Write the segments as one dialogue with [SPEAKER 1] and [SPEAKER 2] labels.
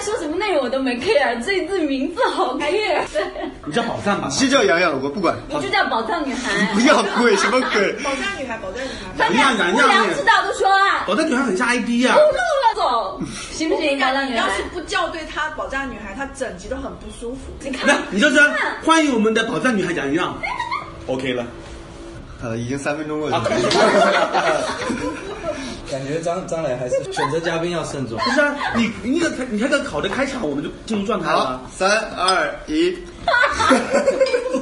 [SPEAKER 1] 说什么内容我都没 care，这一次名字好 care。
[SPEAKER 2] 你叫宝藏吧，
[SPEAKER 3] 其实叫洋洋，我不管，
[SPEAKER 1] 你就叫宝藏女孩。
[SPEAKER 3] 不要鬼什么鬼，
[SPEAKER 4] 保障女孩，保障女孩。
[SPEAKER 1] 咱们
[SPEAKER 2] 洋
[SPEAKER 1] 俩
[SPEAKER 2] 洋
[SPEAKER 1] 不
[SPEAKER 2] 洋
[SPEAKER 1] 良
[SPEAKER 2] 洋
[SPEAKER 1] 知道都说了，
[SPEAKER 2] 宝藏女孩很像 IP 啊
[SPEAKER 1] 不，录了走，行不行？宝藏
[SPEAKER 4] 你
[SPEAKER 1] 女
[SPEAKER 4] 要
[SPEAKER 1] 孩
[SPEAKER 4] 是，不校对她保障女孩，她整集都很不舒服。
[SPEAKER 1] 你
[SPEAKER 2] 那
[SPEAKER 1] 看，
[SPEAKER 2] 你就说欢迎我们的宝藏女孩洋洋，OK 了。
[SPEAKER 3] 呃，已经三分钟过去
[SPEAKER 2] 啊
[SPEAKER 3] 了，
[SPEAKER 5] 感觉张张磊还是选择嘉宾要 慎
[SPEAKER 3] 哎
[SPEAKER 5] 重。
[SPEAKER 2] 不是啊，你你那个你看这个好的开场，我们就进入状态
[SPEAKER 3] 好
[SPEAKER 2] 了。，
[SPEAKER 3] 三二一。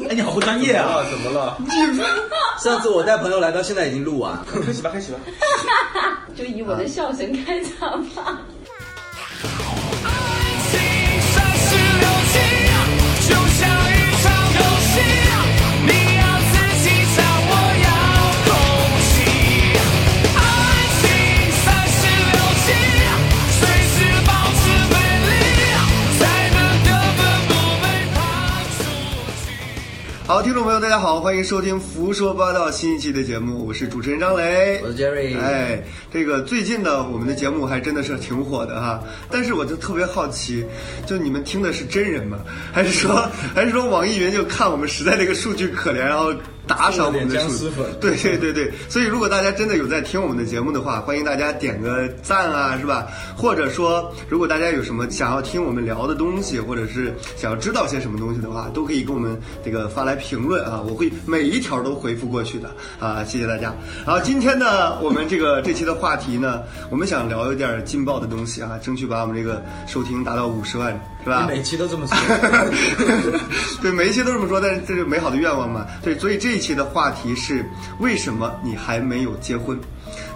[SPEAKER 2] 哎，你好不专业啊！
[SPEAKER 5] 怎么 了？上次我带朋友来到现在已经录完。
[SPEAKER 3] 哎
[SPEAKER 2] 开始吧，开始吧。
[SPEAKER 1] 就以我的笑声开场吧。
[SPEAKER 6] 爱情像是流星，就像一场游戏，你要自己唱，我要空气。爱情像是流星，随时保持美丽，才能根本不被抛出去。
[SPEAKER 3] 好，听众朋友，大家好，欢迎收听《胡说八道》新一期的节目，我是主持人张雷，
[SPEAKER 5] 我是 Jerry
[SPEAKER 3] 哎，这个最近呢，我们的节目还真的是挺火的哈，但是我就特别好奇，就你们听的是真人吗？还是说，还是说网易云就看我们实在这个数据可怜，然后打赏我们的
[SPEAKER 5] 做
[SPEAKER 3] 数
[SPEAKER 5] 了点僵尸
[SPEAKER 3] 据
[SPEAKER 5] 粉？
[SPEAKER 3] 对对对对，所以如果大家真的有在听我们的节目的话，欢迎大家点个赞啊，是吧？或者说，如果大家有什么想要听我们聊的东西，或者是想要知道些什么东西的话，都可以给我们这个发来评论啊，我会每一条都回复过去的啊，谢谢大家。好，今天呢，我们这个这期的话题呢，我们想聊一点劲爆的东西啊，争取把我们这个收听达到五十万，是吧？
[SPEAKER 5] 你每期都这么说，
[SPEAKER 3] 对，每一期都这么说，但是这是美好的愿望嘛。对，所以这一期的话题是为什么你还没有结婚？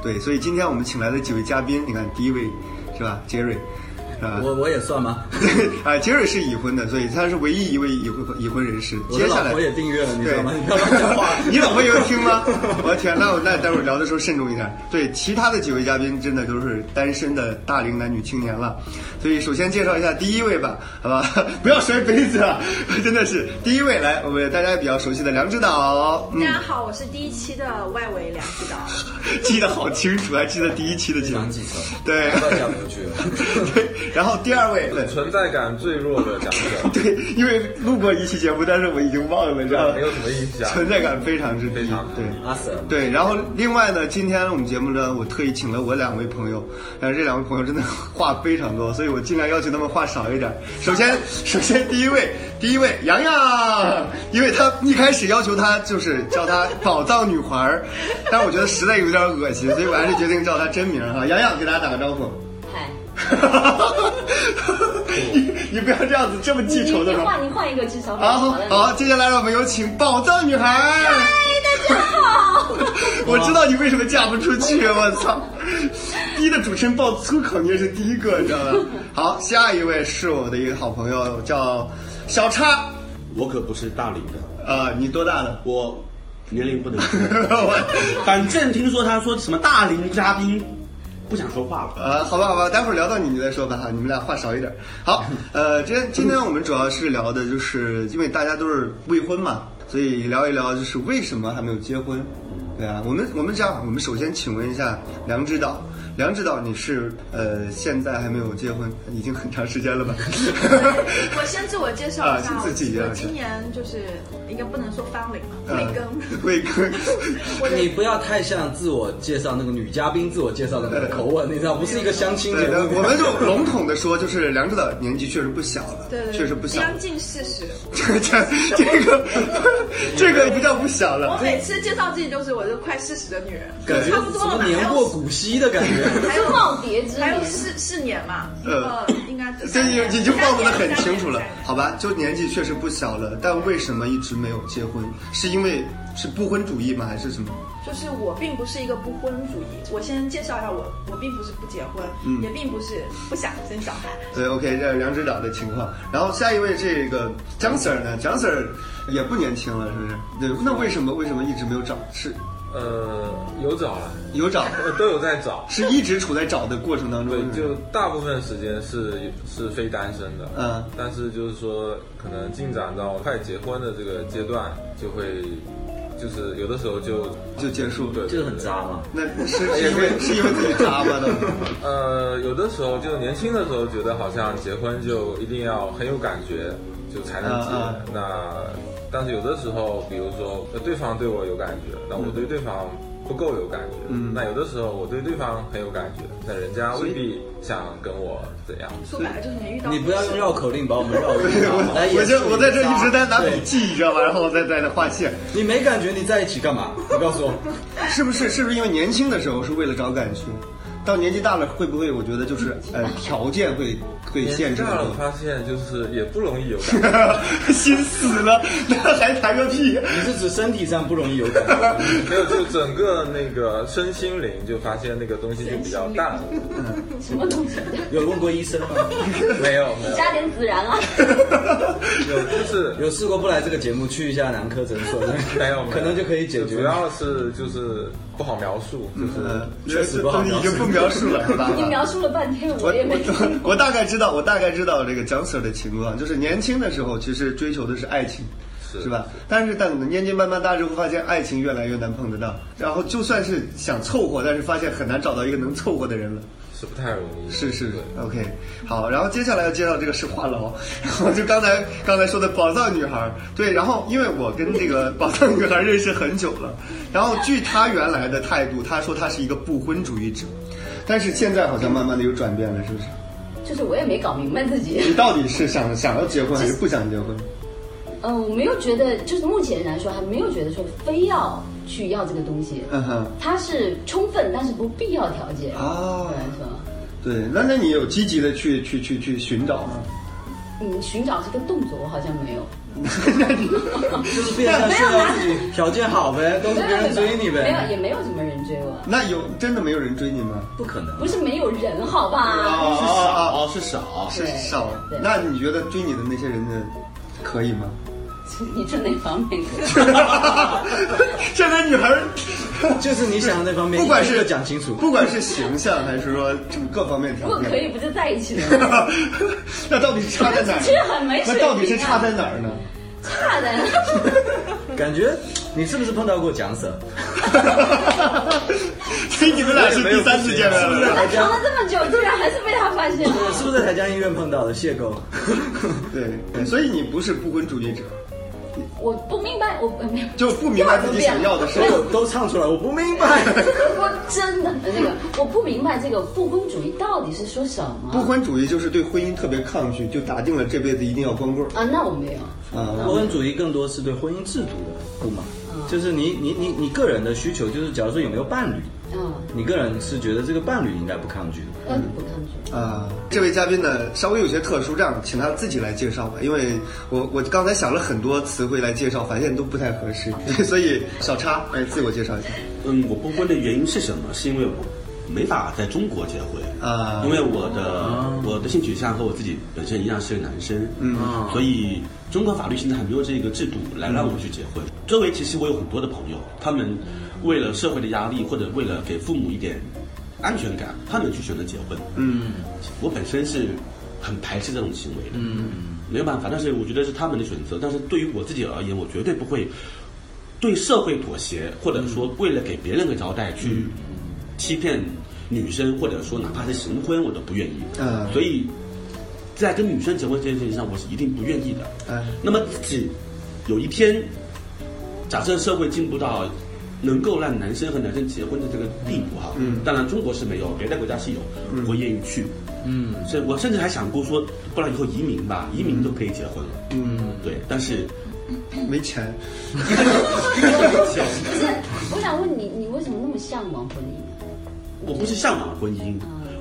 [SPEAKER 3] 对，所以今天我们请来的几位嘉宾，你看第一位是吧，Jerry，是吧？
[SPEAKER 5] 我我也算吗？
[SPEAKER 3] 啊，Jerry 是已婚的，所以他是唯一一位已婚已婚人士。
[SPEAKER 5] 我
[SPEAKER 3] 接
[SPEAKER 5] 的
[SPEAKER 3] 下
[SPEAKER 5] 老
[SPEAKER 3] 来
[SPEAKER 5] 婆也订阅了，你知
[SPEAKER 3] 对
[SPEAKER 5] 道吗？你不要乱讲话。
[SPEAKER 3] 你老婆有听 吗？我的天，那我那待会儿聊的时候慎重一点。对，其他的几位嘉宾真的都是单身的大龄男女青年了，所以首先介绍一下第一位吧，好吧？ 不要摔杯子啊， 真的是第一位来，我们大家比较熟悉的梁指导，
[SPEAKER 4] 大
[SPEAKER 3] 嗯，
[SPEAKER 4] 家好，我是第一期的外围梁指导。
[SPEAKER 3] 记得好清楚，还记得第一期的节目
[SPEAKER 5] 讲。几次？
[SPEAKER 3] 对
[SPEAKER 5] 要不要讲回去了？
[SPEAKER 3] 对，然后第二位，对
[SPEAKER 7] 存在感最弱的讲者，
[SPEAKER 3] 对，因为录过一期节目，但是我已经忘了，你知道吗
[SPEAKER 7] 没有什么印象
[SPEAKER 3] 存在感非常之低，
[SPEAKER 7] 非常
[SPEAKER 3] 对。
[SPEAKER 5] 阿 Sir，
[SPEAKER 3] 对，然后另外呢，今天我们节目呢，我特意请了我两位朋友，但是这两位朋友真的话非常多，所以我尽量要求他们话少一点。首先， 首先第一位，第一位洋洋，因为他一开始要求他就是叫他宝藏女孩儿，但是我觉得实在有点恶心，所以我还是决定叫他真名儿哈。洋洋给大家打个招呼。
[SPEAKER 1] 嗨，
[SPEAKER 3] 你你不要这样子这么
[SPEAKER 1] 你
[SPEAKER 3] 记仇
[SPEAKER 1] 你
[SPEAKER 3] 的吗？
[SPEAKER 1] 换你换一个至少
[SPEAKER 3] 好好好，接下来让我们有请宝藏女孩。
[SPEAKER 1] 大家好，
[SPEAKER 3] 我知道你为什么嫁不出去，我操！逼的主持人爆粗口，你也是第一个，你知道吧？好，下一位是我的一个好朋友，叫小叉。
[SPEAKER 2] 我可不是大龄的，
[SPEAKER 3] 呃，你多大了？
[SPEAKER 2] 我年龄不能说。反正听说他说什么大龄嘉宾，不想说话了。
[SPEAKER 3] 呃，好吧，好吧，待会儿聊到你，你再说吧哈，你们俩话少一点。好，呃，今天今天我们主要是聊的就是，因为大家都是未婚嘛，所以聊一聊就是为什么还没有结婚。对啊，我们我们这样，我们首先请问一下梁指导，梁指导你是呃现在还没有结婚，已经很长时间了 吧？
[SPEAKER 4] 我先自我介绍一下，
[SPEAKER 3] 啊先自己介绍一下
[SPEAKER 4] 我今年就是应该不能说翻脸吧，
[SPEAKER 3] 呃
[SPEAKER 4] 贵庚？
[SPEAKER 3] 未更，
[SPEAKER 5] 你不要太像自我介绍那个女嘉宾自我介绍的那个口吻，你知道，不是一个相亲
[SPEAKER 3] 对
[SPEAKER 5] 节
[SPEAKER 3] 对，
[SPEAKER 5] 目。
[SPEAKER 3] 我们就笼统的说，就是梁指导年纪确实不小了，
[SPEAKER 4] 对对，对
[SPEAKER 3] 确实不小，啊
[SPEAKER 4] 将近四十。
[SPEAKER 3] 这这这个这个不叫不小
[SPEAKER 4] 我
[SPEAKER 3] 了，
[SPEAKER 4] 每次介绍自己就是我这快四十的女人，
[SPEAKER 3] 感觉
[SPEAKER 4] 差不多
[SPEAKER 5] 怎
[SPEAKER 4] 了
[SPEAKER 5] 么
[SPEAKER 4] 吧？
[SPEAKER 5] 年
[SPEAKER 4] 还
[SPEAKER 5] 过
[SPEAKER 4] 有
[SPEAKER 5] 古稀的感觉？
[SPEAKER 4] 还
[SPEAKER 1] 是
[SPEAKER 4] 有
[SPEAKER 1] 耄耋之
[SPEAKER 4] 还
[SPEAKER 1] 年
[SPEAKER 4] 有。四四年嘛，
[SPEAKER 3] 呃
[SPEAKER 4] 呃，应该
[SPEAKER 3] 这
[SPEAKER 4] 三
[SPEAKER 3] 已
[SPEAKER 4] 年
[SPEAKER 3] 已经暴露的很
[SPEAKER 4] 三年
[SPEAKER 3] 清楚了
[SPEAKER 4] 三年，
[SPEAKER 3] 好吧？就年纪确实不小了，但为什么一直没有结婚？是因为是不婚主义吗？还是什么？
[SPEAKER 4] 就是我并不是一个不婚主义，我先介绍一下我，我并不是不结婚，
[SPEAKER 3] 嗯
[SPEAKER 4] 也并不是不想生小孩。
[SPEAKER 3] 对，OK，这是梁指导的情况。然后下一位这个张 Sir 呢？张 Sir 也不年轻了，是不是？对，那为什么为什么一直没有找？是
[SPEAKER 7] 呃，有找了，
[SPEAKER 3] 有找，
[SPEAKER 7] 呃都有在找，
[SPEAKER 3] 是一直处在找的过程当中
[SPEAKER 7] 对，，
[SPEAKER 3] 是不
[SPEAKER 7] 就是大部分时间是是非单身的，
[SPEAKER 3] 嗯
[SPEAKER 7] 但是就是说可能进展到快结婚的这个阶段，就会就是有的时候就
[SPEAKER 3] 就结束。
[SPEAKER 7] 对，
[SPEAKER 5] 就是很渣嘛。
[SPEAKER 3] 那是是因为是因为自己渣吗？当时
[SPEAKER 7] 呃，有的时候就年轻的时候觉得好像结婚就一定要很有感觉，就才能结。
[SPEAKER 3] 嗯
[SPEAKER 7] 那但是有的时候，比如说呃对方对我有感觉，那我对对方不够有感觉。
[SPEAKER 3] 嗯
[SPEAKER 7] 那有的时候我对对方很有感觉，那人家未必想跟我怎样。
[SPEAKER 4] 说白了就是没遇到。
[SPEAKER 5] 你不要用绕口令 把我们绕晕啊！来
[SPEAKER 2] 哎
[SPEAKER 3] 我
[SPEAKER 5] 演
[SPEAKER 3] 我
[SPEAKER 5] 示
[SPEAKER 3] 就我在这
[SPEAKER 5] 渣
[SPEAKER 3] 一直在拿笔
[SPEAKER 5] 对
[SPEAKER 3] 记，你知道吧？然后我在在那画线，
[SPEAKER 5] 你没感觉你在一起干嘛？你告诉我，
[SPEAKER 3] 是不是？是不是因为年轻的时候是为了找感觉，到年纪大了会不会？我觉得就是呃，条件会会限
[SPEAKER 7] 年纪
[SPEAKER 3] 制
[SPEAKER 7] 大了
[SPEAKER 3] 很，多。
[SPEAKER 7] 发现就是也不容易有感 觉。
[SPEAKER 3] 心死了，那还谈个屁？
[SPEAKER 5] 你是指身体上不容易有感觉？
[SPEAKER 7] 没有，就整个那个身心灵就发现那个东西就比较淡了。
[SPEAKER 1] 什么东西？
[SPEAKER 5] 有问过医生吗？
[SPEAKER 7] 没有，没有，
[SPEAKER 1] 加点孜然啊！
[SPEAKER 7] 有就是
[SPEAKER 5] 有试过不来这个节目去一下男科诊所？
[SPEAKER 7] 没有，没有
[SPEAKER 5] 可能就可以解决
[SPEAKER 7] 主。要是就是不好描述，就是
[SPEAKER 3] 呃，
[SPEAKER 5] 确实不好
[SPEAKER 3] 已
[SPEAKER 5] 描述
[SPEAKER 3] 经不描述了，是吧？
[SPEAKER 1] 你描述了半天，
[SPEAKER 3] 我
[SPEAKER 1] 我也没听懂。
[SPEAKER 3] 我我大概知道，我大概知道这个蒋 Sir 的情况，就是年轻的时候其实追求的是爱情。
[SPEAKER 7] 是
[SPEAKER 3] 是吧？但是等年纪慢慢大之后，发现爱情越来越难碰得到，然后就算是想凑合，但是发现很难找到一个能凑合的人了。
[SPEAKER 7] 是不太容易。
[SPEAKER 3] 是是
[SPEAKER 7] 对。
[SPEAKER 3] ，OK，好，然后接下来要介绍这个是话痨， 然后就刚才刚才说的宝藏女孩，对，然后因为我跟这个 宝藏女孩认识很久了，然后据她原来的态度，她说她是一个不婚主义者，但是现在好像慢慢的有转变了，是不是？
[SPEAKER 1] 就是我也没搞明白自己。
[SPEAKER 3] 你到底是想想要结婚还是不想结婚？
[SPEAKER 1] 呃，我没有觉得，就是目前来说还没有觉得说非要去要这个东西。
[SPEAKER 3] 嗯哼，
[SPEAKER 1] 它是充分，但是不必要条件。
[SPEAKER 3] 哦
[SPEAKER 1] 对是吧？
[SPEAKER 3] 对，那那你有积极的去去去去寻找吗？
[SPEAKER 1] 嗯，寻找这个动作我好像没有。
[SPEAKER 5] 就是变相炫耀自己条件好呗，都是别人追你
[SPEAKER 1] 没有，
[SPEAKER 5] 呗
[SPEAKER 1] 也。没有什么人追我。
[SPEAKER 3] 那有真的没有人追你吗？
[SPEAKER 5] 不可能，
[SPEAKER 1] 不是没有
[SPEAKER 3] 哦
[SPEAKER 1] 人，好吧？
[SPEAKER 2] 是少哦是少，
[SPEAKER 1] 对
[SPEAKER 3] 少
[SPEAKER 1] 对。
[SPEAKER 3] 那你觉得追你的那些人的可以吗？
[SPEAKER 1] 你这哪方面？
[SPEAKER 3] 现在女孩儿，
[SPEAKER 5] 就是你想的那方面，
[SPEAKER 3] 不管是
[SPEAKER 5] 一个一个讲清楚。
[SPEAKER 3] 不管是形象还是说这个各方面
[SPEAKER 1] 如
[SPEAKER 3] 条
[SPEAKER 1] 果
[SPEAKER 3] 件，
[SPEAKER 1] 可以，不就在一起了吗？
[SPEAKER 3] 那到底是差在哪儿？
[SPEAKER 1] 这很没水
[SPEAKER 3] 那
[SPEAKER 1] 平啊
[SPEAKER 3] 到底是差在哪儿呢？
[SPEAKER 1] 差的，
[SPEAKER 5] 感觉你是不是碰到过蒋 Sir？
[SPEAKER 3] 所以你们俩是第三次见面
[SPEAKER 5] 是不是
[SPEAKER 3] 了。
[SPEAKER 5] 台
[SPEAKER 1] 藏
[SPEAKER 5] 江
[SPEAKER 1] 了？这么久，居然还是被他发 现了。
[SPEAKER 5] 是不是在台江医院碰到的邂 逅？
[SPEAKER 3] 对，所以你不是不婚主义者，
[SPEAKER 1] 我不明白，我呃没有
[SPEAKER 3] 就不明白自己想要的是
[SPEAKER 5] 所。有都唱出来，我不明白。
[SPEAKER 1] 我真的那个，我不明白这个不婚主义到底是说什么。
[SPEAKER 3] 不婚主义就是对婚姻特别抗拒，就打定了这辈子一定要光棍儿
[SPEAKER 1] 啊，那我没有。
[SPEAKER 5] 不
[SPEAKER 3] 啊。
[SPEAKER 5] 婚主义更多是对婚姻制度的不满，就是你你你你个人的需求，就是假如说有没有伴侣，
[SPEAKER 1] 嗯，
[SPEAKER 5] 你个人是觉得这个伴侣应该不抗拒的。
[SPEAKER 1] 那不抗拒。
[SPEAKER 3] 啊，这位嘉宾呢稍微有些特殊，这样请他自己来介绍吧，因为我我刚才想了很多词汇来介绍，发现都不太合适， 所以小叉来自我介绍一下。
[SPEAKER 2] 嗯，我不婚的原因是什么？是因为我没法在中国结婚
[SPEAKER 3] 啊
[SPEAKER 2] 因为我的我的性取向和我自己本身一样是个男生，嗯，所以中国法律现在还没有这个制度来让我去结婚。周围其实我有很多的朋友，他们为了社会的压力或者为了给父母一点安全感，他们去选择结婚。
[SPEAKER 3] 嗯，
[SPEAKER 2] 我本身是很排斥这种行为的，嗯，没有办法，但是我觉得是他们的选择，但是对于我自己而言，我绝对不会对社会妥协，或者说为了给别人个交代去欺骗女生，或者说哪怕是行婚，我都不愿意，
[SPEAKER 3] 嗯
[SPEAKER 2] 所以在跟女生结婚这件事情上，我是一定不愿意的，
[SPEAKER 3] 哎
[SPEAKER 2] 那么自己有一天，假设社会进步到能够让男生和男生结婚的这个地步哈，
[SPEAKER 3] 嗯
[SPEAKER 2] 当然中国是没有，别的国家是有，我愿意去，
[SPEAKER 5] 嗯，
[SPEAKER 2] 甚我甚至还想过说，不然以后移民吧，移民都可以结婚了，嗯，对，但是
[SPEAKER 3] 没钱，
[SPEAKER 1] 不是，我想问你，你为什么那么向往婚姻呢？
[SPEAKER 2] 我不是向往婚姻，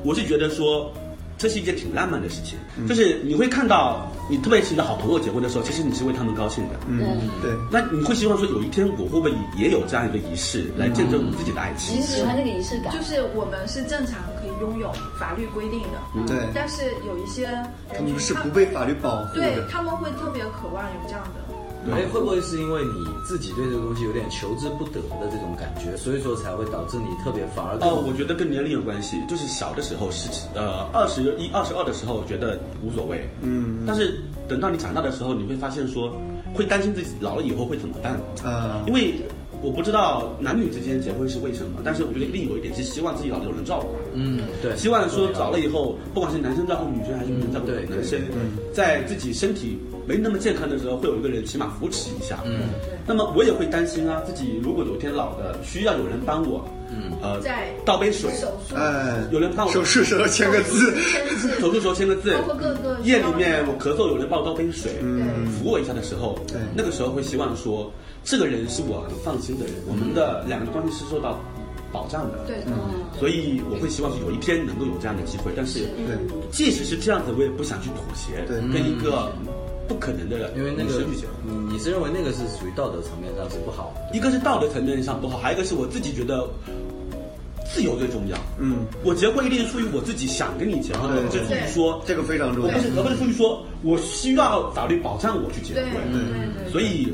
[SPEAKER 2] 我是觉得说。这是一件挺浪漫的事情，就是你会看到你特别是你的好朋友结婚的时候，其实你是为他们高兴的，嗯，
[SPEAKER 1] 嗯，
[SPEAKER 3] 对，
[SPEAKER 2] 那你会希望说有一天我会不会也有这样一个仪式来见证我自己的爱情？
[SPEAKER 1] 你是喜欢这个仪式感
[SPEAKER 4] 就。是我们是正常可以拥有法律规定的，
[SPEAKER 3] 对
[SPEAKER 4] 但是有一些
[SPEAKER 3] 嗯他
[SPEAKER 4] 人
[SPEAKER 3] 们
[SPEAKER 4] 群
[SPEAKER 3] 是
[SPEAKER 4] 他
[SPEAKER 3] 不被法律保护
[SPEAKER 4] 对
[SPEAKER 3] 的。
[SPEAKER 4] 他们会特别渴望有这样的，
[SPEAKER 5] 哎，会不会是因为你自己对这个东西有点求之不得的这种感觉，所以说才会导致你特别反而
[SPEAKER 2] 呃，我觉得跟年龄有关系，就是小的时候十几，呃，二十一、二十二的时候觉得无所谓，嗯，但是等到你长大的时候，你会发现说，会担心自己老了以后会怎么办，
[SPEAKER 3] 啊
[SPEAKER 2] 因为我不知道男女之间结婚是为什么，但是我觉得一定有一点是希望自己老了有人照顾。啊
[SPEAKER 5] 嗯，对，
[SPEAKER 2] 希望说找了以后，不管是男生照顾女生还是女生照顾
[SPEAKER 5] 嗯对
[SPEAKER 2] 男生
[SPEAKER 5] 对，
[SPEAKER 2] 在自己身体没那么健康的时候，会有一个人起码扶持一下。
[SPEAKER 5] 嗯，
[SPEAKER 2] 那么我也会担心啊，自己如果有一天老了，需要有人帮我，嗯，呃
[SPEAKER 4] 在，
[SPEAKER 2] 倒杯水，
[SPEAKER 4] 手术
[SPEAKER 3] 哎，嗯
[SPEAKER 2] 有人帮我
[SPEAKER 3] 手术时候签个字，
[SPEAKER 4] 签 字，
[SPEAKER 2] 手术时候签个字
[SPEAKER 4] 包括各个，
[SPEAKER 2] 夜里面我咳嗽有人帮我倒杯
[SPEAKER 5] 嗯
[SPEAKER 2] 水，
[SPEAKER 4] 对
[SPEAKER 3] 嗯
[SPEAKER 2] 扶我一下的时候
[SPEAKER 3] 对，
[SPEAKER 2] 那个时候会希望说，这个人是我很放心的人，
[SPEAKER 5] 嗯
[SPEAKER 2] 我们的两个关系是受到保障的。
[SPEAKER 4] 对，
[SPEAKER 2] 所以我会希望是有一天能够有这样的机会，但是
[SPEAKER 3] 对
[SPEAKER 2] 即使是这样子，我也不想去妥协，
[SPEAKER 3] 对
[SPEAKER 2] 跟一个不可能的
[SPEAKER 5] 因为那
[SPEAKER 2] 女
[SPEAKER 5] 个
[SPEAKER 2] 生去结婚。
[SPEAKER 5] 你你是认为那个是属于道德层面上是不好的，
[SPEAKER 2] 一个是道德层面上不好，还有一个是我自己觉得自由最重要。
[SPEAKER 3] 嗯，
[SPEAKER 2] 我结婚一定是出于我自己想跟你结婚，而不
[SPEAKER 3] 对
[SPEAKER 2] 是出于说，
[SPEAKER 3] 这个非常重
[SPEAKER 2] 而
[SPEAKER 3] 要
[SPEAKER 2] 不。是而不是出于说我需要法律保障我去结
[SPEAKER 4] 对
[SPEAKER 2] 婚。
[SPEAKER 4] 对对，
[SPEAKER 2] 所以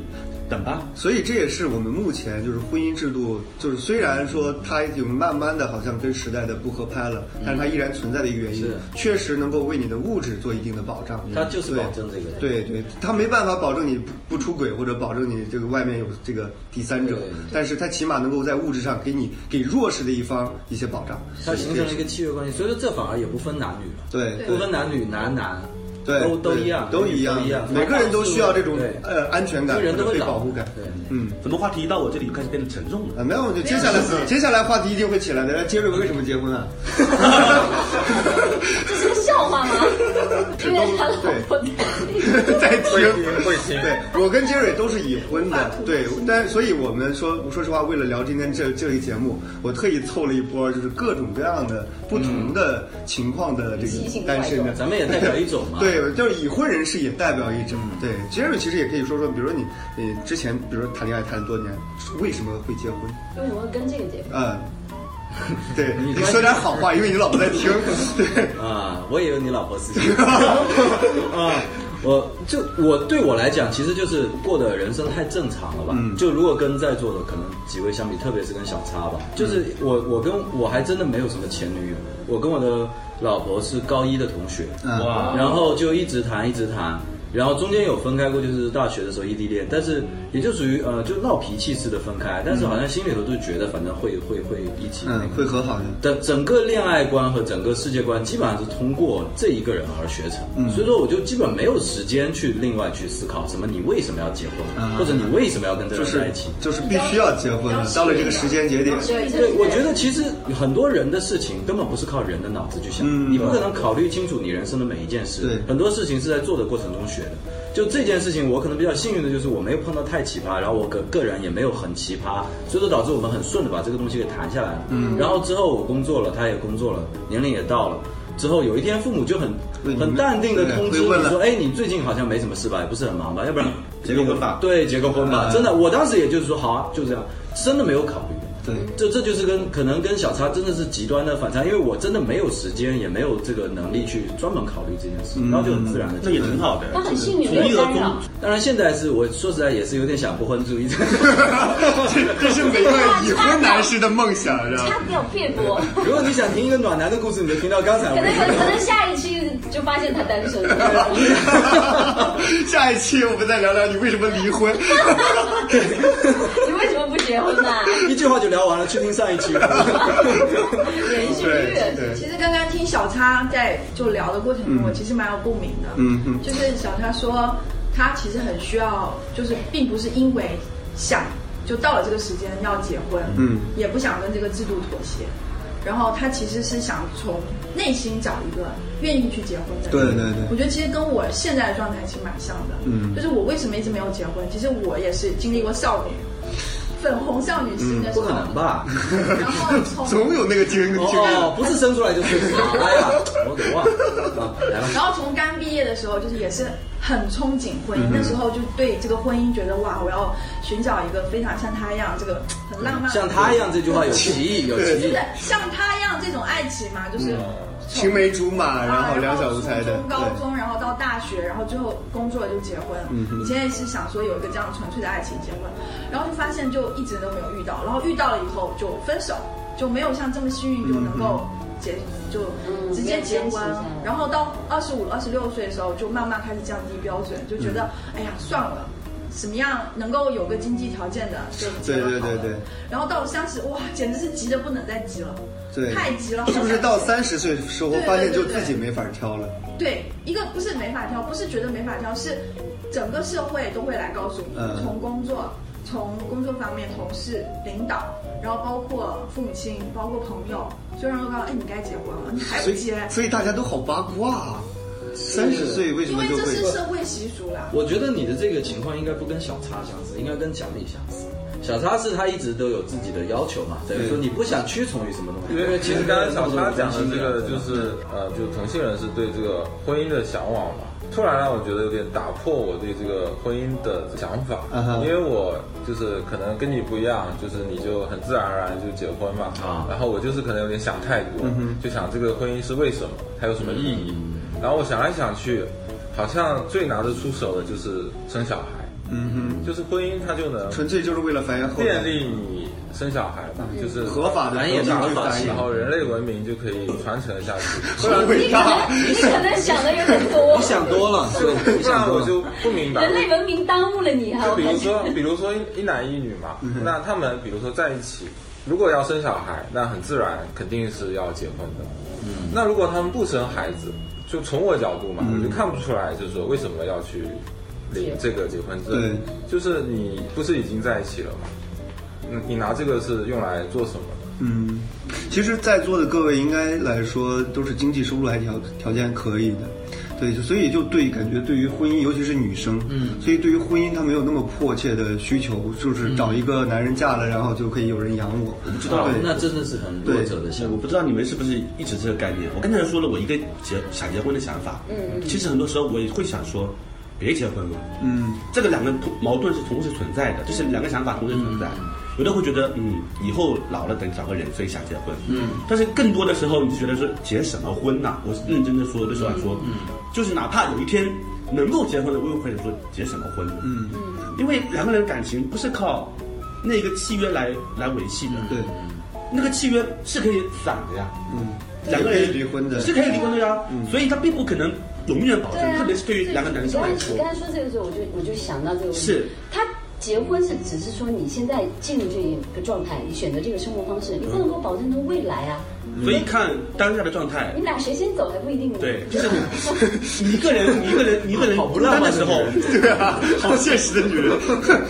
[SPEAKER 2] 等吧，
[SPEAKER 3] 所以这也是我们目前就是婚姻制度，就是虽然说它有慢慢的好像跟时代的不合拍了，但是它依然存在的一个原因
[SPEAKER 5] 是，
[SPEAKER 3] 确实能够为你的物质做一定的保
[SPEAKER 2] 嗯
[SPEAKER 3] 障。
[SPEAKER 5] 它就是
[SPEAKER 3] 对
[SPEAKER 5] 保证这个
[SPEAKER 3] 对对，它没办法保证你不不出轨或者保证你这个外面有这个第三者
[SPEAKER 5] 对对，
[SPEAKER 3] 但是它起码能够在物质上给你给弱势的一方一些保障。
[SPEAKER 5] 它形成了一个契约关系，所以说这反而也不分男女了，
[SPEAKER 3] 对
[SPEAKER 5] 不分男女，男男，
[SPEAKER 3] 对，
[SPEAKER 5] 都都
[SPEAKER 3] 对
[SPEAKER 5] 一样，
[SPEAKER 3] 都
[SPEAKER 5] 男女
[SPEAKER 3] 一样
[SPEAKER 5] 一样，，
[SPEAKER 3] 每个人都需要这种
[SPEAKER 5] 对
[SPEAKER 3] 呃安全感
[SPEAKER 5] 这人都
[SPEAKER 3] 或者被
[SPEAKER 5] 会老
[SPEAKER 3] 保护感。
[SPEAKER 5] 对，
[SPEAKER 3] 嗯。
[SPEAKER 2] 怎么话题一到我这里开始变得沉重了？
[SPEAKER 3] 啊，没有，就接下来接下来话题一定会起来的。那杰瑞为什么结婚 啊？
[SPEAKER 1] 这是个笑话吗？因为他老婆在
[SPEAKER 3] 在听
[SPEAKER 7] 会听
[SPEAKER 3] 对我跟杰瑞都是已婚的，对，但所以我们说，我说实话，为了聊今天这这一节目，我特意凑了一波，就是各种各样的不同的情况的这
[SPEAKER 1] 奇形
[SPEAKER 3] 个
[SPEAKER 1] 怪
[SPEAKER 3] 单身的，
[SPEAKER 1] 状
[SPEAKER 5] 咱们也代表一种嘛，
[SPEAKER 3] 对，就是已婚人士也代表一种。对，杰瑞其实也可以说说，比如说你，你之前，比如说谈恋爱谈了多年，为什么会结婚？
[SPEAKER 1] 为什么会跟这个结婚？
[SPEAKER 3] 嗯，对，你说点好话，因为你老婆在 听。对，
[SPEAKER 4] 嗯
[SPEAKER 5] 啊，我也有你老婆事情 啊。我就我对我来讲，其实就是过的人生太正常了吧？
[SPEAKER 3] 嗯
[SPEAKER 5] 就如果跟在座的可能几位相比，特别是跟小叉吧，
[SPEAKER 3] 嗯
[SPEAKER 5] 就是我我跟我还真的没有什么前女友，我跟我的老婆是高一的同学，
[SPEAKER 3] 嗯
[SPEAKER 2] 哇，
[SPEAKER 5] 然后就一直谈一直谈，然后中间有分开过，就是大学的时候异地恋，但是也就属于呃就闹脾气似的分开，但是好像心里头就觉得反正会会会一起那个
[SPEAKER 3] 嗯，会和好的。
[SPEAKER 5] 的整个恋爱观和整个世界观基本上是通过这一个人而学成，
[SPEAKER 3] 嗯
[SPEAKER 5] 所以说我就基本没有时间去另外去思考什么你为什么要结婚，
[SPEAKER 3] 啊
[SPEAKER 5] 或者你为什么要跟这个
[SPEAKER 3] 就
[SPEAKER 5] 人在
[SPEAKER 3] 是
[SPEAKER 5] 一起。
[SPEAKER 3] 就是必须要结婚了，到了这个时间节点，
[SPEAKER 1] 对
[SPEAKER 5] 对，我觉得其实很多人的事情根本不是靠人的脑子去想，
[SPEAKER 3] 嗯
[SPEAKER 5] 你不可能考虑清楚你人生的每一件事
[SPEAKER 3] 对，
[SPEAKER 5] 很多事情是在做的过程中学的。就这件事情，我可能比较幸运的就是我没有碰到太奇葩，然后我个个人也没有很奇葩，所以说导致我们很顺的把这个东西给谈下来了。嗯，然后之后我工作了，他也工作了，年龄也到了。之后有一天，父母就很
[SPEAKER 3] 对你
[SPEAKER 5] 很
[SPEAKER 3] 们
[SPEAKER 5] 淡定的
[SPEAKER 3] 对
[SPEAKER 5] 通
[SPEAKER 3] 会
[SPEAKER 5] 知你
[SPEAKER 3] 问了
[SPEAKER 5] 说：“哎，你最近好像没什么事吧？也不是很忙吧？要不然
[SPEAKER 2] 结个婚吧
[SPEAKER 5] 对，结个婚吧。
[SPEAKER 3] 嗯
[SPEAKER 5] 真的，我当时也就是说，好啊，就这样，真的没有考虑。
[SPEAKER 3] 对，
[SPEAKER 5] 这这就是跟可能跟小差真的是极端的反差，因为我真的没有时间，也没有这个能力去专门考虑这件事，
[SPEAKER 3] 嗯
[SPEAKER 5] 然后就很自然的。
[SPEAKER 2] 那也挺好的。
[SPEAKER 1] 他很幸运，
[SPEAKER 2] 从
[SPEAKER 1] 没
[SPEAKER 2] 一
[SPEAKER 1] 有
[SPEAKER 2] 而
[SPEAKER 1] 干扰
[SPEAKER 2] 终。，
[SPEAKER 5] 当然，现在是我说实在也是有点 想不婚主义者。
[SPEAKER 3] 这这是每个已婚男士的梦想，知道吗？
[SPEAKER 1] 掐掉辩驳，
[SPEAKER 5] 如果你想听一个暖男的故事，你就听到刚才
[SPEAKER 1] 可
[SPEAKER 5] 我
[SPEAKER 1] 能 可能可能
[SPEAKER 5] 们。
[SPEAKER 1] 下一期就发现他单身了。
[SPEAKER 3] 下一期我们再聊聊你为什么离婚。
[SPEAKER 1] 你为什么不结婚呢？
[SPEAKER 5] 一句话就聊完了，去听上一 期。
[SPEAKER 1] 连续
[SPEAKER 3] 对
[SPEAKER 1] 剧，
[SPEAKER 3] 对
[SPEAKER 4] 其实刚刚听小叉在就聊的过程中，我其实蛮有共鸣的。
[SPEAKER 3] 嗯嗯
[SPEAKER 4] 就是小叉说，他其实很需要，就是并不是因为想就到了这个时间要结婚，
[SPEAKER 3] 嗯，
[SPEAKER 4] 也不想跟这个制度妥协。然后他其实是想从内心找一个愿意去结婚的人。
[SPEAKER 3] 对对对
[SPEAKER 4] 我觉得其实跟我现在的状态其实蛮像的。
[SPEAKER 3] 嗯
[SPEAKER 4] 就是我为什么一直没有结婚？其实我也是经历过少女。粉红少女心的时
[SPEAKER 5] 不
[SPEAKER 3] 嗯
[SPEAKER 4] 候，
[SPEAKER 5] 可能吧？
[SPEAKER 4] 然后 从
[SPEAKER 3] 总有那个经历经
[SPEAKER 5] 哦，不是生出来就是哎呀，我给忘了啊，来吧。
[SPEAKER 4] 然后从刚毕业的时候，就是也是很憧憬婚
[SPEAKER 5] 嗯
[SPEAKER 4] 姻，那时候就对这个婚姻觉得哇，我要寻找一个非常像他一样，这个很浪漫，
[SPEAKER 5] 像他一样这句话有歧义，有歧
[SPEAKER 4] 对，
[SPEAKER 5] 义
[SPEAKER 4] 对。像他一样这种爱情嘛，就是
[SPEAKER 5] 嗯
[SPEAKER 4] 从
[SPEAKER 3] 青梅竹马，然后
[SPEAKER 4] 啊
[SPEAKER 3] 两小无猜的
[SPEAKER 4] 初，中、高中，然后到大学，然后最后工作就结婚。
[SPEAKER 3] 嗯
[SPEAKER 4] 以前也是想说有一个这样纯粹的爱情结婚，然后就发现就一直都没有遇到，然后遇到了以后就分手，就没有像这么幸运就能够结就
[SPEAKER 1] 嗯
[SPEAKER 4] 直接结
[SPEAKER 1] 没有坚持
[SPEAKER 4] 婚
[SPEAKER 1] 下来。
[SPEAKER 3] 嗯
[SPEAKER 4] 然后到二十五、二十六岁的时候，就慢慢开始降低标准，就觉得哎呀算了。什么样能够有个经济条件的就
[SPEAKER 3] 对对对对。
[SPEAKER 4] 然后到了三十，哇，简直是急得不能再急了，
[SPEAKER 3] 对，
[SPEAKER 4] 太急了。
[SPEAKER 3] 是不是到三十岁的时候
[SPEAKER 4] 对对
[SPEAKER 3] 发现就
[SPEAKER 4] 对对
[SPEAKER 3] 自己没法挑了？
[SPEAKER 4] 对，一个不是没法挑，不是觉得没法挑，是整个社会都会来告诉你，
[SPEAKER 3] 嗯
[SPEAKER 4] 从工作，从工作方面，同事、领导，然后包括父母亲，包括朋友，所有人都告诉，哎，你该结婚了，你还不
[SPEAKER 3] 所
[SPEAKER 4] 结，
[SPEAKER 3] 以所以大家都好八卦啊！三十岁为什
[SPEAKER 4] 因
[SPEAKER 3] 么
[SPEAKER 4] 为
[SPEAKER 3] 就
[SPEAKER 4] 这是
[SPEAKER 3] 会？
[SPEAKER 4] 社会习俗啦。
[SPEAKER 5] 我觉得你的这个情况应该不跟小叉相似，应该跟蒋丽相似。小叉是他一直都有自己的要求嘛，等于说你不想屈从于什么东西。
[SPEAKER 7] 因为其实刚刚小叉讲的这个
[SPEAKER 5] 真
[SPEAKER 7] 就
[SPEAKER 5] 的
[SPEAKER 7] 是呃，就同性人是对这个婚姻的向往嘛，突然让我觉得有点打破我对这个婚姻的想法
[SPEAKER 3] 嗯哼，
[SPEAKER 7] 因为我就是可能跟你不一样，就是你就很自然而然就结婚嘛
[SPEAKER 5] 啊，
[SPEAKER 7] 然后我就是可能有点想太多，
[SPEAKER 3] 嗯
[SPEAKER 7] 就想这个婚姻是为什么，它有什么意义，然后我想来想去，好像最拿得出手的就是生小孩，
[SPEAKER 3] 嗯
[SPEAKER 7] 就是婚姻它就能
[SPEAKER 3] 哼，纯粹就是为了繁衍后
[SPEAKER 7] 便
[SPEAKER 3] 代，
[SPEAKER 7] 利你生小孩嘛，就是
[SPEAKER 3] 嗯合法的
[SPEAKER 5] 繁衍
[SPEAKER 3] 合
[SPEAKER 5] 合法
[SPEAKER 3] 繁
[SPEAKER 5] 性
[SPEAKER 3] 衍，
[SPEAKER 7] 然后人类文明就可以传承下 去。不
[SPEAKER 3] 好
[SPEAKER 7] 然
[SPEAKER 3] 伟大！
[SPEAKER 1] 你可能想的有点多
[SPEAKER 5] 你，想多了，
[SPEAKER 7] 就
[SPEAKER 5] 对，你
[SPEAKER 7] 不
[SPEAKER 5] 想
[SPEAKER 7] 然
[SPEAKER 5] 多
[SPEAKER 7] 我
[SPEAKER 5] 了。
[SPEAKER 7] 就不明白。
[SPEAKER 1] 人类文明嗯耽误了你哈，
[SPEAKER 7] 就
[SPEAKER 1] 我
[SPEAKER 7] 比
[SPEAKER 1] 感
[SPEAKER 7] 如
[SPEAKER 1] 觉。
[SPEAKER 7] 说，比如说一一男一女嘛，那他们比如说在一起，如果要生小孩，那很自然肯定是要结婚的。嗯，那如果他们不生孩子，就从我角度
[SPEAKER 1] 嗯
[SPEAKER 7] 嘛，我就看不出来，就是说为什么要去领这个结婚证？就是你不是已经在一起了吗？嗯，你拿这个是用来做什么？
[SPEAKER 3] 嗯，其实，在座的各位应该来说都是经济收入还条条件可以的，对，就所以就对感觉对于婚姻，尤其是女生，嗯，所以对于婚姻她没有那么迫切的需求，就是找一个男人嫁了，然后就可以有人养我，
[SPEAKER 2] 知道
[SPEAKER 3] 对嗯
[SPEAKER 5] 那真的是很弱者的想
[SPEAKER 2] 我
[SPEAKER 5] 法。
[SPEAKER 2] 不知道你们是不是一直这个概念。我刚才说了我一个结想结婚的想法，嗯，其实很多时候我也会想说，别结婚了，
[SPEAKER 3] 嗯，
[SPEAKER 2] 这个两个同矛盾是同时存在的，就是两个想法同时存在。有的会觉得，嗯，以后老了等找个人，所以想结婚，嗯，但是更多的时候你就觉得说结什么婚呐、我是认真的说，对时候来说，嗯，就是哪怕有一天能够结婚了，我也会说结什么婚，嗯嗯，因为两个人感情不是靠那个契约来来维系的，
[SPEAKER 3] 对，
[SPEAKER 2] 那个契约是可以散的呀，
[SPEAKER 3] 嗯，
[SPEAKER 2] 两个人
[SPEAKER 3] 也可以离婚的嗯
[SPEAKER 2] 是可以离婚的呀，所以他并不可能永远保证，
[SPEAKER 1] 对啊
[SPEAKER 2] 特别是对于两个男生来说
[SPEAKER 1] 你刚才你
[SPEAKER 5] 啊
[SPEAKER 1] 刚才说这个时候，我就我就想到这个问题。
[SPEAKER 2] 是，
[SPEAKER 1] 他结婚是只是说你现在进入这个状态，你选择这个生活方式，你不能够保证他未来啊。
[SPEAKER 2] 所以看当下的状态
[SPEAKER 1] 你，
[SPEAKER 5] 嗯
[SPEAKER 1] 俩谁先走还不一定呢。
[SPEAKER 2] 对， 就是 你你一个人，你一个人，你一个人
[SPEAKER 5] 好不
[SPEAKER 2] 孤
[SPEAKER 5] 浪
[SPEAKER 2] 单
[SPEAKER 5] 漫
[SPEAKER 2] 的
[SPEAKER 5] 的
[SPEAKER 2] 时候，
[SPEAKER 3] 对啊，好现实的女人，
[SPEAKER 1] 当然，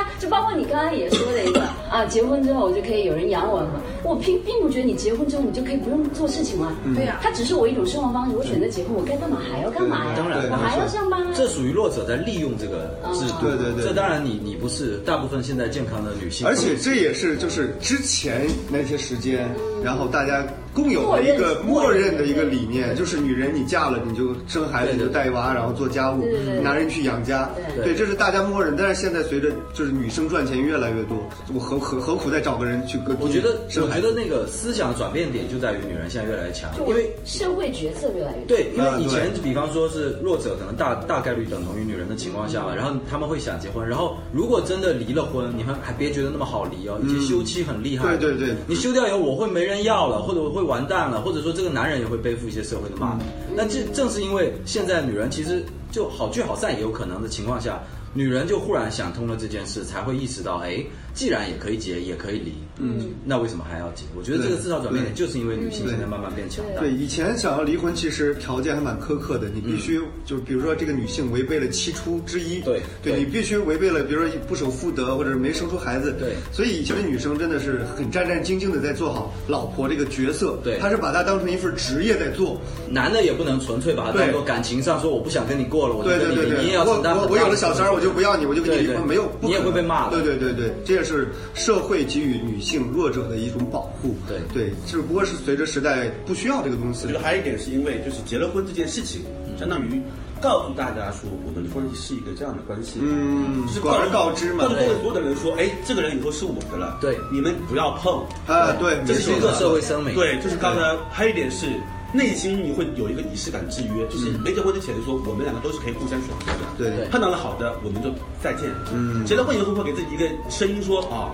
[SPEAKER 1] 啊就包括你刚刚也说的一个啊，结婚之后我就可以有人养我了。我并并不觉得你结婚之后你就可以不用做事情了。
[SPEAKER 2] 嗯
[SPEAKER 4] 对呀
[SPEAKER 1] 它只是我一种生活方式。我选择结婚，我该干嘛还要干嘛呀？
[SPEAKER 5] 当然
[SPEAKER 1] 我还要上班啊。
[SPEAKER 5] 这属于弱者在利用这个制度，
[SPEAKER 3] 对对对
[SPEAKER 5] 这当然你你不是，大部分现在健康的女性，
[SPEAKER 3] 而且这也是就是之前那些时间，然后大家共有的一个默
[SPEAKER 1] 默认
[SPEAKER 3] 认的一个理念，就是女人你嫁了你就生孩子你就带娃，然后做家务
[SPEAKER 1] 对对，对
[SPEAKER 3] 男人去养家，
[SPEAKER 5] 对
[SPEAKER 3] 对，这是大家默认。但是现在随着就是女生赚钱越来越多，我何何何苦再找个人去跟
[SPEAKER 5] 我觉得
[SPEAKER 3] 生
[SPEAKER 5] 我
[SPEAKER 3] 孩
[SPEAKER 5] 觉
[SPEAKER 3] 子
[SPEAKER 5] 得那个思想转变点就在于女人现在越来越强，
[SPEAKER 1] 就
[SPEAKER 5] 因
[SPEAKER 1] 我
[SPEAKER 5] 为
[SPEAKER 1] 社会角色越来越多。
[SPEAKER 5] 对，因
[SPEAKER 3] 啊
[SPEAKER 5] 为以前
[SPEAKER 3] 对
[SPEAKER 5] 比方说是弱者，可能大大概率等同于女人的情况下嘛，然后他们会想结婚，然后如果真的离了婚，你还还别觉得那么好离哦，以及休妻很厉害，
[SPEAKER 3] 嗯对对对
[SPEAKER 5] 你休掉以后我会没人要了，或者我会完蛋了，或者说这个男人也会背负一些社会的骂名。那这正是因为现在女人其实就好聚好散也有可能的情况下。女人就忽然想通了这件事，才会意识到，哎，既然也可以结，也可以离，嗯，那为什么还要结？我觉得这个
[SPEAKER 3] 对
[SPEAKER 5] 思想转变
[SPEAKER 3] 对
[SPEAKER 5] 点，就是因为女性
[SPEAKER 3] 对
[SPEAKER 5] 现在慢慢变强大。
[SPEAKER 3] 对，以前想要离婚，其实条件还蛮苛刻的，你
[SPEAKER 5] 嗯
[SPEAKER 3] 必须、就是比如说这个女性违背了七出之一，
[SPEAKER 5] 对
[SPEAKER 3] 对
[SPEAKER 5] 对
[SPEAKER 3] 你必须违背了，比如说不守妇德或者是没生出孩子，
[SPEAKER 5] 对
[SPEAKER 3] 所以以前的女生真的是很战战兢兢的在做好老婆这个角色，
[SPEAKER 5] 对
[SPEAKER 3] 她是把它当成一份职业在做，
[SPEAKER 5] 男的也不能纯粹把它当做感情上说我不想跟你过了，我就
[SPEAKER 3] 对
[SPEAKER 5] 跟
[SPEAKER 3] 对
[SPEAKER 5] 你
[SPEAKER 3] 对
[SPEAKER 5] 离，
[SPEAKER 3] 对，
[SPEAKER 5] 你也要
[SPEAKER 3] 我
[SPEAKER 5] 承担很
[SPEAKER 3] 我
[SPEAKER 5] 大
[SPEAKER 3] 我
[SPEAKER 5] 的
[SPEAKER 3] 有了小三儿，我就不要你，我就跟你
[SPEAKER 5] 对
[SPEAKER 3] 离
[SPEAKER 5] 对
[SPEAKER 3] 婚，没有，不
[SPEAKER 5] 你也
[SPEAKER 3] 可能
[SPEAKER 5] 会被骂的
[SPEAKER 3] 对对对对，这也是社会给予女性弱者的一种保护，
[SPEAKER 5] 对
[SPEAKER 3] 对，只不过是随着时代不需要这个东西
[SPEAKER 2] 我觉
[SPEAKER 3] 了
[SPEAKER 2] 得。还有一点是因为就是结了婚这件事情，
[SPEAKER 5] 嗯
[SPEAKER 2] 相当于告诉大家说我们的关系是一个这样的关系，
[SPEAKER 3] 嗯
[SPEAKER 2] 就是
[SPEAKER 3] 广而告之嘛
[SPEAKER 2] 告诉所有的人说，哎，这个人以后是我的了，
[SPEAKER 5] 对
[SPEAKER 2] 你们不要碰，
[SPEAKER 3] 啊，对，
[SPEAKER 2] 这
[SPEAKER 3] 没
[SPEAKER 2] 是
[SPEAKER 3] 错
[SPEAKER 2] 一个
[SPEAKER 5] 社会声明
[SPEAKER 2] 对，就是刚才还有一点是。内心你会有一个仪式感制约，就是没结婚之前说我们两个都是可以互相选择的，
[SPEAKER 3] 对
[SPEAKER 5] 对
[SPEAKER 2] 碰到了好的我们就再见，嗯，结了婚以后会给自己一个声音说啊，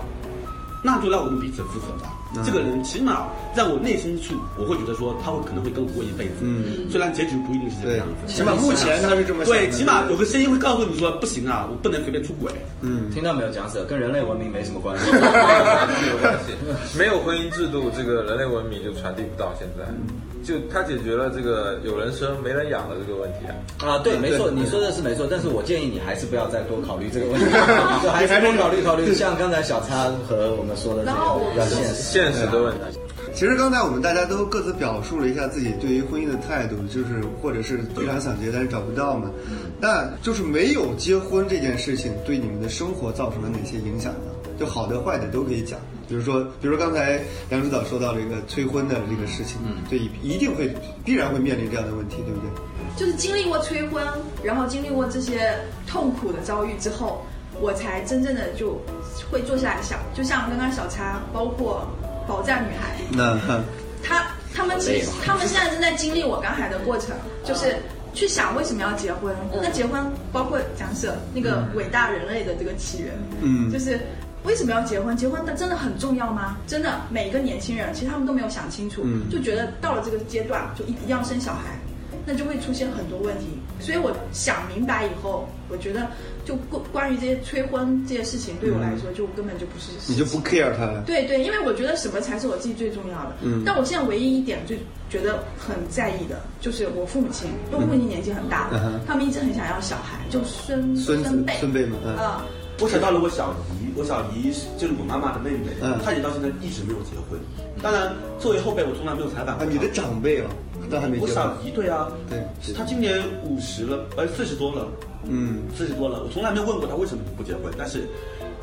[SPEAKER 2] 那就让我们彼此负责吧，这个人起码在我内心处，我会觉得说他会可能会跟我过一辈子。嗯，虽然结局不一定是这个
[SPEAKER 3] 对
[SPEAKER 2] 样，子。
[SPEAKER 3] 起码目前他是这么想的
[SPEAKER 2] 对，起码有个声音会告诉你说，不行啊，我不能随便出轨。
[SPEAKER 5] 听到没有，蒋 Sir，跟人类文明没什么关 系。
[SPEAKER 7] 没有关 系，没有婚姻制度，这个人类文明就传递不到现在。就它解决了这个有人生没人养的这个问题啊。
[SPEAKER 5] 啊，对，没错，你说的是没错，但是我建议你还是不要再多考虑这个 问题，就还是多考虑考虑，像刚才小叉和我们说的这
[SPEAKER 4] 然后
[SPEAKER 5] 个
[SPEAKER 4] 我
[SPEAKER 5] 比较现实。
[SPEAKER 7] 现实的问题。
[SPEAKER 3] 其实刚才我们大家都各自表述了一下自己对于婚姻的态度，就是或者是非常想结但是找不到嘛。那就是没有结婚这件事情对你们的生活造成了哪些影响呢？就好的坏的都可以讲。比如说，比如说刚才杨指导说到了一个催婚的这个事情，嗯，对，一定会必然会面临这样的问题，对不对？
[SPEAKER 4] 就是经历过催婚，然后经历过这些痛苦的遭遇之后，我才真正的就会坐下来想，就像刚刚小叉，包括宝藏女孩，
[SPEAKER 3] 那
[SPEAKER 4] 她她们其实她们现在正在经历我刚才的过程，
[SPEAKER 3] 啊
[SPEAKER 4] 就是去想为什么要结婚。
[SPEAKER 1] 嗯
[SPEAKER 4] 那结婚包括假设那个伟大人类的这个起源，
[SPEAKER 3] 嗯
[SPEAKER 4] 就是为什么要结婚？结婚的真的很重要吗？真的，每一个年轻人其实他们都没有想清楚，
[SPEAKER 3] 嗯
[SPEAKER 4] 就觉得到了这个阶段就一定要生小孩，那就会出现很多问题。所以我想明白以后，我觉得就关关于这些催婚这些事情，对我来说就根本就不是
[SPEAKER 3] 嗯你就不 care 他了。
[SPEAKER 4] 对对，因为我觉得什么才是我自己最重要的。嗯，但我现在唯一一点最觉得很在意的，就是我父母亲，因为我父母亲年纪很大了，
[SPEAKER 3] 嗯哼
[SPEAKER 4] 他们一直很想要小孩，就孙
[SPEAKER 3] 孙子
[SPEAKER 4] 辈
[SPEAKER 3] 孙辈嘛嗯
[SPEAKER 4] 啊、
[SPEAKER 2] 我想到了我小姨，我小姨是就是我妈妈的妹妹，
[SPEAKER 3] 嗯
[SPEAKER 2] 她也到现在一直没有结婚。当然，作为后辈，我从来没有采访
[SPEAKER 3] 啊
[SPEAKER 2] 过，她。
[SPEAKER 3] 你的长辈哦，都还没
[SPEAKER 2] 我
[SPEAKER 3] 结婚
[SPEAKER 2] 小。姨对啊，
[SPEAKER 3] 对
[SPEAKER 2] 是她今年五十了，呃，四十多了，
[SPEAKER 3] 嗯
[SPEAKER 2] 四十多了，我从来没有问过她为什么不结婚，但是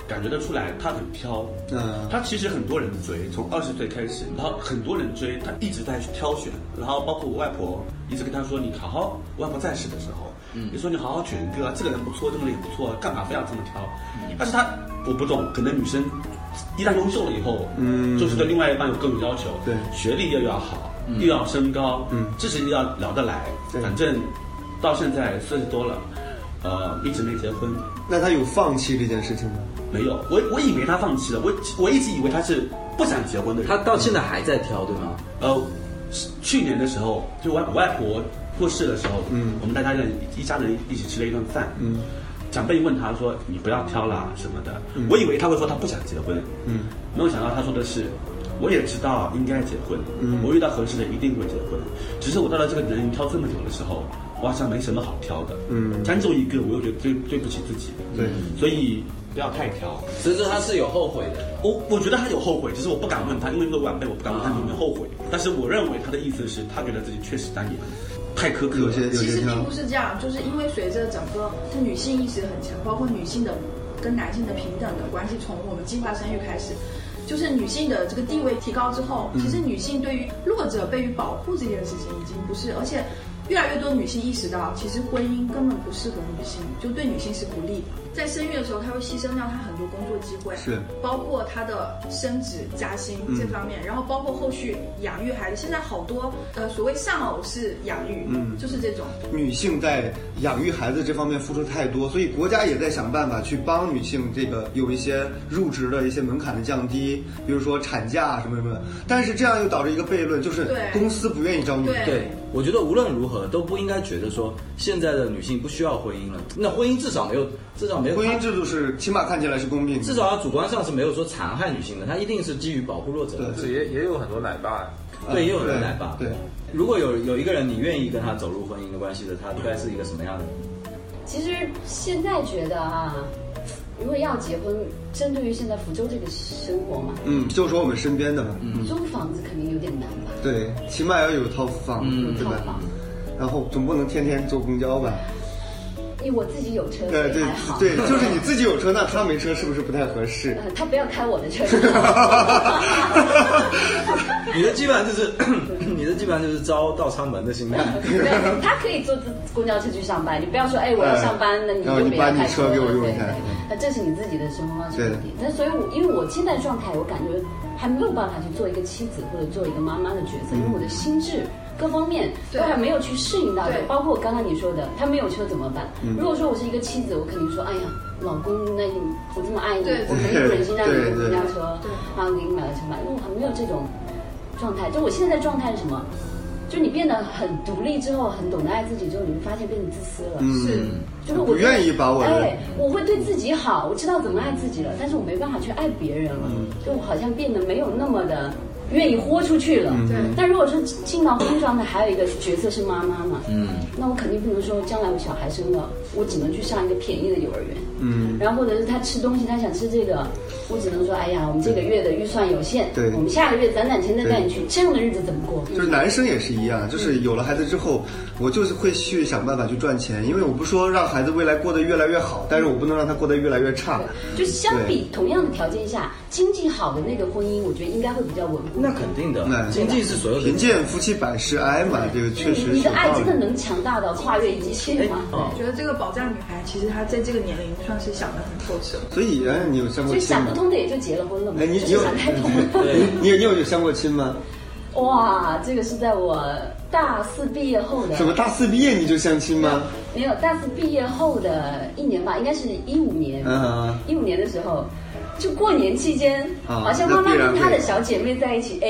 [SPEAKER 2] 感觉得出来她很飘，
[SPEAKER 3] 嗯
[SPEAKER 2] 她其实很多人追，从二十岁开始，然后很多人追，她一直在去挑选，然后包括我外婆一直跟她说，你好好，我外婆在世的时候，
[SPEAKER 3] 嗯
[SPEAKER 2] 你说你好好选一个啊，这个人不错，这个人也不错，干嘛非要这么挑？
[SPEAKER 3] 嗯
[SPEAKER 2] 但是她我不懂，可能女生一旦优秀了以后，
[SPEAKER 3] 嗯
[SPEAKER 2] 就是对另外一半有各种要求，
[SPEAKER 3] 对
[SPEAKER 2] 学历又要好，又要身高，
[SPEAKER 3] 嗯
[SPEAKER 2] 知识又要聊得来，
[SPEAKER 3] 对
[SPEAKER 2] 反正到现在四十多了，呃，一直没结婚，
[SPEAKER 3] 那他有放弃这件事情吗？
[SPEAKER 2] 没有，我我以为他放弃了，我我一直以为他是不想结婚的人，
[SPEAKER 5] 他到现在还在挑，对吗？
[SPEAKER 2] 呃，是去年的时候，就外我外婆过世的时候，
[SPEAKER 3] 嗯
[SPEAKER 2] 我们大家人一家人一起吃了一顿饭，
[SPEAKER 3] 嗯，
[SPEAKER 2] 长辈问他说：“你不要挑啦什么的。我以为他会说他不想结婚，
[SPEAKER 3] 嗯，
[SPEAKER 2] 没有想到他说的是。我也知道应该结婚，
[SPEAKER 3] 嗯
[SPEAKER 2] 我遇到合适的一定会结婚。只是我到了这个年龄挑这么久的时候，我好像没什么好挑的。
[SPEAKER 3] 嗯
[SPEAKER 2] 单做一个，我又觉得对对不起自己，
[SPEAKER 3] 对，
[SPEAKER 2] 所以不要太挑。
[SPEAKER 5] 所以说他是有后悔的。
[SPEAKER 2] 我我觉得他有后悔，只是我不敢问他，因为作为晚辈，我不敢问他有没有后悔。但是我认为他的意思是，他觉得自己确实当年太苛刻
[SPEAKER 3] 有
[SPEAKER 2] 了。
[SPEAKER 3] 些有些
[SPEAKER 4] 其实并
[SPEAKER 3] 挑
[SPEAKER 4] 不。是这样，就是因为随着整个的女性意识很强，包括女性的跟男性的平等的关系，从我们计划生育开始，就是女性的这个地位提高之后，
[SPEAKER 3] 嗯
[SPEAKER 4] 其实女性对于弱者被予保护这件事情已经不是，而且越来越多女性意识到，其实婚姻根本不适合女性，就对女性是不利的。在生育的时候，她会牺牲掉她很多工作机会，
[SPEAKER 3] 是
[SPEAKER 4] 包括她的升职加薪
[SPEAKER 3] 嗯
[SPEAKER 4] 这方面，然后包括后续养育孩子。现在好多呃所谓丧偶式养育，
[SPEAKER 3] 嗯
[SPEAKER 4] 就是这种。
[SPEAKER 3] 女性在养育孩子这方面付出太多，所以国家也在想办法去帮女性这个有一些入职的一些门槛的降低，比如说产假什么什么的。但是这样又导致一个悖论，就是
[SPEAKER 4] 对
[SPEAKER 3] 公司不愿意招女性。
[SPEAKER 4] 对
[SPEAKER 5] 对，我觉得无论如何都不应该觉得说现在的女性不需要婚姻了。那婚姻至少没有，至少没有
[SPEAKER 3] 婚姻制度是起码看起来是公平的，
[SPEAKER 5] 至少它主观上是没有说残害女性的，它一定是基于保护弱者的。
[SPEAKER 7] 这也也有很多奶爸呀。
[SPEAKER 3] 嗯
[SPEAKER 5] 对，也有人来吧。
[SPEAKER 3] 对，对
[SPEAKER 5] 如果有有一个人你愿意跟他走入婚姻的关系的，他大概是一个什么样的人？
[SPEAKER 1] 其实现在觉得啊，如果要结婚，针对于现在福州这个生活嘛，
[SPEAKER 3] 嗯，就说我们身边的嘛，
[SPEAKER 1] 租房子肯定有点难吧，
[SPEAKER 3] 对，起码要有套房，
[SPEAKER 5] 嗯
[SPEAKER 3] 对
[SPEAKER 1] 套
[SPEAKER 3] 吧？
[SPEAKER 1] 房。
[SPEAKER 3] 然后总不能天天坐公交吧？
[SPEAKER 1] 因为我自己有车，所
[SPEAKER 3] 对
[SPEAKER 1] 以
[SPEAKER 3] 对
[SPEAKER 1] 还好。
[SPEAKER 3] 对，就是你自己有车，那他没车是不是不太合适？
[SPEAKER 1] 呃，他不要开我的车。
[SPEAKER 5] 你的基本上就是 你的基本上就是招倒插门的心态。
[SPEAKER 1] 对，他可以坐公交车去上班，你不要说哎我要上班，那你就不
[SPEAKER 3] 哎
[SPEAKER 1] 要
[SPEAKER 3] 然后你把
[SPEAKER 1] 开
[SPEAKER 3] 你车给我用
[SPEAKER 1] 对
[SPEAKER 3] 一下
[SPEAKER 1] 对对
[SPEAKER 3] 嗯
[SPEAKER 1] 那这是你自己的生活方式
[SPEAKER 3] 对
[SPEAKER 1] 问题。但所以我，因为我现在状态，我感觉还没有办法去做一个妻子或者做一个妈妈的角色，因为我的心智各方面都
[SPEAKER 4] 对
[SPEAKER 1] 还没有去适应到的
[SPEAKER 4] 对，
[SPEAKER 1] 包括刚刚你说的，他没有车怎么办？
[SPEAKER 3] 嗯
[SPEAKER 1] 如果说我是一个妻子，我肯定说，哎呀，老公，那你我这么爱你，
[SPEAKER 4] 对
[SPEAKER 1] 我没有忍心让你
[SPEAKER 3] 对
[SPEAKER 1] 有
[SPEAKER 3] 对
[SPEAKER 1] 一辆车，然后给你买了车买，因为我还没有这种状态。就我现在状态是什么？就你变得很独立之后，很懂得爱自己之后，你会发现变得自私了。
[SPEAKER 4] 是
[SPEAKER 1] 就是我
[SPEAKER 3] 嗯不愿意把我的
[SPEAKER 1] 哎，我会对自己好，我知道怎么爱自己了，但是我没办法去爱别人了，
[SPEAKER 3] 嗯
[SPEAKER 1] 就我好像变得没有那么的愿意豁出去了。
[SPEAKER 3] 嗯
[SPEAKER 4] 对
[SPEAKER 1] 但如果说进到婚姻状态，还有一个角色是妈妈嘛，
[SPEAKER 5] 嗯，
[SPEAKER 1] 那我肯定不能说将来我小孩生了，我只能去上一个便宜的幼儿园，
[SPEAKER 3] 嗯，
[SPEAKER 1] 然后或者是他吃东西，他想吃这个，我只能说，哎呀，我们这个月的预算有限，
[SPEAKER 3] 对
[SPEAKER 1] 我们下个月攒攒钱再带你去，这样的日子怎么过？
[SPEAKER 3] 就是男生也是一样，
[SPEAKER 1] 嗯
[SPEAKER 3] 就是有了孩子之后，我就是会去想办法去赚钱，因为我不说让孩子未来过得越来越好，但是我不能让他过得越来越差。
[SPEAKER 1] 就是相比同样的条件下，经济好的那个婚姻，我觉得应该会比较稳固。
[SPEAKER 5] 那肯定的
[SPEAKER 3] 那，
[SPEAKER 5] 经济是所有的
[SPEAKER 3] 贫贱夫妻百事哀嘛，这个
[SPEAKER 1] 嗯
[SPEAKER 3] 确
[SPEAKER 1] 你
[SPEAKER 3] 实
[SPEAKER 1] 你
[SPEAKER 3] 是
[SPEAKER 1] 的
[SPEAKER 3] 有
[SPEAKER 1] 爱
[SPEAKER 3] 道
[SPEAKER 1] 真的
[SPEAKER 3] 理。哎
[SPEAKER 1] 能强大到跨越一切吗？
[SPEAKER 5] 啊，
[SPEAKER 4] 觉得这个宝藏女孩其实她在这个年龄算是想得很透彻。
[SPEAKER 3] 所以，哎，你有相过
[SPEAKER 1] 就
[SPEAKER 3] 亲
[SPEAKER 1] 想
[SPEAKER 3] 吗
[SPEAKER 1] 不？通的也就结了婚了嘛，
[SPEAKER 3] 哎，你
[SPEAKER 1] 就
[SPEAKER 3] 你
[SPEAKER 1] 是
[SPEAKER 3] 有
[SPEAKER 1] 想太通
[SPEAKER 5] 对
[SPEAKER 1] 了。
[SPEAKER 3] 你有你有相过亲吗？
[SPEAKER 1] 哇，这个是在我大四毕业后的
[SPEAKER 3] 什，么大四毕业你就相亲吗？
[SPEAKER 1] 没有大四毕业后的一年吧，应该是一五年，
[SPEAKER 3] 嗯
[SPEAKER 1] 一五年的时候。就过年期间，
[SPEAKER 3] 啊
[SPEAKER 1] 好像
[SPEAKER 3] 那
[SPEAKER 1] 妈妈
[SPEAKER 3] 必然
[SPEAKER 1] 跟她
[SPEAKER 3] 会
[SPEAKER 1] 的小姐妹在一
[SPEAKER 3] 啊
[SPEAKER 1] 起，哎，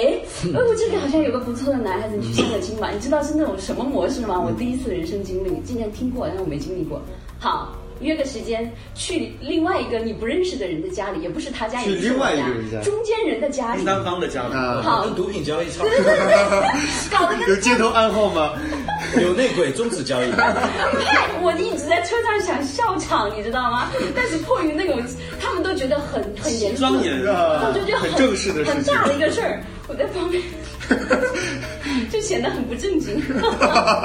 [SPEAKER 1] 哎，我这里好像有个不错的男孩子，你去相个亲
[SPEAKER 3] 嗯
[SPEAKER 1] 吧。你知道是那种什么模式吗？我第一次人生经历，竟然听过，但我没经历过。好，约个时间去另外一个你不认识的人的家里，也不是他家，
[SPEAKER 3] 去
[SPEAKER 1] 也不是我
[SPEAKER 3] 另外一个人家
[SPEAKER 1] 中间人的家里
[SPEAKER 2] 第，三方的家里，
[SPEAKER 3] 啊，
[SPEAKER 1] 好
[SPEAKER 5] 跟毒品交易差不
[SPEAKER 1] 搞得跟
[SPEAKER 3] 有街头暗号吗？
[SPEAKER 5] 多，有内鬼终止交易。
[SPEAKER 1] 我一直在车上想笑场，你知道吗？但是迫于那种，他们都觉得很很严肃，
[SPEAKER 2] 庄严
[SPEAKER 1] 我就觉得
[SPEAKER 3] 很正式的事
[SPEAKER 1] 很
[SPEAKER 3] 情。
[SPEAKER 1] 大的一 个事儿，我在旁边就显得很不正 经。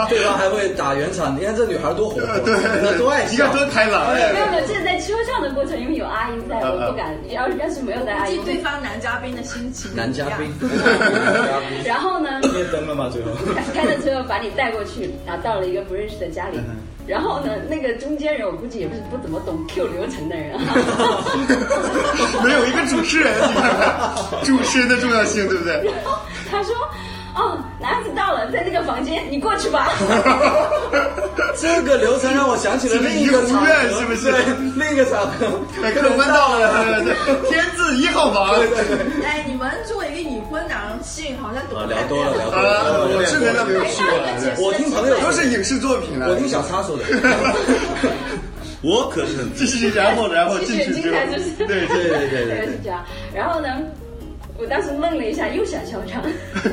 [SPEAKER 5] 对方还会打圆场，你看这女孩多活泼，
[SPEAKER 3] 对，
[SPEAKER 5] 那多爱啊
[SPEAKER 3] 你看
[SPEAKER 5] 笑，
[SPEAKER 3] 多开朗。
[SPEAKER 1] 没
[SPEAKER 3] 哎
[SPEAKER 1] 有没有，这是在车上的过程，因为有阿姨在，我不敢。要要是没有在
[SPEAKER 4] 估
[SPEAKER 1] 阿姨
[SPEAKER 4] 计，对方男嘉宾的心情。
[SPEAKER 5] 男嘉 宾，
[SPEAKER 1] 然后呢，
[SPEAKER 5] 灭灯了吗？最后。
[SPEAKER 1] 开开着车把你带过去，然后到了一个不认识的家
[SPEAKER 3] 嗯
[SPEAKER 1] 里。然后呢，那个中间人我估计也不是不怎么懂 Q 流程的 人啊，
[SPEAKER 3] 没有一个主持人，你看看主持人的重要性，对不对？
[SPEAKER 1] 然后 他说：“哦，男子到了，在那个房间，你过去 吧。
[SPEAKER 5] 这个流程让我想起了另一个场合，
[SPEAKER 3] 是不是
[SPEAKER 5] 对另一个场合，
[SPEAKER 3] 哎，客官到了，对对对，天字一号房。
[SPEAKER 4] 哎，你们作为一个已婚男性，好像懂
[SPEAKER 5] 啊，
[SPEAKER 4] 得
[SPEAKER 5] 聊多了，聊多
[SPEAKER 3] 啊，
[SPEAKER 5] 了，
[SPEAKER 3] 我是真的没有去过，
[SPEAKER 5] 我听朋友
[SPEAKER 3] 都
[SPEAKER 5] 说，
[SPEAKER 3] 是影视作品啊
[SPEAKER 5] 我
[SPEAKER 3] 了。
[SPEAKER 5] 听小叉说的，
[SPEAKER 2] 我可是很
[SPEAKER 3] 这是然后然后
[SPEAKER 1] 其
[SPEAKER 3] 哦进
[SPEAKER 1] 实精
[SPEAKER 3] 去之后
[SPEAKER 1] 彩，就是
[SPEAKER 3] 对
[SPEAKER 5] 对对对对
[SPEAKER 1] 对是这样。然后呢，我当时愣了一下，又想笑场，
[SPEAKER 3] 对，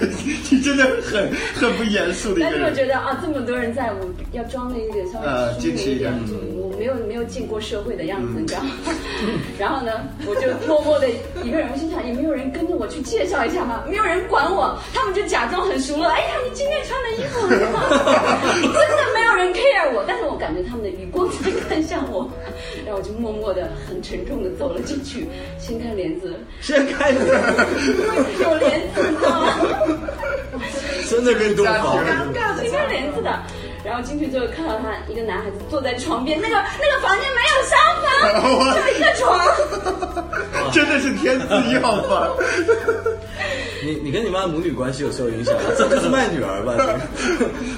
[SPEAKER 3] 你真的很很不严肃的一
[SPEAKER 1] 但
[SPEAKER 3] 个
[SPEAKER 1] 是我
[SPEAKER 3] 人。
[SPEAKER 1] 觉得啊，这么多人在，我要装的一点稍
[SPEAKER 3] 呃
[SPEAKER 1] 微虚
[SPEAKER 3] 矜
[SPEAKER 1] 伪
[SPEAKER 3] 持一
[SPEAKER 1] 点
[SPEAKER 3] 点，嗯
[SPEAKER 1] 我没有没有见过社会的样子，你知道吗？ 然后呢，我就默默的一个人，我心想也没有人跟着我去介绍一下吗？没有人管我，他们就假装很熟络。哎呀，你今天穿的衣服很好， 真的没有人 care 我，但是我感觉他们的余光在看向我，然后我就默默的很沉重的走了进去，掀开帘子，
[SPEAKER 5] 先开始，
[SPEAKER 1] 有帘子，你知道吗？
[SPEAKER 5] 真的可以多好。
[SPEAKER 4] 尴尬的
[SPEAKER 1] 应该帘子的。然后进去之后看到他一个男孩子坐在床边，那个那个房间没有沙 发，就一个床。
[SPEAKER 3] 真的是天字一号房，
[SPEAKER 5] 你你跟你妈母女关系有受影响吗？这不是卖女儿吧？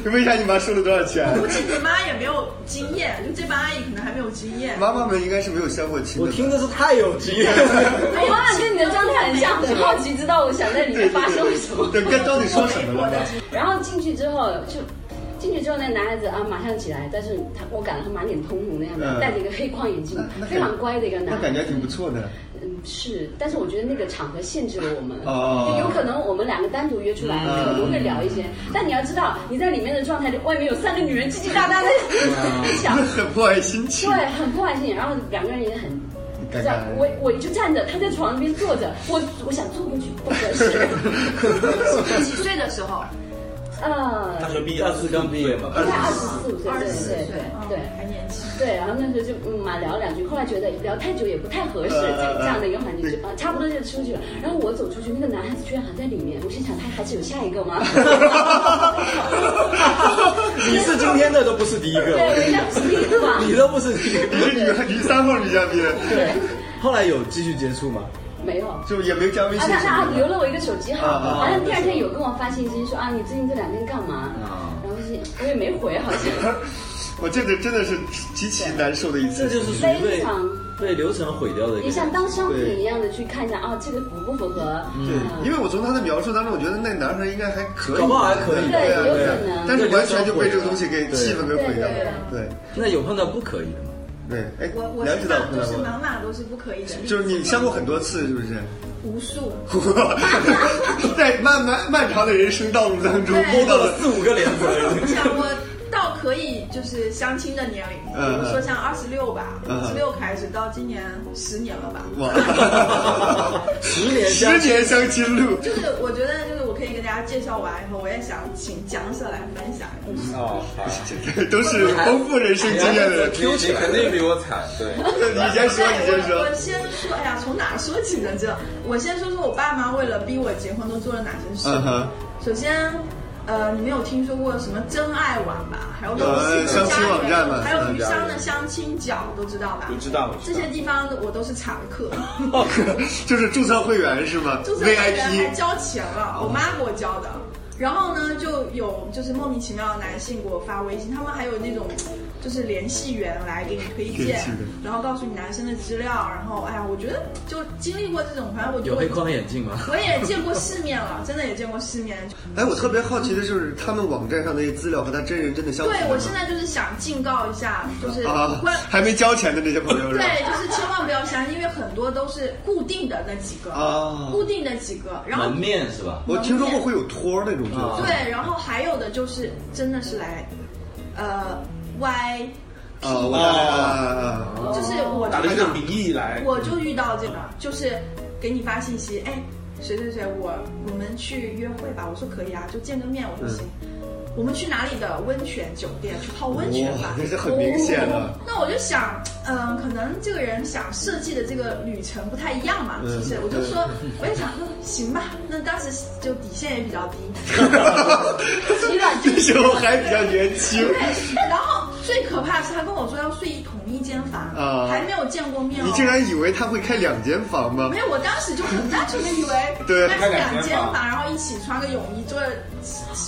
[SPEAKER 3] 为啥你妈收了多少钱？
[SPEAKER 4] 估计你妈也没有经验，就这帮阿姨可能还没有经验。
[SPEAKER 3] 妈妈们应该是没有相过亲
[SPEAKER 5] 我
[SPEAKER 3] 的吧。
[SPEAKER 5] 听的是太有经 验了。
[SPEAKER 1] 我哎妈妈跟你的状态很像，很好奇知道我想在里面发生了什么。
[SPEAKER 3] 对，跟到底说什么了吗？
[SPEAKER 1] 然后进去之后就。进去之后，那男孩子啊，马上起来，但是他我感觉他满脸通红的样子，
[SPEAKER 3] 嗯
[SPEAKER 1] 戴着一个黑框眼镜
[SPEAKER 3] 那那，感
[SPEAKER 1] 非常乖的一个男
[SPEAKER 3] 那
[SPEAKER 1] 孩。
[SPEAKER 3] 感觉还挺不错的。
[SPEAKER 1] 嗯，是，但是我觉得那个场合限制了我们，
[SPEAKER 3] 哦
[SPEAKER 1] 就有可能我们两个单独约出来，
[SPEAKER 3] 嗯
[SPEAKER 1] 可能会聊一些。但你要知道，你在里面的状态，外面有三个女人叽叽喳喳在
[SPEAKER 3] 真
[SPEAKER 1] 讲
[SPEAKER 3] 的，很破坏心情
[SPEAKER 1] 对，， 很不安心。然后两个人也很
[SPEAKER 3] 尴
[SPEAKER 1] 这
[SPEAKER 3] 尬
[SPEAKER 1] 样。我我就站着，他在床边坐着，我我想坐过去，不合适。
[SPEAKER 4] 几岁的时候？
[SPEAKER 1] 呃
[SPEAKER 2] 大，学毕业
[SPEAKER 5] 二十四刚毕业嘛，
[SPEAKER 1] 大概二十四五岁，
[SPEAKER 4] 二
[SPEAKER 1] 对
[SPEAKER 4] 十四岁哦
[SPEAKER 1] 对，对对。
[SPEAKER 4] 还年轻。
[SPEAKER 1] 对，然后那时候就嗯嘛聊了两句，后来觉得聊太久也不太合适，
[SPEAKER 3] 呃
[SPEAKER 1] 在
[SPEAKER 3] 呃
[SPEAKER 1] 这样的一个环境
[SPEAKER 3] 对
[SPEAKER 1] 就啊，差不多就出去了。然后我走出去，那个男孩子居然还在里面，我心想他还是有下一个 吗？
[SPEAKER 5] 你是今天的都不是第一
[SPEAKER 1] 对，
[SPEAKER 5] 个，
[SPEAKER 1] 我应该不是第一个 吧？
[SPEAKER 5] 你都不是第一个。
[SPEAKER 3] 你是女女三号女嘉宾，
[SPEAKER 5] 后来有继续接触吗？
[SPEAKER 1] 没有。
[SPEAKER 3] 就也没加微
[SPEAKER 1] 啊，
[SPEAKER 3] 信
[SPEAKER 1] 他
[SPEAKER 3] 什
[SPEAKER 1] 他
[SPEAKER 3] 么
[SPEAKER 1] 留
[SPEAKER 3] 的。
[SPEAKER 1] 了我一个手机号，
[SPEAKER 3] 啊啊啊啊
[SPEAKER 1] 然后第二天有跟我发信息说啊，你最近这两天干嘛？然后是我也没回，好 像
[SPEAKER 3] 我这个真的是极其难受的一次
[SPEAKER 5] 这。就是属于
[SPEAKER 1] 非
[SPEAKER 5] 被
[SPEAKER 1] 常，
[SPEAKER 5] 被流程毁掉的一
[SPEAKER 1] 你
[SPEAKER 5] 个
[SPEAKER 1] 像当商
[SPEAKER 3] 对
[SPEAKER 1] 品一样的去看一下啊，这个符不符合？呃
[SPEAKER 3] 对，因为我从他的描述当中，我觉得那男孩应该还可以，
[SPEAKER 5] 搞不好还可以
[SPEAKER 3] 对啊
[SPEAKER 1] 对有
[SPEAKER 3] 对啊
[SPEAKER 1] 可能
[SPEAKER 3] 但是完全就被这个东西给气氛给毁掉
[SPEAKER 1] 对
[SPEAKER 3] 了。对
[SPEAKER 5] 那有碰到不可以的吗？
[SPEAKER 3] 对，哎
[SPEAKER 4] 我，我
[SPEAKER 3] 了解
[SPEAKER 4] 身
[SPEAKER 3] 到
[SPEAKER 4] 上
[SPEAKER 3] 朋
[SPEAKER 4] 就是
[SPEAKER 3] 友
[SPEAKER 4] 满满都是不可以的例子，
[SPEAKER 3] 就是你相过很多次，是不是？
[SPEAKER 4] 无数。
[SPEAKER 3] 在漫漫漫长的人生道路当中
[SPEAKER 4] 对
[SPEAKER 3] 遇到了，
[SPEAKER 5] 四五个连
[SPEAKER 4] 我想我到可以就是相亲的年龄，比
[SPEAKER 3] 嗯
[SPEAKER 4] 如说像二十六吧，
[SPEAKER 3] 嗯
[SPEAKER 4] 二十六开始到今年十年了吧。
[SPEAKER 3] 哇，
[SPEAKER 5] 十年
[SPEAKER 3] 十
[SPEAKER 5] 相
[SPEAKER 3] 年相亲路，
[SPEAKER 4] 就是我觉得，就是我可以跟大家介绍完以后，我也想请蒋 Sir 来分享一下。
[SPEAKER 7] 哦，好，
[SPEAKER 3] 都是丰富人生经验的 人。
[SPEAKER 7] 你你肯定比我惨，对，
[SPEAKER 3] 你先说，你先
[SPEAKER 4] 我我
[SPEAKER 3] 说。
[SPEAKER 4] 先说，哎呀，从哪说起呢？这我先说说我爸妈为了逼我结婚都做了哪些事。
[SPEAKER 3] 嗯哼，
[SPEAKER 4] 首先，呃，你们有听说过什么真爱网吧？还有什
[SPEAKER 3] 呃
[SPEAKER 4] 么
[SPEAKER 3] 相亲网站嘛
[SPEAKER 4] 还有鱼商的相亲角，都知道吧？
[SPEAKER 8] 我知道，我
[SPEAKER 4] 这
[SPEAKER 8] 知道
[SPEAKER 4] 些地方我都是常客，
[SPEAKER 3] 就是注册会员是吗
[SPEAKER 4] 注册会员还
[SPEAKER 3] ？VIP
[SPEAKER 4] 交钱了，我妈给我交的。然后呢，就有就是莫名其妙的男性给我发微信，他们还有那种就是联系员来给你推
[SPEAKER 3] 联
[SPEAKER 4] 荐
[SPEAKER 3] 系人，
[SPEAKER 4] 然后告诉你男生的资料，然后哎呀，我觉得就经历过这种，反正我觉
[SPEAKER 5] 有
[SPEAKER 4] 得
[SPEAKER 5] 黑框的眼镜吗？
[SPEAKER 4] 我也见过世面了，真的也见过世面。
[SPEAKER 3] 哎，我特别好奇的就是他们网站上那些资料和他真人真的相符吗。
[SPEAKER 4] 对我现在就是想警告一下，就是
[SPEAKER 3] 啊
[SPEAKER 4] 关，
[SPEAKER 3] 还没交钱的那些朋友是吧？
[SPEAKER 4] 对，就是千万不要相信，因为很多都是固定的那几个，
[SPEAKER 3] 啊
[SPEAKER 4] 固定的几个，然后
[SPEAKER 5] 门面是吧？
[SPEAKER 3] 我听说过会有托儿那种角色。
[SPEAKER 4] 啊对，然后还有的就是真的是来，呃，歪，
[SPEAKER 3] 啊，我大概啊啊啊
[SPEAKER 4] 就是我
[SPEAKER 8] 打着这个名义来，
[SPEAKER 4] 我就遇到这个，就是给你发信息，哎，谁谁谁，我我们去约会吧，我说可以啊，就见个面，我说行。
[SPEAKER 3] 嗯
[SPEAKER 4] 我们去哪里的温泉酒店去泡温泉吧哦
[SPEAKER 3] 哇，哦这是很明显的
[SPEAKER 4] 那我就想，嗯、可能这个人想设计的这个旅程不太一样嘛，是
[SPEAKER 3] 嗯
[SPEAKER 4] 不是？我就说，我也想，嗯，行吧。那当时就底线也 比较低，
[SPEAKER 1] 急了就
[SPEAKER 3] 那时候还比较年轻。
[SPEAKER 4] 然后最可怕的是，他跟我说要睡同一间房，
[SPEAKER 3] 啊
[SPEAKER 4] 还没有见过面、哦。
[SPEAKER 3] 你竟然以为他会开两间房吗
[SPEAKER 4] 没？有，我当时就很单纯的以为
[SPEAKER 3] 对
[SPEAKER 4] 那是两间房，然后一起穿个泳衣，坐在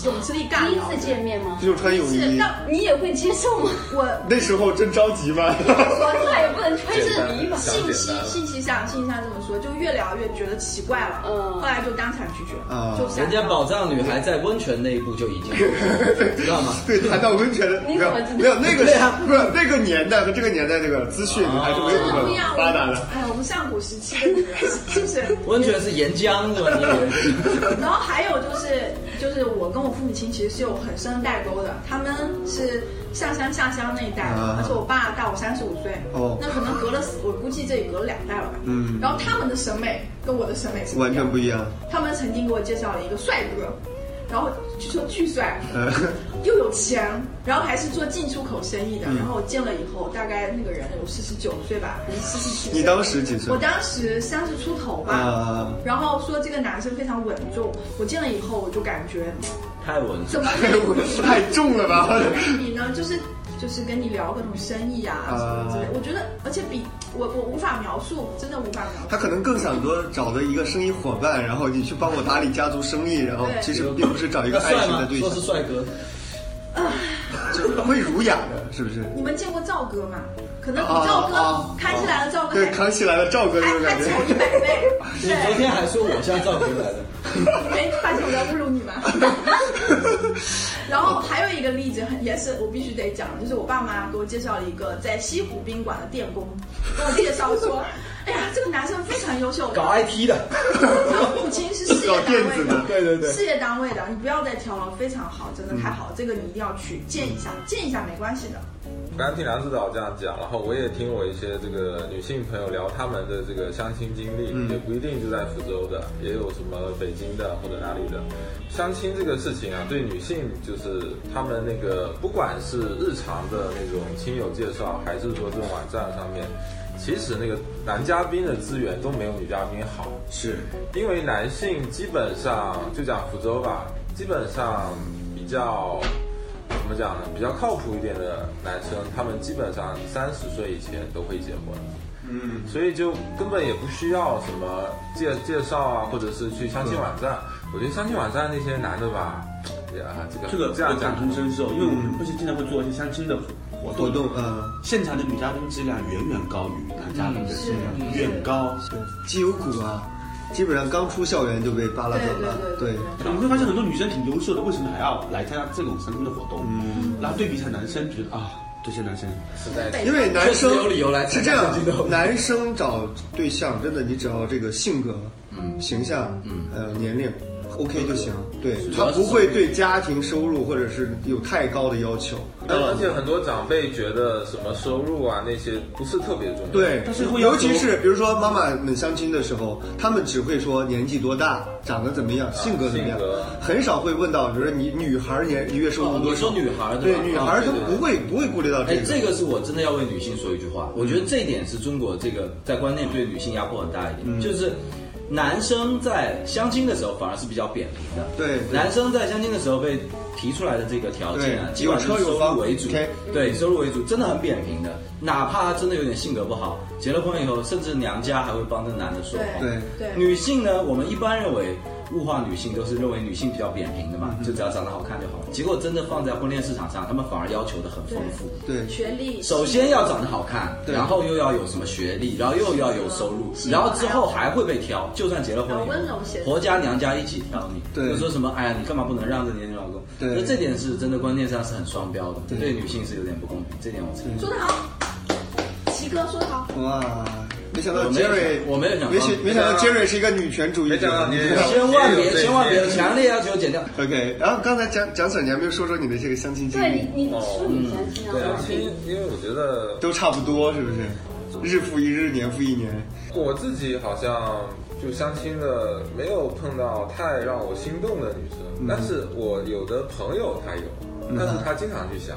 [SPEAKER 4] 泳池里干
[SPEAKER 1] 第一
[SPEAKER 4] 聊
[SPEAKER 1] 次见面吗？
[SPEAKER 3] 就穿泳
[SPEAKER 4] 是，
[SPEAKER 3] 衣，
[SPEAKER 4] 但
[SPEAKER 1] 你也会接受吗？
[SPEAKER 4] 我
[SPEAKER 3] 那时候真着急吗？
[SPEAKER 1] 我再也不能穿
[SPEAKER 4] 就
[SPEAKER 1] 这
[SPEAKER 4] 是
[SPEAKER 1] 个迷吧。
[SPEAKER 4] 信息信息上信息上这么说，就越聊越觉得奇怪了，
[SPEAKER 1] 嗯
[SPEAKER 4] 后来就当场拒绝，
[SPEAKER 3] 啊
[SPEAKER 4] 就想
[SPEAKER 5] 人家宝藏女孩在温泉那一步就已经，知道吗？
[SPEAKER 3] 对，谈到温泉的，没
[SPEAKER 1] 你怎
[SPEAKER 3] 有
[SPEAKER 1] 么知道
[SPEAKER 3] 没有那个
[SPEAKER 5] 对啊
[SPEAKER 3] 不是那个年代和这个年代这个资讯
[SPEAKER 5] 哦
[SPEAKER 3] 还是没有
[SPEAKER 4] 真的不一
[SPEAKER 3] 那
[SPEAKER 4] 样，
[SPEAKER 3] 么
[SPEAKER 4] 我
[SPEAKER 3] 发达的。
[SPEAKER 4] 哎，我们上古时期的女人就是。
[SPEAKER 5] 温泉是岩浆是吧？你以为？
[SPEAKER 4] 然后还有就是，就是我跟我父母亲其实是有很深代沟的，他们是上山下乡那一代的
[SPEAKER 3] 啊，
[SPEAKER 4] 而且我爸大我三十五岁，
[SPEAKER 3] 哦
[SPEAKER 4] 那可能隔了，我估计这也隔了两代了吧。
[SPEAKER 3] 嗯
[SPEAKER 4] 然后他们的审美跟我的审美是
[SPEAKER 3] 完全不
[SPEAKER 4] 一样
[SPEAKER 3] 一样，
[SPEAKER 4] 的。他们曾经给我介绍了一个帅哥，然后据说巨帅，
[SPEAKER 3] 呃，
[SPEAKER 4] 又有钱，然后还是做进出口生意
[SPEAKER 3] 嗯
[SPEAKER 4] 的。然后我见了以后，大概那个人有四十九岁吧，还是四十七岁？
[SPEAKER 3] 你当时几岁
[SPEAKER 4] 我当时三十出头吧。
[SPEAKER 3] 啊，
[SPEAKER 4] 然后说这个男生非常稳重，我见了以后我就感 觉
[SPEAKER 5] 太文
[SPEAKER 4] 怎么
[SPEAKER 3] 太 太重了吧？
[SPEAKER 4] 比呢？就是就是跟你聊各种生意啊
[SPEAKER 3] 啊
[SPEAKER 4] 什么之类，我觉得而且比我我无法描述，真的无法描
[SPEAKER 3] 他
[SPEAKER 4] 述。
[SPEAKER 3] 可能更想说找的一个生意伙伴，然后你去帮我打理家族生意，然后
[SPEAKER 4] 对
[SPEAKER 3] 其实并不是找一
[SPEAKER 5] 他
[SPEAKER 3] 个爱
[SPEAKER 5] 帅
[SPEAKER 3] 情的
[SPEAKER 5] 吗？
[SPEAKER 3] 对
[SPEAKER 5] 说是
[SPEAKER 3] 象，
[SPEAKER 5] 帅哥，
[SPEAKER 3] 就会儒雅的，是不是？
[SPEAKER 4] 你们见过赵哥吗？可能比
[SPEAKER 3] 啊
[SPEAKER 4] 赵
[SPEAKER 3] 啊
[SPEAKER 4] 哥康熙来了，赵哥
[SPEAKER 3] 对，
[SPEAKER 4] 还
[SPEAKER 3] 扛起来了赵哥那种
[SPEAKER 4] 还
[SPEAKER 3] 感
[SPEAKER 4] 还
[SPEAKER 3] 觉。
[SPEAKER 4] 丑一百 倍。
[SPEAKER 5] 你昨
[SPEAKER 4] 对，
[SPEAKER 5] 天还说我像赵哥来的，
[SPEAKER 4] 没发现我在侮辱你吗？然后还有一个例子，很也是我必须得讲，就是我爸妈给我介绍了一个在西湖宾馆的电工，跟我介绍说，哎呀，这个男生非常优秀，
[SPEAKER 5] 搞 IT 的，
[SPEAKER 4] 他父亲是事业单
[SPEAKER 3] 搞电子的
[SPEAKER 4] 位的，
[SPEAKER 5] 对对对
[SPEAKER 4] 事业单位的，你不要再挑了，非常好，真的太好，这个你一定要去见一下，见一下没关系的。
[SPEAKER 7] 刚刚听梁指导这样讲，然后我也听我一些这个女性朋友聊她们的这个相亲经历，也不一定就在福州的，也有什么北京的或者哪里的。相亲这个事情啊，对女性就是她们那个，不管是日常的那种亲友介绍，还是说这种网站上面，其实那个男嘉宾的资源都没有女嘉宾好。
[SPEAKER 5] 是
[SPEAKER 7] 因为男性基本上就讲福州吧，基本上比较怎么讲呢？比较靠谱一点的男生，他们基本上三十岁以前都会结婚。嗯，所以就根本也不需要什么介介绍啊，或者是去相亲网站。我觉得相亲网站那些男的吧，也啊，这个
[SPEAKER 2] 这个
[SPEAKER 7] 这样
[SPEAKER 2] 感
[SPEAKER 7] 讲
[SPEAKER 2] 同身受，因为我们不是经常会做一些相亲的活动，
[SPEAKER 3] 活动嗯，
[SPEAKER 2] 现场的女嘉宾质量远远高于男嘉宾的质量，
[SPEAKER 4] 是
[SPEAKER 2] 远高。
[SPEAKER 3] 基友股啊，基本上刚出校园就被扒拉走了，
[SPEAKER 4] 对对对对
[SPEAKER 2] 你会发现很多女生挺优秀的，为什么还要来参加这种相亲的活动？嗯，然后对比一下男生，觉得啊，这些男生
[SPEAKER 7] 实在
[SPEAKER 3] 因为男生
[SPEAKER 5] 确实有理由来
[SPEAKER 3] 是这样
[SPEAKER 5] 参加这
[SPEAKER 3] 的，
[SPEAKER 5] 种
[SPEAKER 3] 男生找对象真的，你只要这个性格、
[SPEAKER 5] 嗯
[SPEAKER 3] 形象、呃年龄 OK 就行，对他不会对家庭收入或者是有太高的要求，
[SPEAKER 7] 而且很多长辈觉得什么收入啊那些不是特别重要。
[SPEAKER 3] 对，
[SPEAKER 2] 但是会要
[SPEAKER 3] 尤
[SPEAKER 2] 求
[SPEAKER 3] 其是比如说妈妈们相亲的时候，他们只会说年纪多大、长得怎么样、性格怎么样
[SPEAKER 7] 性格，
[SPEAKER 3] 很少会问到，比如说你女孩儿年一月收入
[SPEAKER 5] 哦
[SPEAKER 3] 多
[SPEAKER 5] 你
[SPEAKER 3] 少。
[SPEAKER 5] 说女孩儿对
[SPEAKER 3] 对
[SPEAKER 5] 吧
[SPEAKER 3] 女孩儿
[SPEAKER 5] 啊
[SPEAKER 3] 她
[SPEAKER 5] 对对对
[SPEAKER 3] 不会不会顾虑到这
[SPEAKER 5] 哎
[SPEAKER 3] 个。，
[SPEAKER 5] 这个是我真的要为女性说一句话，我觉得这一点是中国这个在观念对女性压迫很大一点，
[SPEAKER 3] 嗯
[SPEAKER 5] 就是男生在相亲的时候反而是比较扁平的，
[SPEAKER 3] 对对
[SPEAKER 5] 男生在相亲的时候被提出来的这个条件啊，
[SPEAKER 3] 对
[SPEAKER 5] 基本上是
[SPEAKER 3] 有车有
[SPEAKER 5] 收
[SPEAKER 3] 房
[SPEAKER 5] 入为主
[SPEAKER 3] OK，
[SPEAKER 5] 对，收入为主，真的很扁平的，哪怕真的有点性格不好，结了婚以后，甚至娘家还会帮这男的说话，
[SPEAKER 3] 对
[SPEAKER 4] 对
[SPEAKER 5] 女性呢，我们一般认为物化女性都是认为女性比较扁平的嘛，
[SPEAKER 3] 嗯
[SPEAKER 5] 就只要长得好看就好了。结果真的放在婚恋市场上，他们反而要求的很丰富。
[SPEAKER 3] 对
[SPEAKER 4] 学历
[SPEAKER 5] 首先要长得好看，
[SPEAKER 3] 对
[SPEAKER 5] 然后又要有什么学历，然后又要有收入，然后之后还会被挑，就算结了婚以后，
[SPEAKER 4] 温柔些
[SPEAKER 5] 婆家娘家一起挑你，
[SPEAKER 3] 对
[SPEAKER 5] 就说什么哎呀你干嘛不能让着你的老公？
[SPEAKER 3] 对
[SPEAKER 5] 那这点是真的观念上是很双标的，对女性是有点不公平，这点我承认。
[SPEAKER 4] 说得好，奇哥说得好，
[SPEAKER 3] 哇，啊没想到
[SPEAKER 5] 我没有
[SPEAKER 3] Jerry，
[SPEAKER 5] 想我没有想到
[SPEAKER 3] 没想没想到 Jerry 是一个女权主义
[SPEAKER 7] 没想
[SPEAKER 3] 者
[SPEAKER 7] 到。你也有
[SPEAKER 5] 千万别千万别
[SPEAKER 7] 对
[SPEAKER 5] 强烈要求减掉。
[SPEAKER 3] OK，然后刚才蒋蒋 Sir，你还没有说说你的这个相亲经
[SPEAKER 1] 对
[SPEAKER 3] 历，
[SPEAKER 1] 你，你说你相亲
[SPEAKER 7] 对
[SPEAKER 1] 啊
[SPEAKER 7] 啊，，因为因为我觉得
[SPEAKER 3] 都差不多是不是？日复一日，年复一年。
[SPEAKER 7] 我自己好像就相亲的没有碰到太让我心动的女生，
[SPEAKER 5] 嗯
[SPEAKER 7] 但是我有的朋友她有，但是她经常去 相。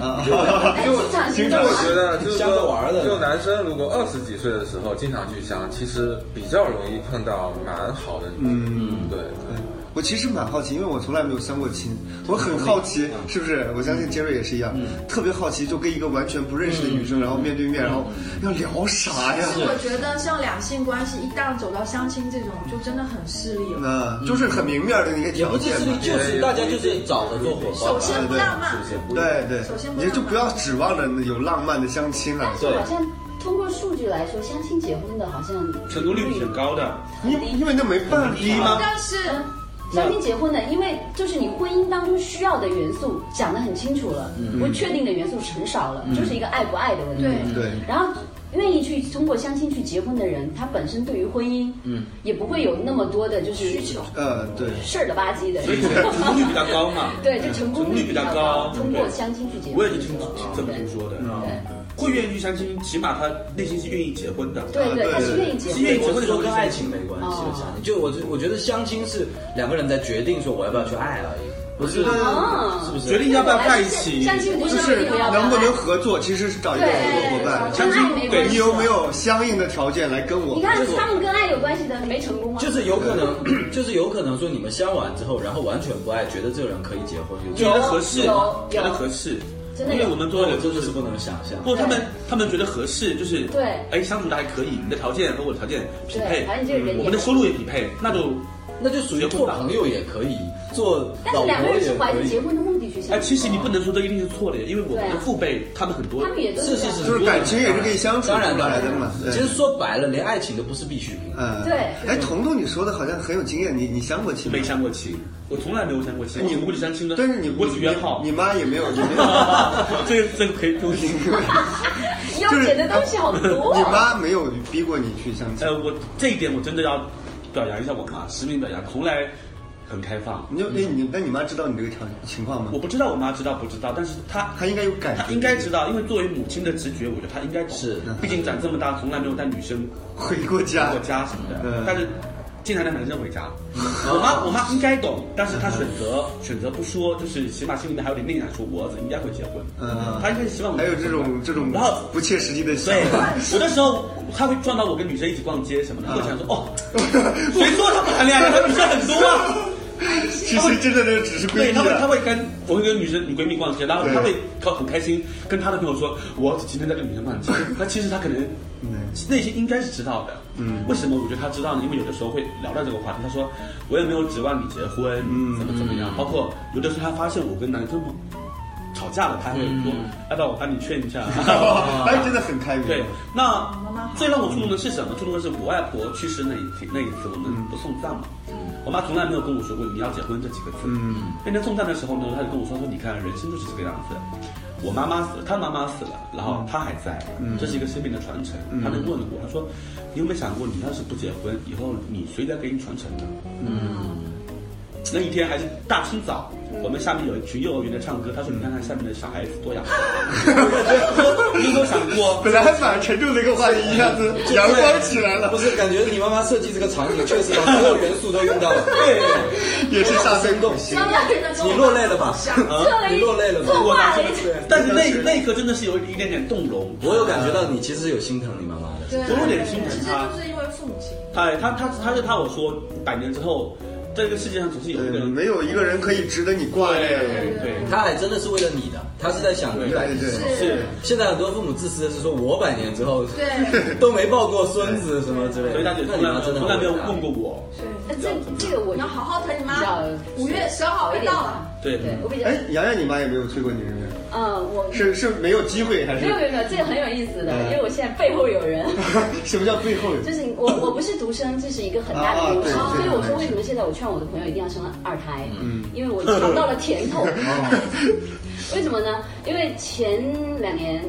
[SPEAKER 3] 啊，
[SPEAKER 1] 哎，经常性
[SPEAKER 3] 经
[SPEAKER 7] 就
[SPEAKER 3] 常
[SPEAKER 1] 的
[SPEAKER 7] 我
[SPEAKER 1] 吗
[SPEAKER 7] 觉得就是
[SPEAKER 5] 相着玩儿的
[SPEAKER 7] 说，就男生如果二十几岁的时候经常去相，其实比较容易碰到蛮好的女生。嗯，对。
[SPEAKER 3] 我其实蛮好奇，因为我从来没有相过亲，我很好奇，是不是？我相信杰瑞也是一样，特别好奇，就跟一个完全不认识的女生，然后面对面，然后要聊啥呀
[SPEAKER 4] 但？是我觉得像两性关系一旦走到相亲这种，就真的很势利了。
[SPEAKER 3] 那嗯就是很明面的一个
[SPEAKER 5] 也
[SPEAKER 3] 条
[SPEAKER 5] 不是
[SPEAKER 3] 件
[SPEAKER 5] 势力
[SPEAKER 3] 嘛，。
[SPEAKER 5] 就是大家就是找合作伙伴。啊
[SPEAKER 4] 首先不浪漫，
[SPEAKER 3] 对对
[SPEAKER 4] 首先，不
[SPEAKER 3] 你就不要指望着有浪漫的相亲了
[SPEAKER 1] 但。是好像通过数据来说，相亲结婚的好像
[SPEAKER 2] 成功率挺高的。
[SPEAKER 3] 因为因为那没办法吗？
[SPEAKER 4] 但是
[SPEAKER 1] 相亲结婚的，因为就是你婚姻当中需要的元素讲得很清楚了，不确定的元素很少了，就是一个爱不爱的问题。
[SPEAKER 4] 对
[SPEAKER 3] 对
[SPEAKER 1] 然后愿意去通过相亲去结婚的人，他本身对于婚姻，嗯，也不会有那么多的就是需求
[SPEAKER 3] 呃，对，
[SPEAKER 1] 事儿了吧唧的。。
[SPEAKER 2] 所以成功率比较高嘛
[SPEAKER 1] 对，就成功率比较高，
[SPEAKER 2] 成
[SPEAKER 1] 通
[SPEAKER 2] 功率比较高
[SPEAKER 1] 过相亲去结婚。
[SPEAKER 2] 我也是听这么听说的。会愿意去相亲，起码他内心是愿意结婚的。
[SPEAKER 1] 对对，他是愿意结
[SPEAKER 2] 是
[SPEAKER 1] 婚。
[SPEAKER 2] 愿意结
[SPEAKER 5] 我
[SPEAKER 2] 婚
[SPEAKER 5] 是
[SPEAKER 2] 的时
[SPEAKER 5] 说
[SPEAKER 2] 候
[SPEAKER 5] 跟爱情没关系的相亲，就我就我觉得相亲是两个人在决定说我要不要去爱而已，不是
[SPEAKER 1] 嗯
[SPEAKER 5] 是不是？
[SPEAKER 2] 决定要不要在一起。
[SPEAKER 1] 相亲不
[SPEAKER 3] 就
[SPEAKER 1] 就是
[SPEAKER 3] 是
[SPEAKER 1] 要要
[SPEAKER 3] 能不能合作，其实是找一个合作伙伴。
[SPEAKER 1] 对跟爱没关系。
[SPEAKER 3] 你有没？有相应的条件来跟我
[SPEAKER 1] 你？看他们跟爱有关系的没成功啊吗？
[SPEAKER 5] 就是有可能， 就是有可能说你们相完之后，然后完全不爱，觉得这个人可以结婚，有这
[SPEAKER 2] 觉
[SPEAKER 5] 种
[SPEAKER 2] 得合适
[SPEAKER 1] 有
[SPEAKER 2] 吗
[SPEAKER 1] 有，
[SPEAKER 2] 觉得合适，
[SPEAKER 1] 真的
[SPEAKER 2] 因
[SPEAKER 1] 有
[SPEAKER 2] 啊为我们做
[SPEAKER 5] 我
[SPEAKER 2] 了就
[SPEAKER 5] 真的
[SPEAKER 2] 是
[SPEAKER 5] 是不能想象。
[SPEAKER 2] 不，他们他们觉得合适，就是
[SPEAKER 1] 对
[SPEAKER 2] 哎，相处的还可以，你的条件和我的条件匹配
[SPEAKER 1] 对，
[SPEAKER 2] 嗯
[SPEAKER 1] 反正这个人也
[SPEAKER 2] 我们的收入也匹配，那就
[SPEAKER 5] 那就属于做朋友也可以，做
[SPEAKER 1] 但
[SPEAKER 5] 老
[SPEAKER 1] 是两个
[SPEAKER 5] 婆
[SPEAKER 1] 人
[SPEAKER 5] 也
[SPEAKER 1] 是怀
[SPEAKER 5] 可
[SPEAKER 1] 着
[SPEAKER 5] 以
[SPEAKER 1] 结。婚的目的去
[SPEAKER 2] 哎，
[SPEAKER 1] 相
[SPEAKER 2] 其
[SPEAKER 1] 亲，
[SPEAKER 2] 实你不能说这一定是错的，因为我们
[SPEAKER 1] 对
[SPEAKER 2] 的
[SPEAKER 1] 啊
[SPEAKER 2] 父辈他们很多
[SPEAKER 1] 他们也都
[SPEAKER 5] 是是是，
[SPEAKER 3] 就是感情也是可以相处
[SPEAKER 5] 当然当然
[SPEAKER 3] 的嘛对
[SPEAKER 5] 其实说白了，连爱情都不是必需品。
[SPEAKER 3] 嗯，
[SPEAKER 1] 对
[SPEAKER 3] 哎，彤彤，你说的好像很有经验，你你相过亲吗
[SPEAKER 2] 没？相过亲，我从来没有相过亲，
[SPEAKER 3] 哎你
[SPEAKER 2] 我不去相亲的，
[SPEAKER 3] 但是你
[SPEAKER 2] 我只约炮
[SPEAKER 3] 你，你妈也没有，你没有，
[SPEAKER 2] 这个这个可以不行。
[SPEAKER 1] 要
[SPEAKER 3] 就是
[SPEAKER 1] 写的东西好多。啊
[SPEAKER 3] 你 妈没有逼过你去相亲
[SPEAKER 2] 呃，，我这一点我真的要表扬一下我妈，实名表扬，从来很开放。
[SPEAKER 3] 你就那你那你妈知道你这个条情况吗
[SPEAKER 2] 我？不知道我妈知道不知道，但是她
[SPEAKER 3] 她应该有感觉
[SPEAKER 2] 她应该知道，因为作为母亲的直觉，我觉得她应该懂
[SPEAKER 5] 是
[SPEAKER 2] 毕竟长这么大从来没有带女生
[SPEAKER 3] 回过家
[SPEAKER 2] 回过，家什么的
[SPEAKER 3] 嗯，
[SPEAKER 2] 但是经常带男生回家。我
[SPEAKER 3] 哦
[SPEAKER 2] 妈我妈应该懂，
[SPEAKER 3] 嗯
[SPEAKER 2] 但是她选择选择不说，就是起码心里面还有点念想，说我儿子应该会结婚。
[SPEAKER 3] 嗯
[SPEAKER 2] 她应该是希望我
[SPEAKER 3] 还有这种这种
[SPEAKER 2] 然后
[SPEAKER 3] 不切实际的想
[SPEAKER 2] 对
[SPEAKER 3] 法。，
[SPEAKER 2] 有的时候她会撞到我跟女生一起逛街什么的，会想说哦，谁说他不谈恋爱？他女生很多啊。
[SPEAKER 3] 其实真的就只是闺
[SPEAKER 2] 对，
[SPEAKER 3] 蜜
[SPEAKER 2] 她会她
[SPEAKER 3] 啊。
[SPEAKER 2] 会跟我会跟女生女闺蜜逛街，然后她会她很开心跟她的朋友说，我今天在跟女生逛街。那其实她可能内心应该是知道的，嗯，为什么我觉得她知道呢？因为有的时候会聊到这个话题，她说我也没有指望你结婚，嗯，怎么怎么样，包括有的时候她发现我跟男生吵架了，她会说，要不要我帮你劝一 下？
[SPEAKER 3] 哎，真的很开明。
[SPEAKER 2] 对，那最让我触动的是什么？触动的是我外婆去世那一天，那一次我们不送葬嘛。我妈从来没有跟我说过你要结婚这几个字。嗯。那天送葬的时候呢，她就跟我说说，你看人生就是这个样子。我妈妈死，她妈妈死了，然后她还在，这是一个生命的传承。她就问我，她说，你有没有想过，你要是不结婚，以后你谁来给你传承呢？那一天还是大清早，我们下面有一群幼儿园的唱歌，她说你看看下面的小孩子多 养活。我说你有没有想过？
[SPEAKER 3] 本来还蛮沉重的一个话题，一下子阳光起来
[SPEAKER 5] 不
[SPEAKER 3] 了，
[SPEAKER 5] 是，感觉你妈妈设计这个场景，确实把所有元素都用 到了。对，
[SPEAKER 3] 也是下生动。
[SPEAKER 1] 妈妈真的跟
[SPEAKER 5] 你
[SPEAKER 1] 我
[SPEAKER 5] 落泪了吧？
[SPEAKER 1] 做了
[SPEAKER 5] 啊，你
[SPEAKER 1] 一
[SPEAKER 5] 落泪了吧？
[SPEAKER 1] 做
[SPEAKER 5] 我
[SPEAKER 1] 画了一
[SPEAKER 2] 但是那那一刻真的是有一点点动容，
[SPEAKER 5] 我有感觉到你其实有心疼你妈妈的。
[SPEAKER 4] 对
[SPEAKER 2] 我有点心疼
[SPEAKER 4] 其实
[SPEAKER 2] 她
[SPEAKER 4] 就是因为父母亲，
[SPEAKER 2] 哎，他他他就他我说，百年之后，这个世界上总是有一个
[SPEAKER 3] 对，
[SPEAKER 2] 人
[SPEAKER 3] 没有一个人可以值得你挂
[SPEAKER 2] 对
[SPEAKER 3] 念。
[SPEAKER 2] 对对，
[SPEAKER 5] 她还真的是为了你的，她是在想你百
[SPEAKER 3] 对
[SPEAKER 5] 年之
[SPEAKER 3] 对
[SPEAKER 5] 后。
[SPEAKER 3] 对，
[SPEAKER 2] 是。
[SPEAKER 5] 现在很多父母自私的是说，我百年之后
[SPEAKER 4] 对，
[SPEAKER 5] 都没抱过孙子什么之类的。
[SPEAKER 2] 所以他就
[SPEAKER 5] 那
[SPEAKER 2] 从
[SPEAKER 5] 你妈
[SPEAKER 2] 来
[SPEAKER 5] 真的
[SPEAKER 2] 从来
[SPEAKER 5] 很
[SPEAKER 2] 没有
[SPEAKER 5] 伟大
[SPEAKER 2] 问过我，
[SPEAKER 1] 呃这这个我
[SPEAKER 4] 你要好好疼你
[SPEAKER 1] 比较
[SPEAKER 4] 妈。五月十号
[SPEAKER 1] 有一
[SPEAKER 4] 快
[SPEAKER 1] 点
[SPEAKER 4] 到了，
[SPEAKER 2] 对
[SPEAKER 1] 对我比较
[SPEAKER 3] 哎，洋洋，你妈也没有催过你，是不是？
[SPEAKER 1] 嗯我。
[SPEAKER 3] 是是没有机会还是
[SPEAKER 1] 没？有没有没有，这个很有意思的，因为我现在背后有人，
[SPEAKER 3] 什么叫背后有？
[SPEAKER 1] 就是我我不是独生，这是一个很大的优势，
[SPEAKER 3] 嗯啊
[SPEAKER 1] 所
[SPEAKER 3] 对
[SPEAKER 1] 以我说为
[SPEAKER 3] 对
[SPEAKER 1] 什么现在我劝我的朋友一定要生二胎，
[SPEAKER 3] 嗯
[SPEAKER 1] 因为我尝到了甜 头。
[SPEAKER 3] 哦
[SPEAKER 1] 为什么呢？因为前两年。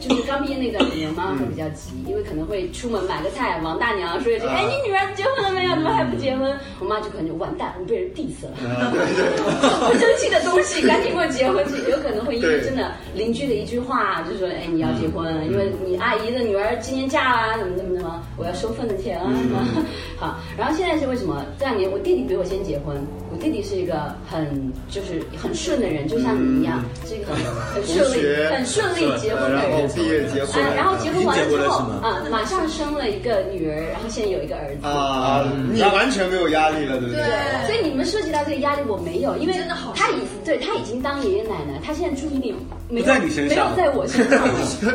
[SPEAKER 1] 就是刚毕业那段时间，妈妈会比较急，
[SPEAKER 3] 嗯
[SPEAKER 1] 因为可能会出门买个菜，王大娘说一句：“
[SPEAKER 3] 啊
[SPEAKER 1] 哎，你女儿结婚了没有？怎么还
[SPEAKER 3] 嗯
[SPEAKER 1] 不结婚？”我妈就可能就完蛋，我被人 diss 了。
[SPEAKER 3] 啊
[SPEAKER 1] 不争气的东西，赶紧给我结婚去！有可能会因为真的邻居的一句话，就说哎你要结
[SPEAKER 3] 嗯
[SPEAKER 1] 婚，因为你阿姨的女儿今年嫁啊啦，怎么怎么怎么，我要收份子钱啊什么。
[SPEAKER 3] 嗯
[SPEAKER 1] 好，然后现在是为什么？这两年我弟弟比我先结婚，我弟弟是一个很就是很顺的人，就像你一样，是一个很很顺利
[SPEAKER 3] 嗯同学
[SPEAKER 1] 很顺利结婚的
[SPEAKER 3] 然后
[SPEAKER 1] 人。
[SPEAKER 3] 毕业结婚
[SPEAKER 1] 啊，，然后结婚完
[SPEAKER 2] 已经结婚
[SPEAKER 1] 之
[SPEAKER 2] 了
[SPEAKER 1] 后
[SPEAKER 2] 是吗
[SPEAKER 1] 啊，马上生了一个女儿，然后现在有一个儿子。
[SPEAKER 3] 啊，你完全没有压力了，对不对？
[SPEAKER 4] 对
[SPEAKER 1] 所以你们涉及到这个压力，我没有，因为
[SPEAKER 4] 真的好
[SPEAKER 1] 他已对他已经当爷爷奶奶，他现在注意力没有
[SPEAKER 2] 不在你身上
[SPEAKER 1] 没有在我身上。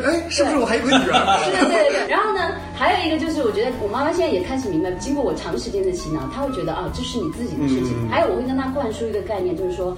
[SPEAKER 3] 哎，是不是我还有个女儿？
[SPEAKER 1] 对对对对，然后呢，还有一个就是，我觉得我妈妈现在也开始明白，经过我长时间的洗脑，她会觉得啊，这是你自己的事情。还有，我会跟她灌输一个概念，就是说，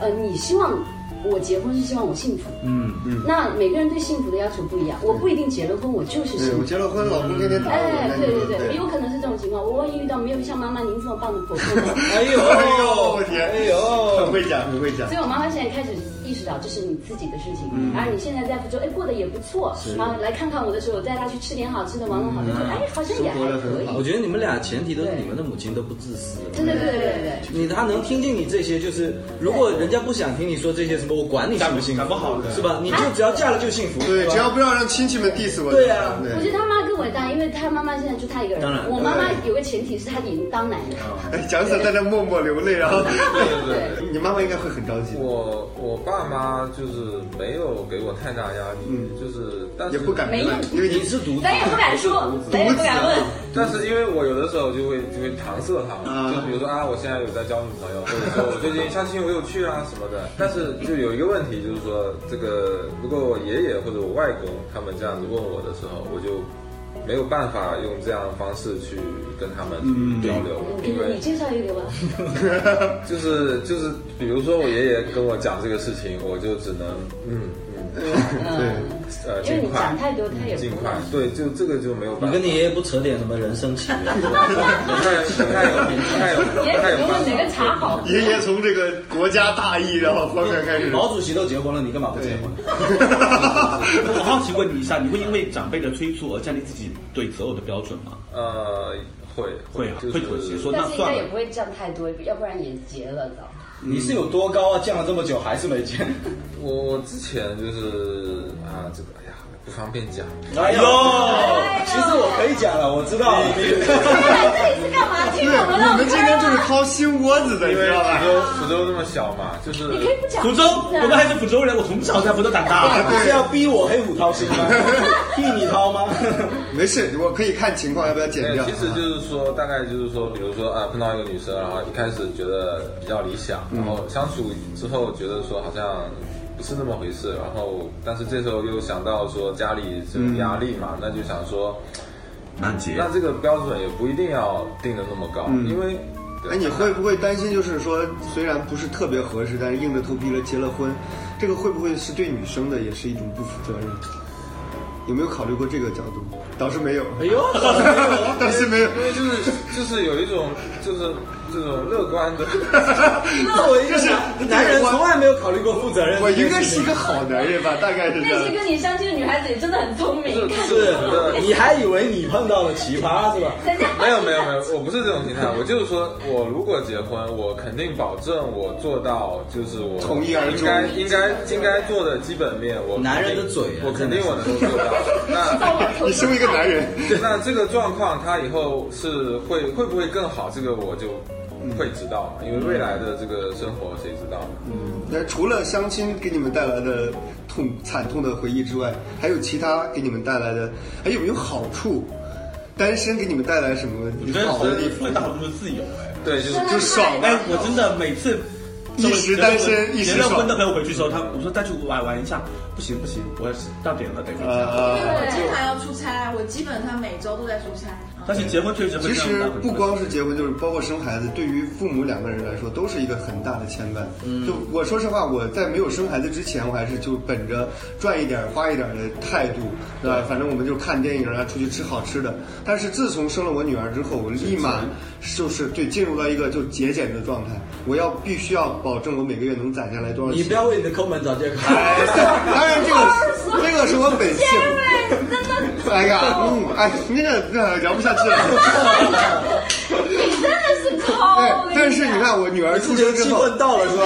[SPEAKER 1] 呃，你希望我结婚是希望我幸福，嗯嗯，那每个人对幸福的要求不一样，我不一定结了婚我就是幸
[SPEAKER 3] 对，
[SPEAKER 1] 福
[SPEAKER 3] 我。结了婚，老公天天打
[SPEAKER 1] 哎，
[SPEAKER 3] 我，
[SPEAKER 1] 对对对，有可能是这种情况。我万一遇到没有像妈妈您这么棒的婆婆呢？
[SPEAKER 5] 哎呦，
[SPEAKER 3] 哎呦，我天，
[SPEAKER 5] 哎
[SPEAKER 3] 很
[SPEAKER 5] 呦，
[SPEAKER 3] 会讲，很会讲
[SPEAKER 1] 所。以我妈妈现在开始意识到这是你自己的事情，然后你现在在福州，哎，过得也不错，然后来看看我的时候，我带她去吃点好吃的，玩玩好，就觉得哎，好像也还可以。
[SPEAKER 5] 我觉得你们俩前提都是你们的母亲都不自私。
[SPEAKER 1] 对对对对对
[SPEAKER 5] 你他能听进你这些，就是如果人家不想听你说这些什么，我管你幸不幸福，
[SPEAKER 2] 讲不好的
[SPEAKER 5] 是吧？你就只要嫁了就幸福，
[SPEAKER 3] 对，
[SPEAKER 5] 是吧
[SPEAKER 3] 只要不要让亲戚们 diss 我就行。
[SPEAKER 5] 对啊
[SPEAKER 1] 对，我觉得她妈更伟大，因为她妈妈现在就她一个
[SPEAKER 5] 当然
[SPEAKER 1] 人，我妈妈有个前提是她已经当奶奶了。
[SPEAKER 3] 哎，蒋婶在那默默流泪，然后，
[SPEAKER 7] 对对 对。
[SPEAKER 3] 你妈妈应该会很着急，
[SPEAKER 7] 我我爸妈就是没有给我太大压力，
[SPEAKER 5] 嗯
[SPEAKER 7] 就是但是
[SPEAKER 3] 也不敢
[SPEAKER 1] 没
[SPEAKER 3] 问，
[SPEAKER 1] 用
[SPEAKER 3] 因为
[SPEAKER 5] 你
[SPEAKER 3] 你
[SPEAKER 5] 是独子
[SPEAKER 1] 咱也不敢说，咱也不敢问。
[SPEAKER 7] 但是因为我有的时候就会就会搪塞他
[SPEAKER 3] 啊
[SPEAKER 7] 们，就比如说啊，我现在有在交女朋友，或者说我最近相亲我有去啊什么的。但是就有一个问题，就是说这个如果我爷爷或者我外公他们这样子问我的时候，我就没有办法用这样的方式去跟他们去交流，
[SPEAKER 1] 给
[SPEAKER 7] 因为
[SPEAKER 1] 你介绍一个吧，
[SPEAKER 7] 就是就是比如说我爷爷跟我讲这个事情，我就只能嗯嗯
[SPEAKER 1] 嗯，
[SPEAKER 7] 呃
[SPEAKER 1] 因为
[SPEAKER 7] 尽
[SPEAKER 1] 你
[SPEAKER 7] 快
[SPEAKER 1] 讲太多，她也不
[SPEAKER 7] 尽快，对，就这个就没有办法。
[SPEAKER 5] 你跟你爷爷不扯点什么人生契约？
[SPEAKER 7] 不太不太有不太有
[SPEAKER 1] 也
[SPEAKER 7] 不太有
[SPEAKER 1] 只能
[SPEAKER 7] 办
[SPEAKER 1] 问哪
[SPEAKER 7] 法。
[SPEAKER 1] 个茶好。
[SPEAKER 3] 爷爷从这个国家大义然后方面开始。
[SPEAKER 5] 毛主席都结婚了，你干嘛不结婚？
[SPEAKER 2] 我好奇问你一下，你会因为长辈的催促而降低自己对择偶的标准吗？
[SPEAKER 7] 呃，会
[SPEAKER 2] 会啊，
[SPEAKER 7] 就是
[SPEAKER 2] 会妥协说那
[SPEAKER 1] 但是应
[SPEAKER 2] 算
[SPEAKER 1] 该也
[SPEAKER 2] 了。
[SPEAKER 1] 不会降太多，要不然也结了早。
[SPEAKER 5] 你是有多高啊？降了这么久还是没降？
[SPEAKER 7] 我我之前就是啊，这个哎呀，不方便讲。
[SPEAKER 5] 哎呦，其实我可以讲了，我知道了。
[SPEAKER 1] 来
[SPEAKER 3] 哎
[SPEAKER 1] 这里是干嘛？听
[SPEAKER 3] 对，
[SPEAKER 1] 我们唠
[SPEAKER 3] 你们今
[SPEAKER 1] 嗑
[SPEAKER 3] 天就是
[SPEAKER 1] 吗？
[SPEAKER 3] 掏心窝子的，你
[SPEAKER 7] 因
[SPEAKER 3] 知
[SPEAKER 7] 为
[SPEAKER 3] 道
[SPEAKER 7] 福
[SPEAKER 3] 吧？
[SPEAKER 7] 州福州这么小嘛，就是
[SPEAKER 1] 你可以不讲啊
[SPEAKER 2] 福州，我们还是福州人，我从小在福州长大
[SPEAKER 5] 你。是要逼我黑虎掏心吗？逼你掏吗？
[SPEAKER 3] 没事，我可以看情况要不要剪
[SPEAKER 7] 对，
[SPEAKER 3] 掉。啊
[SPEAKER 7] 其实就是说，大概就是说，比如说啊，碰到一个女生，然后一开始觉得比较理想，
[SPEAKER 2] 嗯
[SPEAKER 7] 然后相处之后觉得说好像不是那么回事，然后但是这时候又想到说家里这个压力
[SPEAKER 2] 嗯
[SPEAKER 7] 嘛，那就想说，
[SPEAKER 2] 满杰，
[SPEAKER 7] 那这个标准也不一定要定的那么高，
[SPEAKER 2] 嗯
[SPEAKER 7] 因为
[SPEAKER 3] 哎，你会不会担心，就是说虽然不是特别合适，但是硬着头皮了结了婚，这个会不会是对女生的也是一种不负责任？有没有考虑过这个角度？倒是没有，
[SPEAKER 5] 哎呦，
[SPEAKER 3] 倒是没有。
[SPEAKER 7] 因为就是就是有一种就是这种乐观 的，
[SPEAKER 5] 那我一
[SPEAKER 3] 就是
[SPEAKER 5] 个男人从来没有考虑过负责任。
[SPEAKER 3] 我应该是一个好男人吧，大概是
[SPEAKER 1] 那
[SPEAKER 3] 这
[SPEAKER 1] 些
[SPEAKER 3] 样。
[SPEAKER 1] 跟你相亲的女孩子也真的很聪明，看
[SPEAKER 7] 是
[SPEAKER 5] 是
[SPEAKER 7] 的
[SPEAKER 5] 的，你还以为你碰到了奇葩是吧？
[SPEAKER 1] 人家
[SPEAKER 7] 没有没有没有，我不是这种心态，我就是说我如果结婚，我肯定保证我做到，就是我
[SPEAKER 3] 从一而终
[SPEAKER 7] 应该应该应该做的基本面，我
[SPEAKER 5] 男人
[SPEAKER 7] 肯定
[SPEAKER 5] 的嘴啊
[SPEAKER 7] 我肯定
[SPEAKER 5] 真的
[SPEAKER 7] 我能够做到。
[SPEAKER 1] 到
[SPEAKER 7] 那
[SPEAKER 1] 我头
[SPEAKER 3] 你身为一个男人，
[SPEAKER 7] 那这个状况，他以后是会会不会更好？这个我就会知道嘛，因为未来的这个生活谁知道呢？
[SPEAKER 5] 嗯
[SPEAKER 3] 那除了相亲给你们带来的痛惨痛的回忆之外，还有其他给你们带来的，还有没有好处？单身给你们带来什么
[SPEAKER 2] 我觉得
[SPEAKER 3] 好的地方
[SPEAKER 2] 最？大好处是自由哎。
[SPEAKER 7] 对，就是
[SPEAKER 3] 就爽
[SPEAKER 2] 哎
[SPEAKER 3] 呗，，
[SPEAKER 2] 我真的每次
[SPEAKER 3] 一时单身一
[SPEAKER 2] 结
[SPEAKER 3] 时
[SPEAKER 2] 了
[SPEAKER 3] 爽
[SPEAKER 2] 婚的朋友回去之后，他我说再去玩玩一下，不行不行，我要是到点了得回家。
[SPEAKER 4] 因为
[SPEAKER 3] 呃
[SPEAKER 4] 我经常要出差，我基本上每周都在出差。
[SPEAKER 2] 但是结婚确实会
[SPEAKER 3] 其
[SPEAKER 2] 让
[SPEAKER 3] 实
[SPEAKER 2] 大家很
[SPEAKER 3] 不
[SPEAKER 2] 开
[SPEAKER 3] 光
[SPEAKER 2] 心
[SPEAKER 3] 是结婚，就是包括生孩子，对于父母两个人来说都是一个很大的牵绊。就我说实话，我在没有生孩子之前，我还是就本着赚一点儿花一点儿的态度，对吧？反正我们就看电影啊，出去吃好吃的。但是自从生了我女儿之后，我立马就是对进入到一个就节俭的状态，我要必须要保证我每个月能攒下来多少
[SPEAKER 5] 你
[SPEAKER 3] 钱
[SPEAKER 5] 不。要为你的抠门找借口。
[SPEAKER 3] 哎当然，这个这个是我本性。哎呀，嗯，哎，那个那聊不下去了。
[SPEAKER 1] 真的是抠。
[SPEAKER 3] 对，但是你看，我女儿出
[SPEAKER 5] 自
[SPEAKER 3] 生
[SPEAKER 5] 己的
[SPEAKER 3] 之
[SPEAKER 5] 气
[SPEAKER 3] 后，
[SPEAKER 5] 氛到了是吧？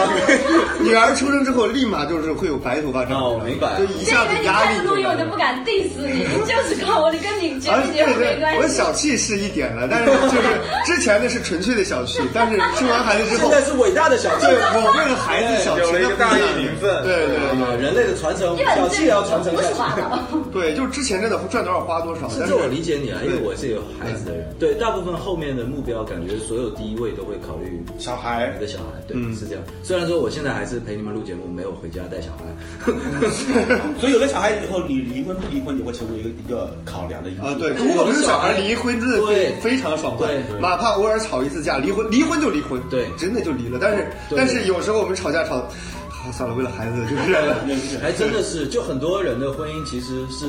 [SPEAKER 3] 女儿出生之后立马就是会有白头发长出来，
[SPEAKER 5] 哦明白
[SPEAKER 3] 就一
[SPEAKER 1] 这
[SPEAKER 3] 下
[SPEAKER 1] 个
[SPEAKER 3] 子
[SPEAKER 1] 你
[SPEAKER 3] 压
[SPEAKER 1] 看
[SPEAKER 3] 力
[SPEAKER 1] 着
[SPEAKER 3] 就
[SPEAKER 1] 陆
[SPEAKER 3] 来
[SPEAKER 1] 勇都
[SPEAKER 3] 了
[SPEAKER 1] 不。敢 diss 你，你就是靠我，你跟你结
[SPEAKER 3] 啊，
[SPEAKER 1] 不结
[SPEAKER 3] 对
[SPEAKER 1] 婚没关
[SPEAKER 3] 对，我
[SPEAKER 1] 系。
[SPEAKER 3] 小气是一点了，但是就是之前的是纯粹的小气，但是生完孩子之
[SPEAKER 5] 现
[SPEAKER 3] 后，
[SPEAKER 5] 在是伟大的小气
[SPEAKER 3] 对，。我为了孩子小气，
[SPEAKER 7] 有了一个大义名分
[SPEAKER 3] 对对对
[SPEAKER 5] 呃，人类的传承，
[SPEAKER 1] 因为
[SPEAKER 5] 小气也要传承
[SPEAKER 1] 不
[SPEAKER 5] 下
[SPEAKER 1] 是
[SPEAKER 5] 去。
[SPEAKER 1] 话痨，
[SPEAKER 3] 对，就是之前真的赚多少花多少，但
[SPEAKER 5] 这我理解你啊，因为
[SPEAKER 3] 对
[SPEAKER 5] 我是有孩子的人。对，大部分后面的目标，感觉所有第一位都会考虑
[SPEAKER 3] 小孩嗯
[SPEAKER 5] 你的小孩。对，是这样。虽然说我现在还是陪你们录节目，没有回家带小孩。
[SPEAKER 2] 所以有了小孩以后，你离婚不离婚也会成为一个一个考量的因素。
[SPEAKER 3] 啊，对，
[SPEAKER 5] 哎
[SPEAKER 3] 如果不是小孩离婚，真的
[SPEAKER 5] 对
[SPEAKER 3] 非常爽快
[SPEAKER 5] 对对，
[SPEAKER 3] 哪怕偶尔吵一次架，离婚离婚就离婚，
[SPEAKER 5] 对
[SPEAKER 3] 真的就离了。但是
[SPEAKER 5] 对
[SPEAKER 3] 但是有时候我们吵架吵，啊算了，为了孩子就忍 了。
[SPEAKER 5] 还真的是，就很多人的婚姻其实是。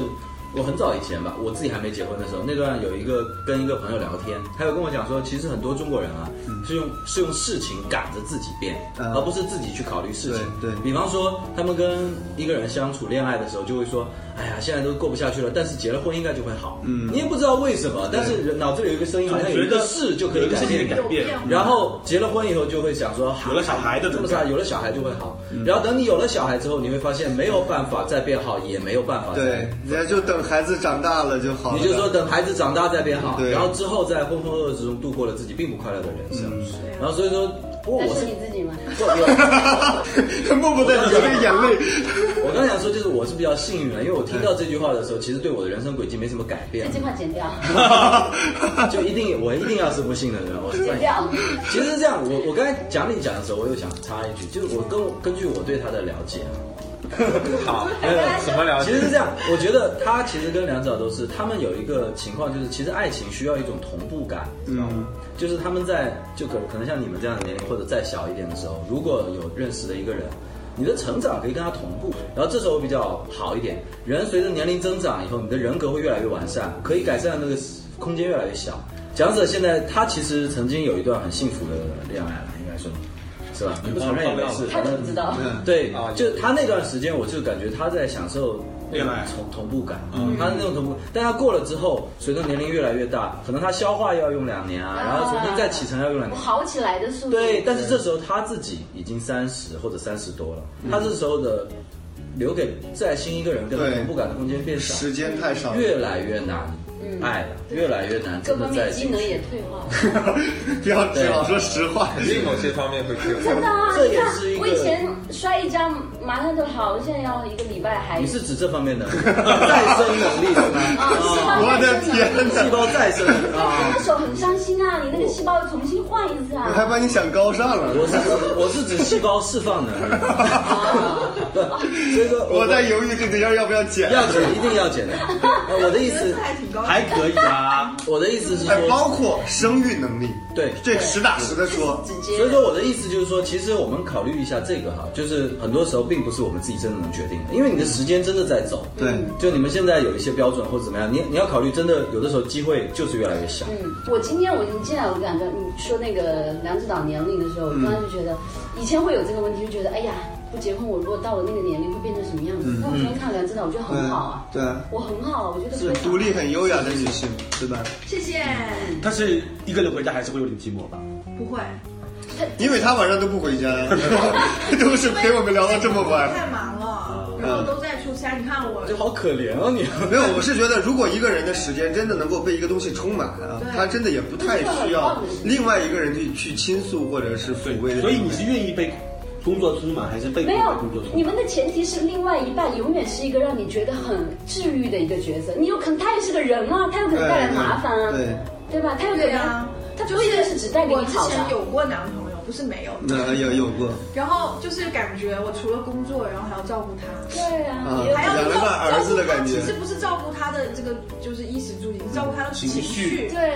[SPEAKER 5] 我很早以前吧，我自己还没结婚的时候，那段有一个跟一个朋友聊天，他有跟我讲说，其实很多中国人啊，是用是用事情赶着自己变，
[SPEAKER 3] 嗯
[SPEAKER 5] 而不是自己去考虑事情。
[SPEAKER 3] 对对
[SPEAKER 5] 比方说，他们跟一个人相处、恋爱的时候，就会说，哎呀，现在都过不下去了，但是结了婚应该就会好。嗯，你也不知道为什么，但是人脑子里有一个声音，好像有一个事就可以
[SPEAKER 2] 有一个
[SPEAKER 5] 改
[SPEAKER 2] 事情
[SPEAKER 5] 变
[SPEAKER 2] 改变，
[SPEAKER 5] 然后结了婚以后就会想说，
[SPEAKER 2] 有了小孩的嗯
[SPEAKER 5] 这
[SPEAKER 2] 怎
[SPEAKER 5] 么
[SPEAKER 2] 么
[SPEAKER 5] 啥？
[SPEAKER 2] 办
[SPEAKER 5] 有了小孩就会好。然后等你有了小孩之后，你会发现没有办法再变好，也没有办法再
[SPEAKER 3] 对，人家就等孩子长大了就好了。
[SPEAKER 5] 你就 说等孩子长大再变好，
[SPEAKER 3] 对
[SPEAKER 5] 然后之后在浑浑噩噩之中度过了自己并不快乐的人生。
[SPEAKER 2] 嗯
[SPEAKER 5] 然后所以说，不过
[SPEAKER 1] 那
[SPEAKER 5] 我
[SPEAKER 1] 是
[SPEAKER 5] 是
[SPEAKER 1] 你自己吗？
[SPEAKER 5] 我我
[SPEAKER 3] 默默在流着眼泪。
[SPEAKER 5] 我刚想说，就是我是比较幸运的，因为我听到这句话的时候，其实对我的人生轨迹没什么改变
[SPEAKER 1] 这，句话剪掉，
[SPEAKER 5] 就一定我一定要是不幸的人，我是这
[SPEAKER 1] 剪
[SPEAKER 5] 样
[SPEAKER 1] 掉。
[SPEAKER 5] 其实是这样，我我刚才讲你讲的时候，我又想插一句，就是我跟我根据我对他的了解啊，
[SPEAKER 7] 好，
[SPEAKER 1] 哎
[SPEAKER 7] 什么了
[SPEAKER 5] 其
[SPEAKER 7] 解
[SPEAKER 5] 实？是这样，我觉得他其实跟梁子都是，他们有一个情况，就是其实爱情需要一种同步感，
[SPEAKER 3] 嗯
[SPEAKER 5] 知道吗？就是他们在就可可能像你们这样的年龄或者再小一点的时候，如果有认识的一个人。你的成长可以跟他同步，然后这时候比较好一点。人随着年龄增长以后，你的人格会越来越完善，可以改善的那个空间越来越小。讲者现在他其实曾经有一段很幸福的恋爱了，应该说，是吧？你不承认也没事，
[SPEAKER 1] 他
[SPEAKER 5] 反
[SPEAKER 1] 怎
[SPEAKER 5] 正
[SPEAKER 1] 么知道？
[SPEAKER 5] 对
[SPEAKER 7] 啊，
[SPEAKER 5] 就他那段时间，我就感觉他在享受那种
[SPEAKER 2] 恋爱
[SPEAKER 5] 同同步感，他那种同步，但他过了之后，随着年龄越来越大，可能他消化要用两年啊，然后重新再启程要用两
[SPEAKER 1] 我
[SPEAKER 5] 年。
[SPEAKER 1] 好起来的速度。
[SPEAKER 3] 嗯
[SPEAKER 5] 对，但是这时候他自己已经三十或者三十多了，他这时候的留给再新一个人跟他
[SPEAKER 3] 对
[SPEAKER 5] 同步感的空间变少，
[SPEAKER 3] 时间太少了，
[SPEAKER 5] 越来越难爱了，越来越难
[SPEAKER 1] 各
[SPEAKER 5] 真的
[SPEAKER 1] 嗯方面
[SPEAKER 5] 在
[SPEAKER 1] 机能也退化了。
[SPEAKER 3] 不要只老说实话。
[SPEAKER 7] 肯定某些方面会缺
[SPEAKER 1] 真的啊，
[SPEAKER 5] 这
[SPEAKER 1] 你
[SPEAKER 5] 也
[SPEAKER 1] 看
[SPEAKER 5] 是一个
[SPEAKER 1] 我以前摔一跤马上就好，现在要一个礼拜还
[SPEAKER 5] 你是指这方面的再生能力是
[SPEAKER 1] 啊，
[SPEAKER 5] 吧？
[SPEAKER 1] 细胞
[SPEAKER 3] 我的
[SPEAKER 1] 再生啊
[SPEAKER 3] 天
[SPEAKER 5] 细
[SPEAKER 3] 哪！
[SPEAKER 5] 胞再生啊！
[SPEAKER 1] 那手很伤心啊，你那个细胞重新换一次
[SPEAKER 3] 我还
[SPEAKER 1] 啊。
[SPEAKER 3] 把你想高尚
[SPEAKER 5] 我
[SPEAKER 3] 了，
[SPEAKER 5] 是指我是指细胞释放能力，对，所以说
[SPEAKER 3] 我在犹豫这个要要不要剪。
[SPEAKER 5] 要减一定要减的。呃我的意
[SPEAKER 4] 觉
[SPEAKER 5] 思
[SPEAKER 4] 得还挺高兴
[SPEAKER 5] 还可以啊，我的意思 是
[SPEAKER 3] 哎，
[SPEAKER 5] 说，
[SPEAKER 3] 包括生育能力，
[SPEAKER 5] 对，
[SPEAKER 3] 这实打实的说，
[SPEAKER 1] 直接
[SPEAKER 5] 所以说我的意思就是说，其实我们考虑一下这个哈，就是很多时候并不是我们自己真的能决定的，因为你的时间真的在走。
[SPEAKER 3] 对
[SPEAKER 5] 就你们现在有一些标准或者怎么样，你你要考虑，真的有的时候机会就是越来越小。
[SPEAKER 1] 嗯，我今天我你进来，我感觉你嗯说那个梁指导年龄的时候，我
[SPEAKER 3] 嗯
[SPEAKER 1] 突然就觉得，以前会有这个问题，就觉得哎呀，不结婚，我如果到了那个年龄会变成什么样子？那我今天看梁指导，我觉得很好啊，
[SPEAKER 3] 嗯对啊
[SPEAKER 1] 我很好啊，我觉得
[SPEAKER 3] 是
[SPEAKER 1] 非常
[SPEAKER 3] 独立很优雅的女性，是吧？
[SPEAKER 4] 谢谢，
[SPEAKER 2] 但是一个人回家还是会有点寂寞吧？
[SPEAKER 4] 不会。
[SPEAKER 3] 因为她晚上都不回家， 都是陪我们聊到这么晚。
[SPEAKER 4] 太忙了，然后都在出差。你看我
[SPEAKER 5] 就好可怜哦你。
[SPEAKER 3] 没有，我是觉得，如果一个人的时间真的能够被一个东西充满啊，他真的也不太需要另外一个人去去倾诉或者是
[SPEAKER 2] 对
[SPEAKER 3] 抚慰，的。
[SPEAKER 2] 所以你是愿意被工作充满，还是被
[SPEAKER 1] 没有
[SPEAKER 2] 工作，充
[SPEAKER 1] 你
[SPEAKER 2] 满？
[SPEAKER 1] 们的前提是另外一半永远是一个让你觉得很治愈的一个角色。你有可能他也是个人啊，他有可能带来麻烦啊，
[SPEAKER 3] 对
[SPEAKER 1] 对吧？他有可
[SPEAKER 4] 对
[SPEAKER 1] 能、
[SPEAKER 4] 啊，
[SPEAKER 1] 他
[SPEAKER 4] 就
[SPEAKER 1] 不一定是只带给
[SPEAKER 4] 我
[SPEAKER 1] 你
[SPEAKER 4] 之
[SPEAKER 1] 好
[SPEAKER 4] 前
[SPEAKER 1] 的。
[SPEAKER 4] 有过男朋友，不是没有。
[SPEAKER 3] 那呃有有过
[SPEAKER 4] 然后就是感觉我除了工作，然后还要照顾他，
[SPEAKER 1] 对啊，
[SPEAKER 3] 啊，
[SPEAKER 4] 还要
[SPEAKER 3] 养了
[SPEAKER 4] 照
[SPEAKER 3] 个儿子的
[SPEAKER 4] 照顾他
[SPEAKER 3] 感觉
[SPEAKER 4] 其。实不是照顾他的这个就是衣食住行，是照顾他的情绪。
[SPEAKER 1] 对。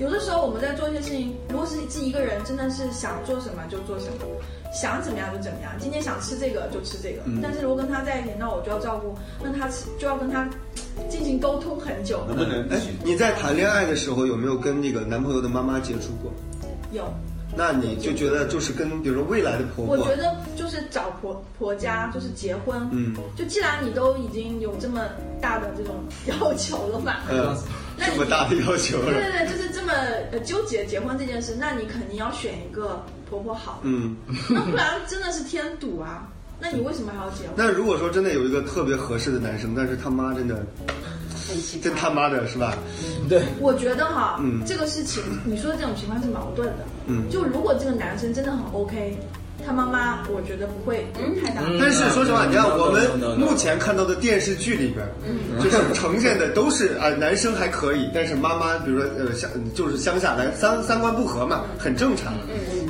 [SPEAKER 4] 有的时候我们在做一些事情，如果是自己一个人，真的是想做什么就做什么，想怎么样就怎么样。今天想吃这个就吃这个，
[SPEAKER 3] 嗯
[SPEAKER 4] 但是如果跟他在一起，那我就要照顾，那他吃就要跟他进行沟通很久。
[SPEAKER 2] 能不能
[SPEAKER 3] 哎
[SPEAKER 2] 取，
[SPEAKER 3] 你在谈恋爱的时候有没有跟那个男朋友的妈妈接触过？
[SPEAKER 4] 有，
[SPEAKER 3] 那你就觉得就是跟比如说未来的婆
[SPEAKER 4] 我
[SPEAKER 3] 婆，
[SPEAKER 4] 觉得就是找婆婆家，就是结婚，
[SPEAKER 3] 嗯，
[SPEAKER 4] 就既然你都已经有这么大的这种 要求了嘛，
[SPEAKER 3] 呃，
[SPEAKER 4] 那
[SPEAKER 3] 这
[SPEAKER 4] 你
[SPEAKER 3] 么大的要求
[SPEAKER 4] 对
[SPEAKER 3] 了，
[SPEAKER 4] 对对，就是这么呃纠结结婚这件事，那你肯定要选一个婆婆好，
[SPEAKER 3] 嗯。
[SPEAKER 4] 那不然真的是天赌啊。那你为什么还要结婚？
[SPEAKER 3] 那如果说真的有一个特别合适的男生，但是他妈真的， 真他妈的是吧？
[SPEAKER 5] 对，
[SPEAKER 4] 我觉得哈，
[SPEAKER 3] 嗯
[SPEAKER 4] 这个事情你说的这种情况是矛盾的。
[SPEAKER 3] 嗯
[SPEAKER 4] 就如果这个男生真的很 OK，他妈妈我觉得不会太大。
[SPEAKER 5] 嗯
[SPEAKER 3] 但是说实话，你看
[SPEAKER 5] no, no,
[SPEAKER 3] 我
[SPEAKER 5] no, no,
[SPEAKER 3] 们
[SPEAKER 5] no.
[SPEAKER 3] 目前看到的电视剧里边，就是呈现的都是啊、男生还可以，但是妈妈，比如说呃乡就是乡下来三三观不合嘛，很正常。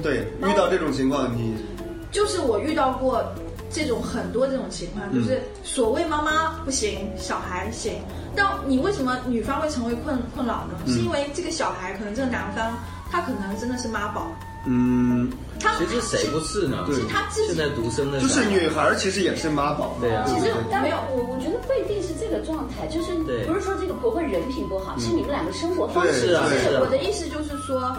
[SPEAKER 3] 对，遇到这种情况，你
[SPEAKER 4] 就是我遇到过这种很多这种情况，
[SPEAKER 3] 嗯
[SPEAKER 4] 就是所谓妈妈不行，小孩行，但你为什么女方会成为困困扰呢？
[SPEAKER 3] 嗯
[SPEAKER 4] 是因为这个小孩可能这个男方他可能真的是妈宝，
[SPEAKER 3] 嗯，
[SPEAKER 4] 他
[SPEAKER 5] 其实谁不是呢？
[SPEAKER 4] 是他自己
[SPEAKER 5] 现在独生的
[SPEAKER 3] 就是
[SPEAKER 5] 小孩
[SPEAKER 3] 女孩儿其实也是妈宝。
[SPEAKER 5] 对啊
[SPEAKER 1] 其实但
[SPEAKER 4] 没有
[SPEAKER 1] 我我觉得不一定是这个状态，就是
[SPEAKER 5] 对
[SPEAKER 1] 不是说这个婆婆人品不好，是你们两个生活方
[SPEAKER 3] 对，
[SPEAKER 5] 是
[SPEAKER 1] 式。
[SPEAKER 5] 啊
[SPEAKER 3] 对
[SPEAKER 5] 是啊
[SPEAKER 4] 我的意思就是说，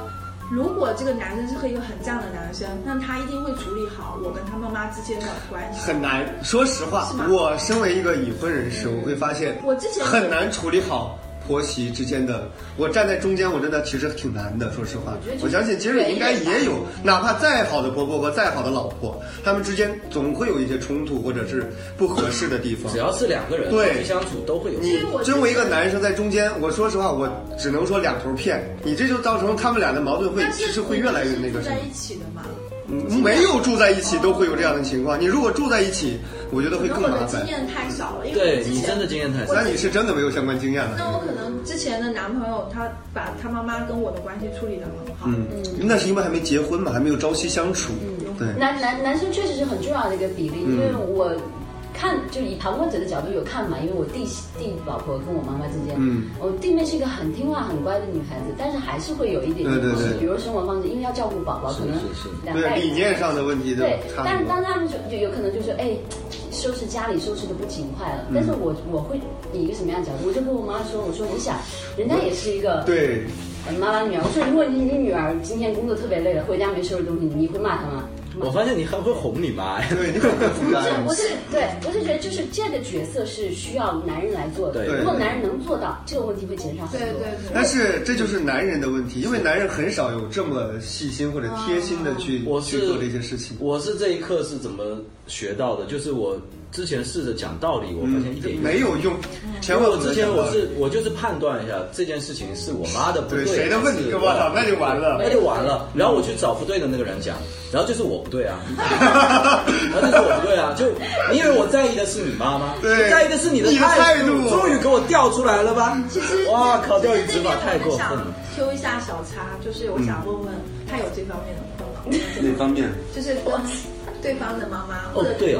[SPEAKER 4] 如果这个男生是一个很犟的男生，那他一定会处理好我跟他妈妈之间的关系。
[SPEAKER 3] 很难。说实话
[SPEAKER 4] 是吗，
[SPEAKER 3] 我身为一个已婚人士，我会发现
[SPEAKER 4] 我之前
[SPEAKER 3] 很难处理好婆媳之间的。我站在中间，我真的其实挺难的。说实话
[SPEAKER 1] 觉得，就是
[SPEAKER 3] 我相信杰瑞应该
[SPEAKER 1] 人
[SPEAKER 3] 也有，哪怕再好的婆婆和再好的老婆，他们之间总会有一些冲突或者是不合适的地方
[SPEAKER 5] 只。要是两个人
[SPEAKER 3] 对
[SPEAKER 5] 长期相处都会有。
[SPEAKER 3] 你
[SPEAKER 4] 所以我
[SPEAKER 3] 身为一个男生在中间，我说实话，我只能说两头骗。你这就造成他们俩的矛盾会
[SPEAKER 4] 但
[SPEAKER 3] 其
[SPEAKER 4] 是
[SPEAKER 3] 实会越来越那个
[SPEAKER 4] 你们
[SPEAKER 3] 什
[SPEAKER 4] 是住
[SPEAKER 3] 么
[SPEAKER 4] 在。一起的嘛，
[SPEAKER 3] 嗯没有住在一起都会有这样的情况。你如果住在一起，我觉得会
[SPEAKER 4] 可能
[SPEAKER 3] 更
[SPEAKER 4] 我
[SPEAKER 3] 麻
[SPEAKER 4] 的
[SPEAKER 3] 烦
[SPEAKER 4] 经。验太少了，因为我
[SPEAKER 5] 对
[SPEAKER 4] 之前
[SPEAKER 5] 你真的经验太少
[SPEAKER 3] 那，你是真的没有相关经验
[SPEAKER 4] 那
[SPEAKER 3] 了，
[SPEAKER 4] 我可能之前的男朋友他把他妈妈跟我的关系处理得很好，
[SPEAKER 3] 嗯，那是因为还没结婚嘛，还没有朝夕相处，对，嗯
[SPEAKER 1] 男男男生确实是很重要的一个比例，因为我看就以旁观者的角度有看嘛，因为我弟弟老婆跟我妈妈之间，
[SPEAKER 3] 嗯
[SPEAKER 1] 我弟妹是一个很听话很乖的女孩子，但是还是会有一点
[SPEAKER 3] 对对
[SPEAKER 1] 方式
[SPEAKER 3] 对
[SPEAKER 1] 比如生活方式，因为要照顾宝宝，可能
[SPEAKER 5] 是是
[SPEAKER 1] 两代
[SPEAKER 3] 对，
[SPEAKER 1] 人
[SPEAKER 3] 理念上的问题就
[SPEAKER 1] 对，
[SPEAKER 3] 差
[SPEAKER 1] 但是
[SPEAKER 3] 很多
[SPEAKER 1] 当。他们就就有可能就说，哎，收拾家里收拾的不勤快了。但是我我会以一个什么样的角度？我就跟我妈说，我说你想，人家也是一个
[SPEAKER 3] 对，
[SPEAKER 1] 呃妈妈女儿，我说如果你你女儿今天工作特别累了，回家没收拾东西，你会骂她吗？
[SPEAKER 5] 我发现你还会哄你妈。哎
[SPEAKER 3] 对，你很复杂
[SPEAKER 1] 不是，我是对，我是觉得就是这个角色是需要男人来做的。
[SPEAKER 5] 对
[SPEAKER 1] 如果男人能做到，这个问题会减少很
[SPEAKER 4] 对
[SPEAKER 1] 多。
[SPEAKER 4] 对对。
[SPEAKER 3] 但是这就是男人的问题，因为男人很少有这么细心或者
[SPEAKER 1] 啊
[SPEAKER 3] 贴心的去
[SPEAKER 5] 我
[SPEAKER 3] 去
[SPEAKER 5] 是
[SPEAKER 3] 做这些事情。
[SPEAKER 5] 我是这一课是怎么学到的？就是我之前试着讲道理，我发现一点
[SPEAKER 3] 嗯
[SPEAKER 5] 用
[SPEAKER 3] 没有用，千
[SPEAKER 1] 嗯
[SPEAKER 5] 因
[SPEAKER 3] 万
[SPEAKER 5] 为
[SPEAKER 3] 不
[SPEAKER 5] 我
[SPEAKER 3] 能
[SPEAKER 5] 之前
[SPEAKER 3] 想
[SPEAKER 5] 我
[SPEAKER 3] 到
[SPEAKER 5] 是我就是判断一下这件事情是我妈的不
[SPEAKER 3] 对谁的
[SPEAKER 5] 还
[SPEAKER 3] 问题
[SPEAKER 5] 是
[SPEAKER 3] 我操那就完了
[SPEAKER 5] 那就完了。然后我去找不对的那个人讲，然后就是我不 对啊，然后就是我不对啊，就你以为我在意的是你妈吗？
[SPEAKER 3] 对
[SPEAKER 5] 在意的是你的
[SPEAKER 3] 你的态
[SPEAKER 5] 度
[SPEAKER 3] 度
[SPEAKER 5] 终于给我调出来了吧？
[SPEAKER 4] 其实
[SPEAKER 5] 哇靠，
[SPEAKER 4] 其
[SPEAKER 5] 钓
[SPEAKER 4] 实
[SPEAKER 5] 鱼
[SPEAKER 4] 这
[SPEAKER 5] 执
[SPEAKER 4] 边
[SPEAKER 5] 法太
[SPEAKER 4] 我
[SPEAKER 5] 过
[SPEAKER 4] 很
[SPEAKER 5] 分
[SPEAKER 4] 想
[SPEAKER 5] 了。嗯
[SPEAKER 4] Q 一下小叉，就是我想问问他有这方面的困扰吗，
[SPEAKER 2] 哪方面？
[SPEAKER 4] 就是跟对方的妈妈或
[SPEAKER 5] 哦
[SPEAKER 4] 者，
[SPEAKER 5] 对哦，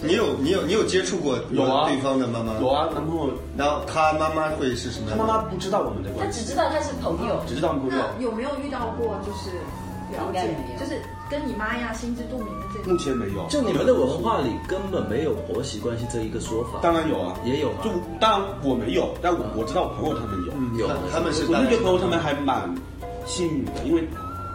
[SPEAKER 3] 你有你有你有接触过
[SPEAKER 2] 有啊，
[SPEAKER 3] 对方的妈妈
[SPEAKER 2] 有，啊，男朋友
[SPEAKER 3] 然后他妈妈会是什么
[SPEAKER 2] 他
[SPEAKER 3] 样
[SPEAKER 2] 妈
[SPEAKER 3] 的？
[SPEAKER 2] 妈不知道我们的
[SPEAKER 1] 他
[SPEAKER 2] 关系，
[SPEAKER 1] 只知道他是朋友，
[SPEAKER 2] 只知道我们不知道。
[SPEAKER 4] 那有没有遇到过就是了
[SPEAKER 1] 应该
[SPEAKER 4] 解
[SPEAKER 1] 没，有
[SPEAKER 4] 就是跟你妈一样心知肚明的这种？
[SPEAKER 2] 目前没有，
[SPEAKER 5] 就你们的文化里根本没有婆媳关系这一个说法。
[SPEAKER 2] 当然有啊，
[SPEAKER 5] 也有啊
[SPEAKER 2] 就当然我没有，但我我知道我朋友他们有。
[SPEAKER 5] 有
[SPEAKER 3] 他嗯他们是
[SPEAKER 2] 我那对朋友他们还蛮幸运的，因为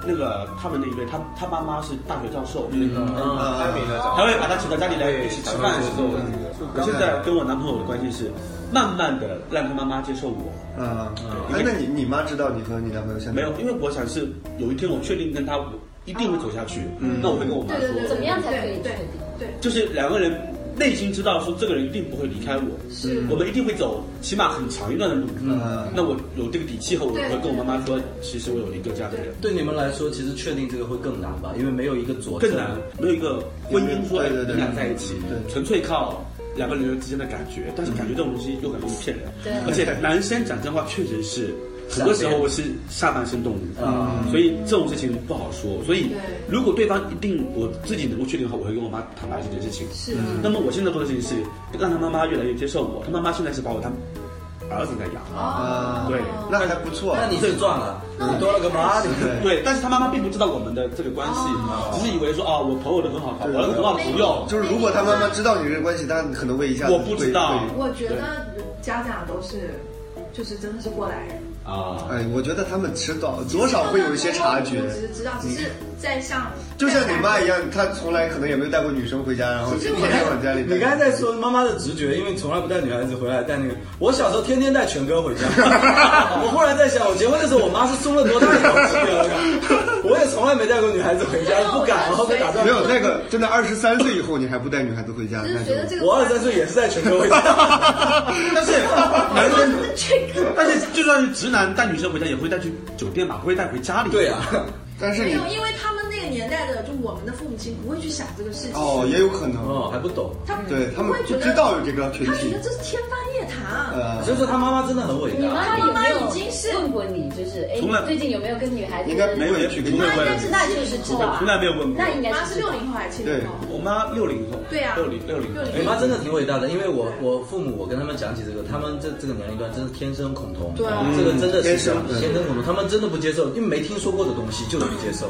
[SPEAKER 2] 那个他们那一位，他他妈妈是大学教授，那个
[SPEAKER 3] 啊
[SPEAKER 5] 嗯，
[SPEAKER 7] 开明的讲，
[SPEAKER 2] 他会把他请到家里来一起吃饭的时候，我现在跟我男朋友的关系是，慢慢的让他妈妈接受我。
[SPEAKER 3] 啊，哎，那你你妈知道你和你男朋友现在
[SPEAKER 2] 没有，因为我想是有一天我确定跟他我一定会走下去，那我会跟我妈
[SPEAKER 4] 对对对，
[SPEAKER 2] 说，
[SPEAKER 1] 怎么样才可以
[SPEAKER 4] 对
[SPEAKER 1] 确定
[SPEAKER 3] 嗯
[SPEAKER 4] 对对，
[SPEAKER 2] 就是两个人内心知道说这个人一定不会离开我，
[SPEAKER 4] 是
[SPEAKER 5] 嗯
[SPEAKER 2] 我们一定会走起码很长一段的路。
[SPEAKER 3] 嗯
[SPEAKER 2] 那我有这个底气后，我会跟我妈妈说，其实我有一个这样的人。
[SPEAKER 5] 对你们来说，其实确定这个会更难吧，因为没有一个佐证。
[SPEAKER 2] 更难，没有一个婚姻说哎
[SPEAKER 3] 对对对
[SPEAKER 2] 你俩在一起，
[SPEAKER 3] 对
[SPEAKER 2] 纯粹靠两个人之间的感觉，但是感觉这种东西又很容易骗人，
[SPEAKER 1] 对
[SPEAKER 2] 而且男生讲真话确实是。很多时候是下半身动物，
[SPEAKER 5] 嗯
[SPEAKER 2] 所以这种事情不好说。所以
[SPEAKER 4] 对
[SPEAKER 2] 如果对方一定我自己能够确定的话，我会跟我妈坦白这件事情。
[SPEAKER 4] 是
[SPEAKER 5] 嗯
[SPEAKER 2] 那么我现在做的事情是让他妈妈越来越接受我，他妈妈现在是把我当儿子在养。
[SPEAKER 4] 哦
[SPEAKER 3] 啊，
[SPEAKER 2] 对
[SPEAKER 3] 那还不错。啊
[SPEAKER 5] 那你是赚了，你多了个 妈，你
[SPEAKER 3] 对
[SPEAKER 2] 对，但是他妈妈并不知道我们的这个关系，只是以为说哦，我朋友的很好，我的很好的朋友，
[SPEAKER 3] 就是如果他妈妈知道你这个关系，她可能会一下子
[SPEAKER 2] 我不知道
[SPEAKER 3] 会
[SPEAKER 4] 我觉得家长都是，就是真的是过来人。
[SPEAKER 2] 啊
[SPEAKER 3] 会哎，我觉得他们迟早多少会有一些察觉嗯
[SPEAKER 4] 我，只是知道，只是在像
[SPEAKER 3] 就像你妈一样，她从来可能也没有带过女生回家，然后
[SPEAKER 4] 其
[SPEAKER 3] 天
[SPEAKER 4] 实我
[SPEAKER 3] 天往家里带。
[SPEAKER 5] 你刚才在说妈妈的直觉，因为从来不带女孩子回来带那个。我小时候天天带全 哥回家，我忽然在想，我结婚的时候我妈是松了多大一口气啊！我也从来没带过女孩子回家，不敢，然后被打断
[SPEAKER 3] 没。有那个真的，二十三岁以后你还不带女孩子回家，
[SPEAKER 4] 只
[SPEAKER 3] 那
[SPEAKER 4] 是
[SPEAKER 3] 就
[SPEAKER 4] 觉得这个
[SPEAKER 5] 我二十三岁也是带全哥回 家，
[SPEAKER 2] 但 是男生，
[SPEAKER 3] 嗯
[SPEAKER 2] 但是就算是直男带女生回家，也会带去酒店吧，不会带回家里。
[SPEAKER 5] 对啊，
[SPEAKER 3] 但是
[SPEAKER 4] 没
[SPEAKER 3] 你
[SPEAKER 4] 有，因为他们那个年代的，就我们的父母亲不会去想这个事情。
[SPEAKER 3] 哦，也有可能，
[SPEAKER 5] 哦，还不懂。
[SPEAKER 4] 他
[SPEAKER 3] 对他们
[SPEAKER 4] 不会觉得
[SPEAKER 3] 不知道有这个群体
[SPEAKER 4] 他觉得这是天方夜谭。
[SPEAKER 3] 呃，
[SPEAKER 5] 所以说他妈妈真的很伟
[SPEAKER 1] 你妈
[SPEAKER 5] 大。
[SPEAKER 1] 妈有没有
[SPEAKER 4] 妈已经是
[SPEAKER 1] 问过你，就是哎，
[SPEAKER 2] 从来
[SPEAKER 1] 你最近有没有跟女孩子？
[SPEAKER 3] 应该没有人去
[SPEAKER 2] 去
[SPEAKER 3] 跟
[SPEAKER 2] 跟你
[SPEAKER 3] 你
[SPEAKER 4] 那应
[SPEAKER 2] 问
[SPEAKER 4] 该，是
[SPEAKER 1] 那就是知道啊
[SPEAKER 2] 从来没有问过
[SPEAKER 1] 那。应
[SPEAKER 4] 你
[SPEAKER 1] 该
[SPEAKER 4] 妈
[SPEAKER 1] 是
[SPEAKER 4] 是六零后还是七零后？
[SPEAKER 2] 我妈六零后，
[SPEAKER 4] 对啊
[SPEAKER 2] 六零六零后，
[SPEAKER 5] 你哎妈真的挺伟大的，因为我我父母，我跟他们讲起这个，他们这这个年龄段真是天生恐同，
[SPEAKER 4] 对啊
[SPEAKER 5] 这个真的是这样
[SPEAKER 3] 天生对
[SPEAKER 5] 天生嗯恐同，他们真的不接受，因为没听说过的东西就是不接受。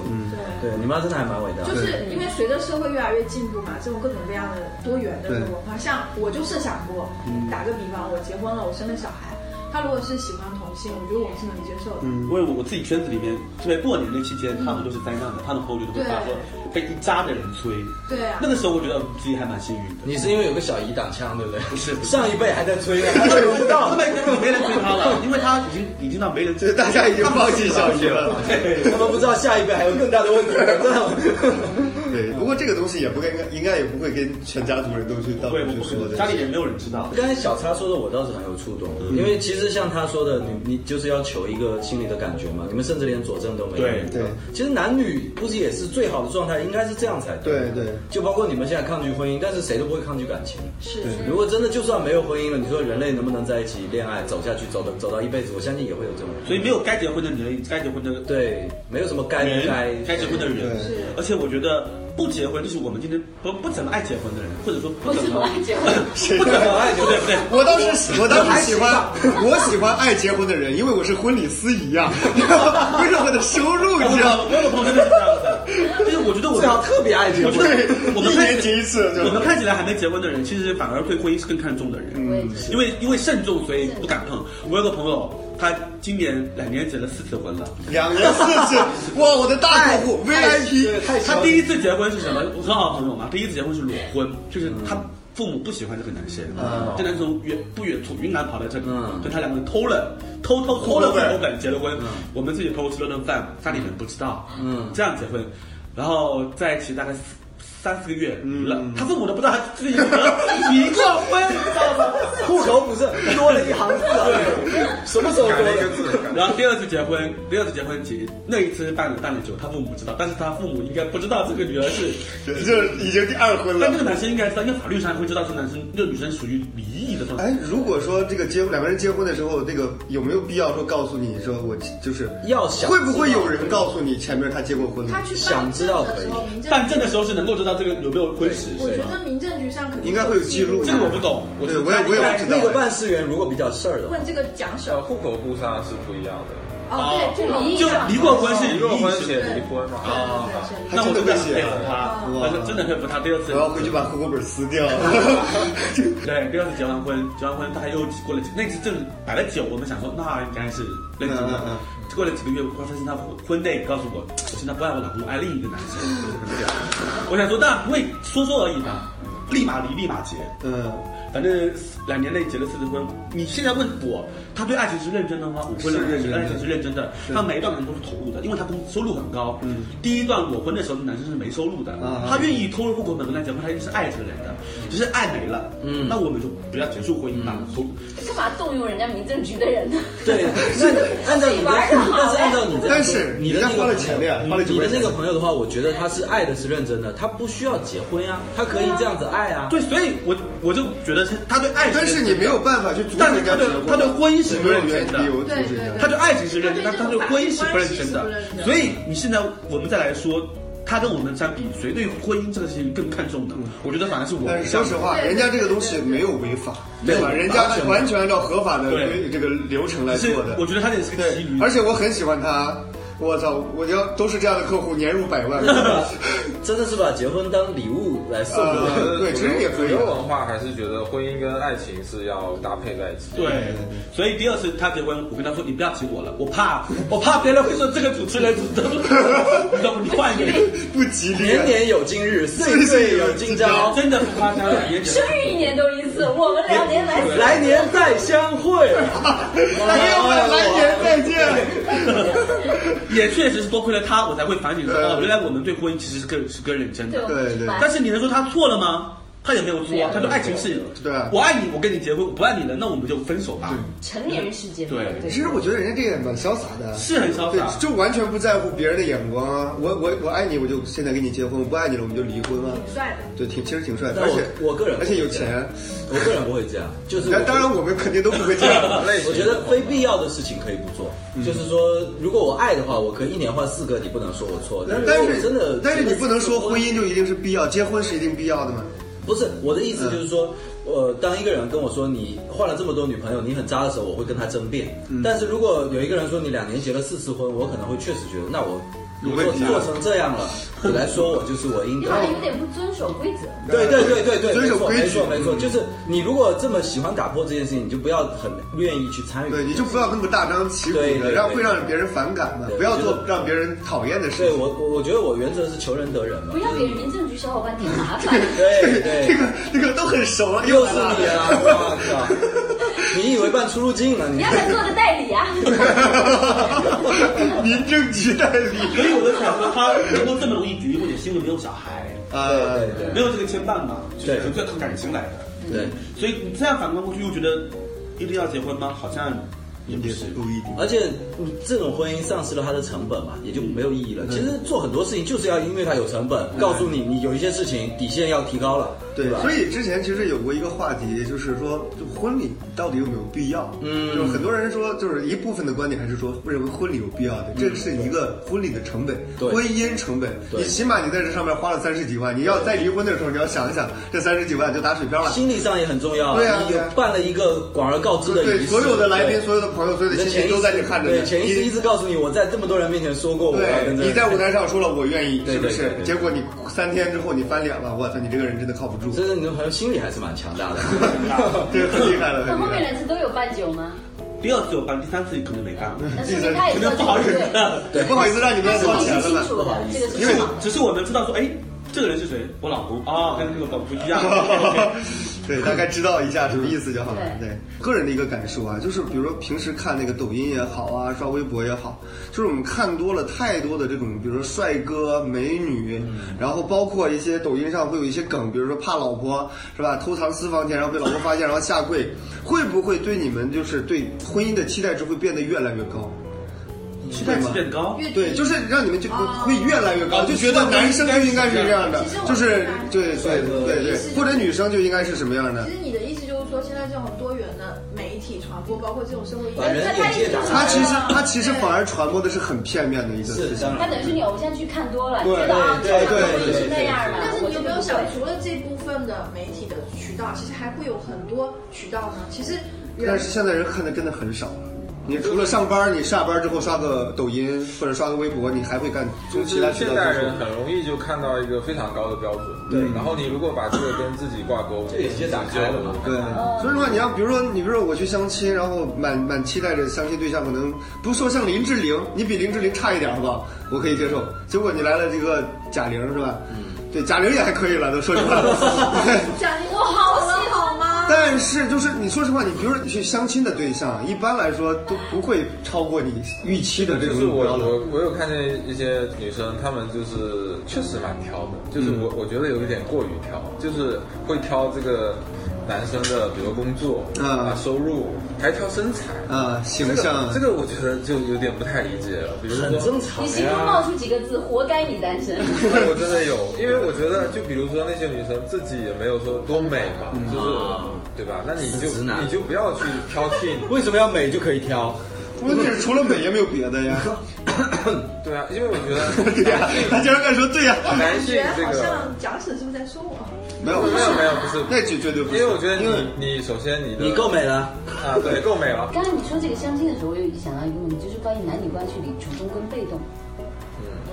[SPEAKER 5] 对，你妈真的还蛮伟大的。
[SPEAKER 4] 就是因为随着社会越来越进步嘛，这种各种各样的多元的
[SPEAKER 3] 对
[SPEAKER 4] 文化，像我就设想过，打个比方，我结婚了，我生了小孩，他如果是喜欢同性，我觉得我是能接受的。
[SPEAKER 2] 因为我我自己圈子里面，特别过年那期间，他们都是灾难的，他们朋友就会发说被一扎的人催。
[SPEAKER 4] 对啊
[SPEAKER 2] 那，个时候我觉得自己还蛮幸运的。
[SPEAKER 5] 你是因为有个小姨挡枪，对不对？不
[SPEAKER 2] 是不是
[SPEAKER 5] 上一辈还在催呢，我不知道
[SPEAKER 2] 后。面根本没人追他了，因为他已经已经到没人
[SPEAKER 3] 就
[SPEAKER 2] 追。
[SPEAKER 3] 是大家已经放弃小学了。
[SPEAKER 5] 他们不知道下一辈还有更大的问题，真的。
[SPEAKER 3] 对，不过这个东西也不该，应该也不会跟全家族人都去到处
[SPEAKER 2] 对，我
[SPEAKER 3] 去
[SPEAKER 2] 不
[SPEAKER 3] 说
[SPEAKER 2] 是
[SPEAKER 3] 的。
[SPEAKER 2] 家里也没有人知道。
[SPEAKER 5] 刚才小叉说的，我倒是很有触动，
[SPEAKER 2] 嗯
[SPEAKER 5] 因为其实像他说的，你你就是要求一个心里的感觉嘛，你们甚至连佐证都没有。
[SPEAKER 2] 对
[SPEAKER 3] 对，
[SPEAKER 5] 其实男女不是也是最好的状态，应该是这样才
[SPEAKER 3] 对对
[SPEAKER 5] 就包括你们现在抗拒婚姻，但是谁都不会抗拒感情。
[SPEAKER 4] 是
[SPEAKER 5] 如果真的就算没有婚姻了，你说人类能不能在一起恋爱走下去，走到走到一辈子，我相信也会有这种人。
[SPEAKER 2] 所以没有该结婚的人，该结婚的
[SPEAKER 5] 对，没有什么该不该
[SPEAKER 2] 人，该结婚的人
[SPEAKER 3] 对，
[SPEAKER 2] 而且我觉得不结婚就是我们今天不不怎么爱结婚的人，或者说不
[SPEAKER 1] 不
[SPEAKER 2] 怎
[SPEAKER 1] 是不
[SPEAKER 2] 么
[SPEAKER 1] 爱结婚，
[SPEAKER 2] 不怎么爱结婚，对不对？
[SPEAKER 3] 我倒是我倒是喜欢， 我喜欢爱结婚的人，因为我是婚礼司仪 啊，不是我的收入，
[SPEAKER 2] 我
[SPEAKER 3] 你知道吗？
[SPEAKER 2] 我有个朋友真的是这样子，就是我觉得我
[SPEAKER 5] 最好特别爱结
[SPEAKER 2] 我
[SPEAKER 5] 婚
[SPEAKER 2] 觉。得我们
[SPEAKER 3] 一
[SPEAKER 2] 看
[SPEAKER 3] 年
[SPEAKER 2] 起来
[SPEAKER 3] 结一次，就
[SPEAKER 2] 我们看起来还没结婚的人，其实反而对婚姻是更看重的人。
[SPEAKER 1] 我也是
[SPEAKER 2] 因为因为慎重，所以不敢碰。我有个朋友，他今年两年结了四次婚了。
[SPEAKER 3] 两年四次，哇，我的大客 户 VIP，
[SPEAKER 5] 太
[SPEAKER 2] 他第一次结婚是什么？我很好的朋友嘛，第一次结婚是裸婚，就是他父母不喜欢这个男生，这男生从云不远从云南跑来这里
[SPEAKER 5] 嗯，
[SPEAKER 2] 跟他两个人偷了，偷偷偷了户口本结了婚。我们自己朋友吃了顿饭，家里人不知道，
[SPEAKER 5] 嗯
[SPEAKER 2] 这样结婚，然后在一起大概四三四个月离了，他父母都不知道他这个已经离过婚，你知道吗？
[SPEAKER 5] 户口不是多了一行字啊？什么时候多
[SPEAKER 7] 改了一个
[SPEAKER 5] 了？
[SPEAKER 7] 字，
[SPEAKER 2] 然后第二次结婚，第二次结婚结那一次是办了办理酒，他父母知道，但是他父母应该不知道这个女儿是，
[SPEAKER 3] 这已经第二婚
[SPEAKER 2] 但这
[SPEAKER 3] 了。
[SPEAKER 2] 个男生应该知道，因为法律上会知道这个男生这个女生属于离异的状态。
[SPEAKER 3] 哎，如果说这个结两个人结婚的时候，那个有没有必要说告诉你说我就是
[SPEAKER 5] 要想
[SPEAKER 3] 会不会有人告诉你前面他结过婚
[SPEAKER 4] 他
[SPEAKER 3] 了？
[SPEAKER 4] 去
[SPEAKER 5] 想
[SPEAKER 4] 办
[SPEAKER 5] 知
[SPEAKER 4] 证
[SPEAKER 5] 道
[SPEAKER 4] 的时候，民政
[SPEAKER 2] 办证的时候是能够知道这个有没有婚史，
[SPEAKER 4] 我觉得民政局上肯定
[SPEAKER 3] 应该会有记录
[SPEAKER 2] 这个我不懂，我
[SPEAKER 3] 对，我也我也不知道哎
[SPEAKER 5] 那。个办事员如果比较事儿的话，
[SPEAKER 4] 问这个讲什
[SPEAKER 7] 呃，
[SPEAKER 4] 么？
[SPEAKER 7] 户口簿上是不一样的，
[SPEAKER 4] 哦，对，这个
[SPEAKER 2] 就哦离过婚是
[SPEAKER 7] 离
[SPEAKER 2] 过
[SPEAKER 7] 过婚
[SPEAKER 2] 婚
[SPEAKER 7] 写离婚嘛。
[SPEAKER 4] 啊，
[SPEAKER 2] 那我就会很佩服他，
[SPEAKER 3] 哇
[SPEAKER 2] 我是真的佩服他。第二次
[SPEAKER 3] 我要回去把户口本撕掉。
[SPEAKER 2] 对，第二次结完婚，结完婚他又过了几，那次正摆了酒，我们想说那应该是认真的
[SPEAKER 3] 嗯嗯嗯。
[SPEAKER 2] 过了几个月，我发现他婚内告诉我，我现在不爱我老公，爱另一个男生。我哎想说，那不会说说而已吧，立马离，立马结。
[SPEAKER 3] 嗯，
[SPEAKER 2] 反正两年内结了四次婚，你现在问我，他对爱情是认真的吗？我婚
[SPEAKER 3] 是
[SPEAKER 2] 认
[SPEAKER 3] 认真的
[SPEAKER 2] 爱情是认真的，他每一段感情都是投入的，因为他工收入很高。嗯，第一段裸婚的时候，男生是没收入的，
[SPEAKER 3] 啊
[SPEAKER 2] 他愿意投入户口本跟他结婚，他一定是爱这个人的，只是爱没了。嗯，那我们就不要结束婚姻吧，
[SPEAKER 3] 嗯
[SPEAKER 2] 投
[SPEAKER 1] 干嘛动用人家民政局的人呢？
[SPEAKER 5] 对， 那按照你的，但是按照你的，
[SPEAKER 3] 但是
[SPEAKER 5] 你的那
[SPEAKER 3] 人家花
[SPEAKER 5] 个
[SPEAKER 3] 了
[SPEAKER 5] 嗯
[SPEAKER 3] 钱的呀花了九
[SPEAKER 5] 你
[SPEAKER 3] 百
[SPEAKER 5] 的那个朋友的话，我觉得他是爱的是认真的，他不需要结婚呀，他可以这样子爱啊。
[SPEAKER 2] 对，所以我我就觉得是他对爱情，
[SPEAKER 3] 但是你没有，办法去阻止人家结婚，
[SPEAKER 2] 但是他对他对婚姻是
[SPEAKER 3] 没
[SPEAKER 2] 没
[SPEAKER 3] 有
[SPEAKER 2] 有
[SPEAKER 3] 原
[SPEAKER 2] 原
[SPEAKER 3] 理
[SPEAKER 2] 理
[SPEAKER 3] 由
[SPEAKER 2] 由
[SPEAKER 3] 阻
[SPEAKER 4] 阻
[SPEAKER 3] 止
[SPEAKER 4] 止
[SPEAKER 3] 人
[SPEAKER 4] 人
[SPEAKER 3] 家
[SPEAKER 4] 家。
[SPEAKER 2] 他对爱情是认真，但他对婚姻是不认真
[SPEAKER 4] 他
[SPEAKER 2] 的
[SPEAKER 4] 对这种法律关系是不认真。的
[SPEAKER 2] 所以你现在我们再来说，他跟我们相比，谁对婚姻这个事情更看重呢？
[SPEAKER 3] 嗯
[SPEAKER 2] 我觉得反而是我。
[SPEAKER 3] 但是说实话，
[SPEAKER 4] 对
[SPEAKER 3] 人家这个东西没有违法，对吧？
[SPEAKER 5] 对
[SPEAKER 3] 人家
[SPEAKER 5] 完全没有
[SPEAKER 3] 完全按照合法的
[SPEAKER 2] 对
[SPEAKER 3] 规这个流程来
[SPEAKER 2] 只是
[SPEAKER 3] 做的。
[SPEAKER 2] 我觉得他也是个
[SPEAKER 3] 对
[SPEAKER 2] 骑驴，，
[SPEAKER 3] 而且我很喜欢他。我操！我要都是这样的客户，年入百万。
[SPEAKER 5] 真的是把结婚当礼物来送的话，
[SPEAKER 3] 呃对，其实也可以
[SPEAKER 7] 主流文化还是觉得婚姻跟爱情是要搭配在一起。
[SPEAKER 2] 对，所以第二次他结婚，我跟他说你不要请我了，我怕，我怕别人会说这个主持人主动，你懂吗？你换一个人，
[SPEAKER 3] 不吉利
[SPEAKER 5] 年
[SPEAKER 3] 啊。
[SPEAKER 5] 年有今日，岁岁有今朝，
[SPEAKER 2] 真的不夸张，也
[SPEAKER 1] 生日一年都一次，我们两年来
[SPEAKER 5] 来年再相 会。
[SPEAKER 3] 来年再来年再见。
[SPEAKER 2] 也确实是多亏了他，我才会反省说，哦，原来我们对婚姻其实是更是更认真的。
[SPEAKER 3] 对对
[SPEAKER 2] 但是你能说他错了吗？他也没有错啊，他说爱情是，
[SPEAKER 3] 对啊
[SPEAKER 2] 我爱你，我跟你结婚，我不爱你了，那我们就分手吧。
[SPEAKER 1] 成年人世界，
[SPEAKER 2] 对
[SPEAKER 3] 其实我觉得人家这点蛮潇洒的，
[SPEAKER 2] 是很潇洒
[SPEAKER 3] 对，就完全不在乎别人的眼光啊。我我我爱你，我就现在跟你结婚；我不爱你了，我们就离婚啊。
[SPEAKER 4] 挺帅的。
[SPEAKER 3] 对，挺其实挺帅的，
[SPEAKER 5] 但
[SPEAKER 3] 而
[SPEAKER 5] 我
[SPEAKER 3] 且
[SPEAKER 5] 我个人
[SPEAKER 3] 而且有钱。
[SPEAKER 5] 我个人不会这样，就是我
[SPEAKER 3] 那当 然，我们肯定都不会这样。
[SPEAKER 7] 类型
[SPEAKER 5] 我觉得非必要的事情可以不做，
[SPEAKER 3] 嗯
[SPEAKER 5] 就是说，如果我爱的话，我可以一年换四个，你不能说我错。
[SPEAKER 3] 但
[SPEAKER 5] 如果
[SPEAKER 3] 但
[SPEAKER 5] 我
[SPEAKER 3] 是
[SPEAKER 5] 真的，
[SPEAKER 3] 但是你
[SPEAKER 5] 真的
[SPEAKER 3] 不能说婚姻就一定是必要，结婚是一定必要的嘛？
[SPEAKER 5] 不是我的意
[SPEAKER 3] 嗯
[SPEAKER 5] 思，就是说，呃，当一个人跟我说你换了这么多女朋友，你很渣的时候，我会跟他争辩。
[SPEAKER 3] 嗯
[SPEAKER 5] 但是如果有一个人说你两年结了四次婚，我可能会确实觉得，那我
[SPEAKER 3] 有
[SPEAKER 5] 做
[SPEAKER 3] 问题啊
[SPEAKER 5] 做成这 样了，你来说我就是我应
[SPEAKER 1] 你
[SPEAKER 5] 该
[SPEAKER 1] 好。像有
[SPEAKER 3] 啊
[SPEAKER 1] 点不遵守规则。
[SPEAKER 5] 对对对对对，
[SPEAKER 3] 遵守规矩嗯
[SPEAKER 5] 没错没错，没错就是你如果这么喜欢打破这件事情，你就不要很愿意去参与。
[SPEAKER 3] 对，你就不要那么大张旗鼓
[SPEAKER 5] 对
[SPEAKER 3] 的，
[SPEAKER 5] 对
[SPEAKER 3] 让
[SPEAKER 5] 对
[SPEAKER 3] 会让别人反感嘛，
[SPEAKER 5] 对
[SPEAKER 3] 不要
[SPEAKER 5] 我觉
[SPEAKER 3] 做
[SPEAKER 5] 得
[SPEAKER 3] 让别人讨厌的事
[SPEAKER 5] 对
[SPEAKER 3] 情。
[SPEAKER 5] 我 我我觉得我原则是求人得人嘛
[SPEAKER 1] 不。要给民政局小伙伴添麻烦。
[SPEAKER 5] 对
[SPEAKER 3] 这
[SPEAKER 5] 对，
[SPEAKER 3] 个这个都很熟了，
[SPEAKER 5] 又是你啊！ 我靠， 你以为办出入境了？
[SPEAKER 1] 你
[SPEAKER 5] 你
[SPEAKER 1] 要想做个代理啊，
[SPEAKER 3] 民政局代理
[SPEAKER 2] 所以我就想说，他能够这么容易决定，或者心里没有小孩，
[SPEAKER 3] 啊，
[SPEAKER 5] 对对对
[SPEAKER 2] 没有这个牵绊嘛，就是
[SPEAKER 5] 对
[SPEAKER 2] 纯粹靠感情来的。
[SPEAKER 5] 对。
[SPEAKER 2] 所以你这样反观过去，又觉得一定要结婚吗？好像也不
[SPEAKER 3] 也
[SPEAKER 2] 是
[SPEAKER 3] 是。不一定。
[SPEAKER 5] 而且你这种婚姻丧失了它的成本嘛，也就没有意义
[SPEAKER 3] 嗯
[SPEAKER 5] 了。其实做很多事情就是要因为它有成本，告诉你你有一些事情底线要提高了，
[SPEAKER 3] 对
[SPEAKER 5] 吧？
[SPEAKER 3] 所以之前其实有过一个话题，就是说就婚礼到底有没有必要？嗯，就是很多人说，就是一部分的观点还是说认为婚礼有必要的，这是一个婚礼的成本，
[SPEAKER 5] 嗯对
[SPEAKER 3] 婚姻成本。
[SPEAKER 5] 对
[SPEAKER 3] 你起码你在这上面花了三十几万，你要再离婚的时候，你要想一想，这三十几万就打水漂了。
[SPEAKER 5] 心理上也很重要。
[SPEAKER 3] 对啊
[SPEAKER 5] 你有
[SPEAKER 3] 对啊
[SPEAKER 5] 办了一个广而告之的仪
[SPEAKER 3] 对，
[SPEAKER 5] 式，
[SPEAKER 3] 所有的来宾、
[SPEAKER 5] 对
[SPEAKER 3] 所有的朋友、所有
[SPEAKER 5] 你
[SPEAKER 3] 的
[SPEAKER 5] 的
[SPEAKER 3] 亲
[SPEAKER 5] 潜
[SPEAKER 3] 戚
[SPEAKER 5] 意识
[SPEAKER 3] 都在这看着
[SPEAKER 5] 对
[SPEAKER 3] 呢。
[SPEAKER 5] 潜意识
[SPEAKER 3] 你
[SPEAKER 5] 一直告诉你，我在这么多人面前说过我啊要
[SPEAKER 3] 对
[SPEAKER 5] 跟，这个
[SPEAKER 3] 你在舞台上说了我愿意，
[SPEAKER 5] 对
[SPEAKER 3] 是不
[SPEAKER 5] 对
[SPEAKER 3] 是
[SPEAKER 5] 对？对
[SPEAKER 3] 结果你三天之后你翻脸了，我操，你这个人真的靠不住，
[SPEAKER 5] 真的，你的朋友心理还是蛮强大的。
[SPEAKER 3] 这个很厉害了，
[SPEAKER 1] 那
[SPEAKER 3] 很
[SPEAKER 1] 后
[SPEAKER 3] 厉
[SPEAKER 1] 面
[SPEAKER 3] 害了。
[SPEAKER 1] 两次都有办酒吗？
[SPEAKER 2] 第二次有办，第三次可能没办。
[SPEAKER 1] 那说明他也做
[SPEAKER 2] 不好意思
[SPEAKER 1] 对，
[SPEAKER 3] 对，不好意思让你们
[SPEAKER 1] 他
[SPEAKER 3] 掏
[SPEAKER 1] 心里
[SPEAKER 3] 钱
[SPEAKER 1] 是
[SPEAKER 3] 了嘛
[SPEAKER 1] 清。楚的，这个是
[SPEAKER 2] 因为
[SPEAKER 1] 清楚的
[SPEAKER 2] 只是我们知道说，哎，这个人是谁？我老公啊，跟那个老公不一样。
[SPEAKER 3] 对，大概知道一下什么意思就好了。
[SPEAKER 1] 对
[SPEAKER 3] 对，个人的一个感受啊，就是比如说平时看那个抖音也好啊，刷微博也好，就是我们看多了太多的这种，比如说帅哥美女，然后包括一些抖音上会有一些梗，比如说怕老婆是吧，偷藏私房钱，然后被老婆发现，然后下跪，会不会对你们就是对婚姻的期待值会变得越来越高？
[SPEAKER 2] 期待值变高，
[SPEAKER 4] 越
[SPEAKER 3] 对，就是让你们就不会越来越高，
[SPEAKER 2] 哦
[SPEAKER 3] 就觉得男生就应该是这样的
[SPEAKER 4] 其实，我
[SPEAKER 3] 就是
[SPEAKER 4] 明白
[SPEAKER 3] 对对对对，或者女生就应该是什么样的
[SPEAKER 4] 其。实你的意思就是说，现在这种多元的媒体传播，包括这种社会意
[SPEAKER 5] 把人
[SPEAKER 4] 识，
[SPEAKER 5] 眼界打开
[SPEAKER 3] 他其
[SPEAKER 1] 啊
[SPEAKER 3] 实他其实反而传播的是很片面的一个
[SPEAKER 5] 是
[SPEAKER 3] 思想。
[SPEAKER 5] 当
[SPEAKER 1] 他
[SPEAKER 5] 然
[SPEAKER 1] 等于是你偶像剧看多了，
[SPEAKER 3] 对
[SPEAKER 1] 觉得啊，这
[SPEAKER 5] 对
[SPEAKER 1] 个
[SPEAKER 5] 对
[SPEAKER 1] 东西
[SPEAKER 5] 对
[SPEAKER 1] 是那样的。
[SPEAKER 4] 但是
[SPEAKER 1] 我
[SPEAKER 4] 你
[SPEAKER 1] 就
[SPEAKER 4] 有没有
[SPEAKER 1] 不
[SPEAKER 4] 想
[SPEAKER 1] 会，
[SPEAKER 4] 除了这部分的媒体的渠道，其实还会有很多渠道呢？其实人
[SPEAKER 3] 但是现在人看的真的很少了。你除了上班，你下班之后刷个抖音或者刷个微博，你还会干
[SPEAKER 7] 就
[SPEAKER 3] 从其他
[SPEAKER 7] 是
[SPEAKER 3] 渠道
[SPEAKER 7] 现
[SPEAKER 3] 接
[SPEAKER 7] 代
[SPEAKER 3] 触
[SPEAKER 7] 人很容易就看到一个非常高的标准，对。然后你如果把这个跟自己挂钩，
[SPEAKER 5] 这也直接打开了嘛
[SPEAKER 3] 对，所以说你要比如说你比如说我去相亲，然后满满期待着相亲对象可能不说像林志玲，你比林志玲差一点好不好？我可以接受。结果你来了这个贾玲是吧？嗯，对，贾玲也还可以了，都说实话。
[SPEAKER 4] 讲我好了好吗？
[SPEAKER 3] 但是就是你说实话，你比如说你去相亲的对象，一般来说都不会超过你预期的这
[SPEAKER 7] 就
[SPEAKER 3] 种
[SPEAKER 7] 是
[SPEAKER 3] 目
[SPEAKER 7] 我
[SPEAKER 3] 标的。
[SPEAKER 7] 我我有看见一些女生，她们就是确实蛮挑的，就是
[SPEAKER 3] 嗯
[SPEAKER 7] 我我觉得有一点过于挑，就是会挑这个男生的，比如工作
[SPEAKER 3] 嗯
[SPEAKER 7] 啊收入，还挑身材
[SPEAKER 3] 啊，
[SPEAKER 7] 这
[SPEAKER 3] 形
[SPEAKER 7] 个
[SPEAKER 3] 象
[SPEAKER 7] 这个我觉得就有点不太理解了，比如说
[SPEAKER 5] 很正常
[SPEAKER 1] 你
[SPEAKER 5] 的
[SPEAKER 1] 心中冒
[SPEAKER 3] 啊
[SPEAKER 5] 呀。
[SPEAKER 1] 出几个字，活该你单 身。
[SPEAKER 7] 我真的有，因为我觉得，就比如说那些女生自己也没有说多美嘛，就是对吧？那你就
[SPEAKER 5] 嗯直男
[SPEAKER 7] 你就不要去挑 剔，
[SPEAKER 5] 为什么要美就可以挑？
[SPEAKER 3] 问题是除了美也没有别的呀。
[SPEAKER 7] 对啊，因为我觉
[SPEAKER 3] 对
[SPEAKER 7] 得
[SPEAKER 5] 啊
[SPEAKER 3] 呀、他竟然敢说对呀、
[SPEAKER 7] 男
[SPEAKER 4] 感
[SPEAKER 7] 性
[SPEAKER 4] 觉
[SPEAKER 7] 这
[SPEAKER 4] 好
[SPEAKER 7] 个
[SPEAKER 4] 像蒋婶是不是在说我？啊
[SPEAKER 3] 没有
[SPEAKER 7] 没有没有不是，
[SPEAKER 3] 那就绝对不
[SPEAKER 7] 因
[SPEAKER 3] 是，
[SPEAKER 7] 为我觉得
[SPEAKER 3] 因为
[SPEAKER 7] 你你首先你的
[SPEAKER 5] 你够美了，
[SPEAKER 7] 啊，对，够美了，
[SPEAKER 1] 刚才你说这个相亲的时候，我有想到一个问题，就是关于男女关系里主动跟被动，
[SPEAKER 3] 嗯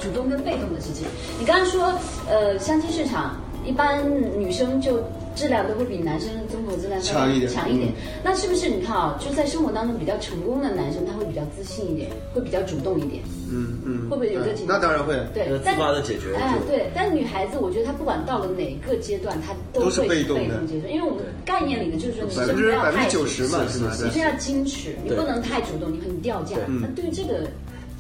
[SPEAKER 1] 主动跟被动的事情。你刚刚说，呃，相亲市场一般女生就质量都会比男生综合质量稍微
[SPEAKER 3] 强一点
[SPEAKER 1] 强一点
[SPEAKER 3] 嗯。
[SPEAKER 1] 那是不是你看啊，就在生活当中比较成功的男生，他会比较自信一点，会比较主动一点，
[SPEAKER 3] 嗯嗯，
[SPEAKER 1] 会不会有这
[SPEAKER 3] 对
[SPEAKER 1] 情
[SPEAKER 3] 那
[SPEAKER 1] 况
[SPEAKER 3] 当然会，
[SPEAKER 1] 对
[SPEAKER 5] 要，
[SPEAKER 1] 但
[SPEAKER 5] 自发地解决
[SPEAKER 1] 哎
[SPEAKER 5] 就，
[SPEAKER 1] 对，但女孩子，我觉得她不管到了哪个阶段，她都
[SPEAKER 3] 都
[SPEAKER 1] 会
[SPEAKER 3] 是被动的
[SPEAKER 1] 接受，因为我们概念里的就是说，你
[SPEAKER 3] 百
[SPEAKER 1] 是
[SPEAKER 3] 分
[SPEAKER 1] 不
[SPEAKER 3] 之
[SPEAKER 1] 要
[SPEAKER 3] 百分
[SPEAKER 1] 太
[SPEAKER 3] 之九十嘛，是吧？
[SPEAKER 1] 你是
[SPEAKER 3] 对。
[SPEAKER 1] 要矜持，你不能太主动，你很掉价。那对于这个，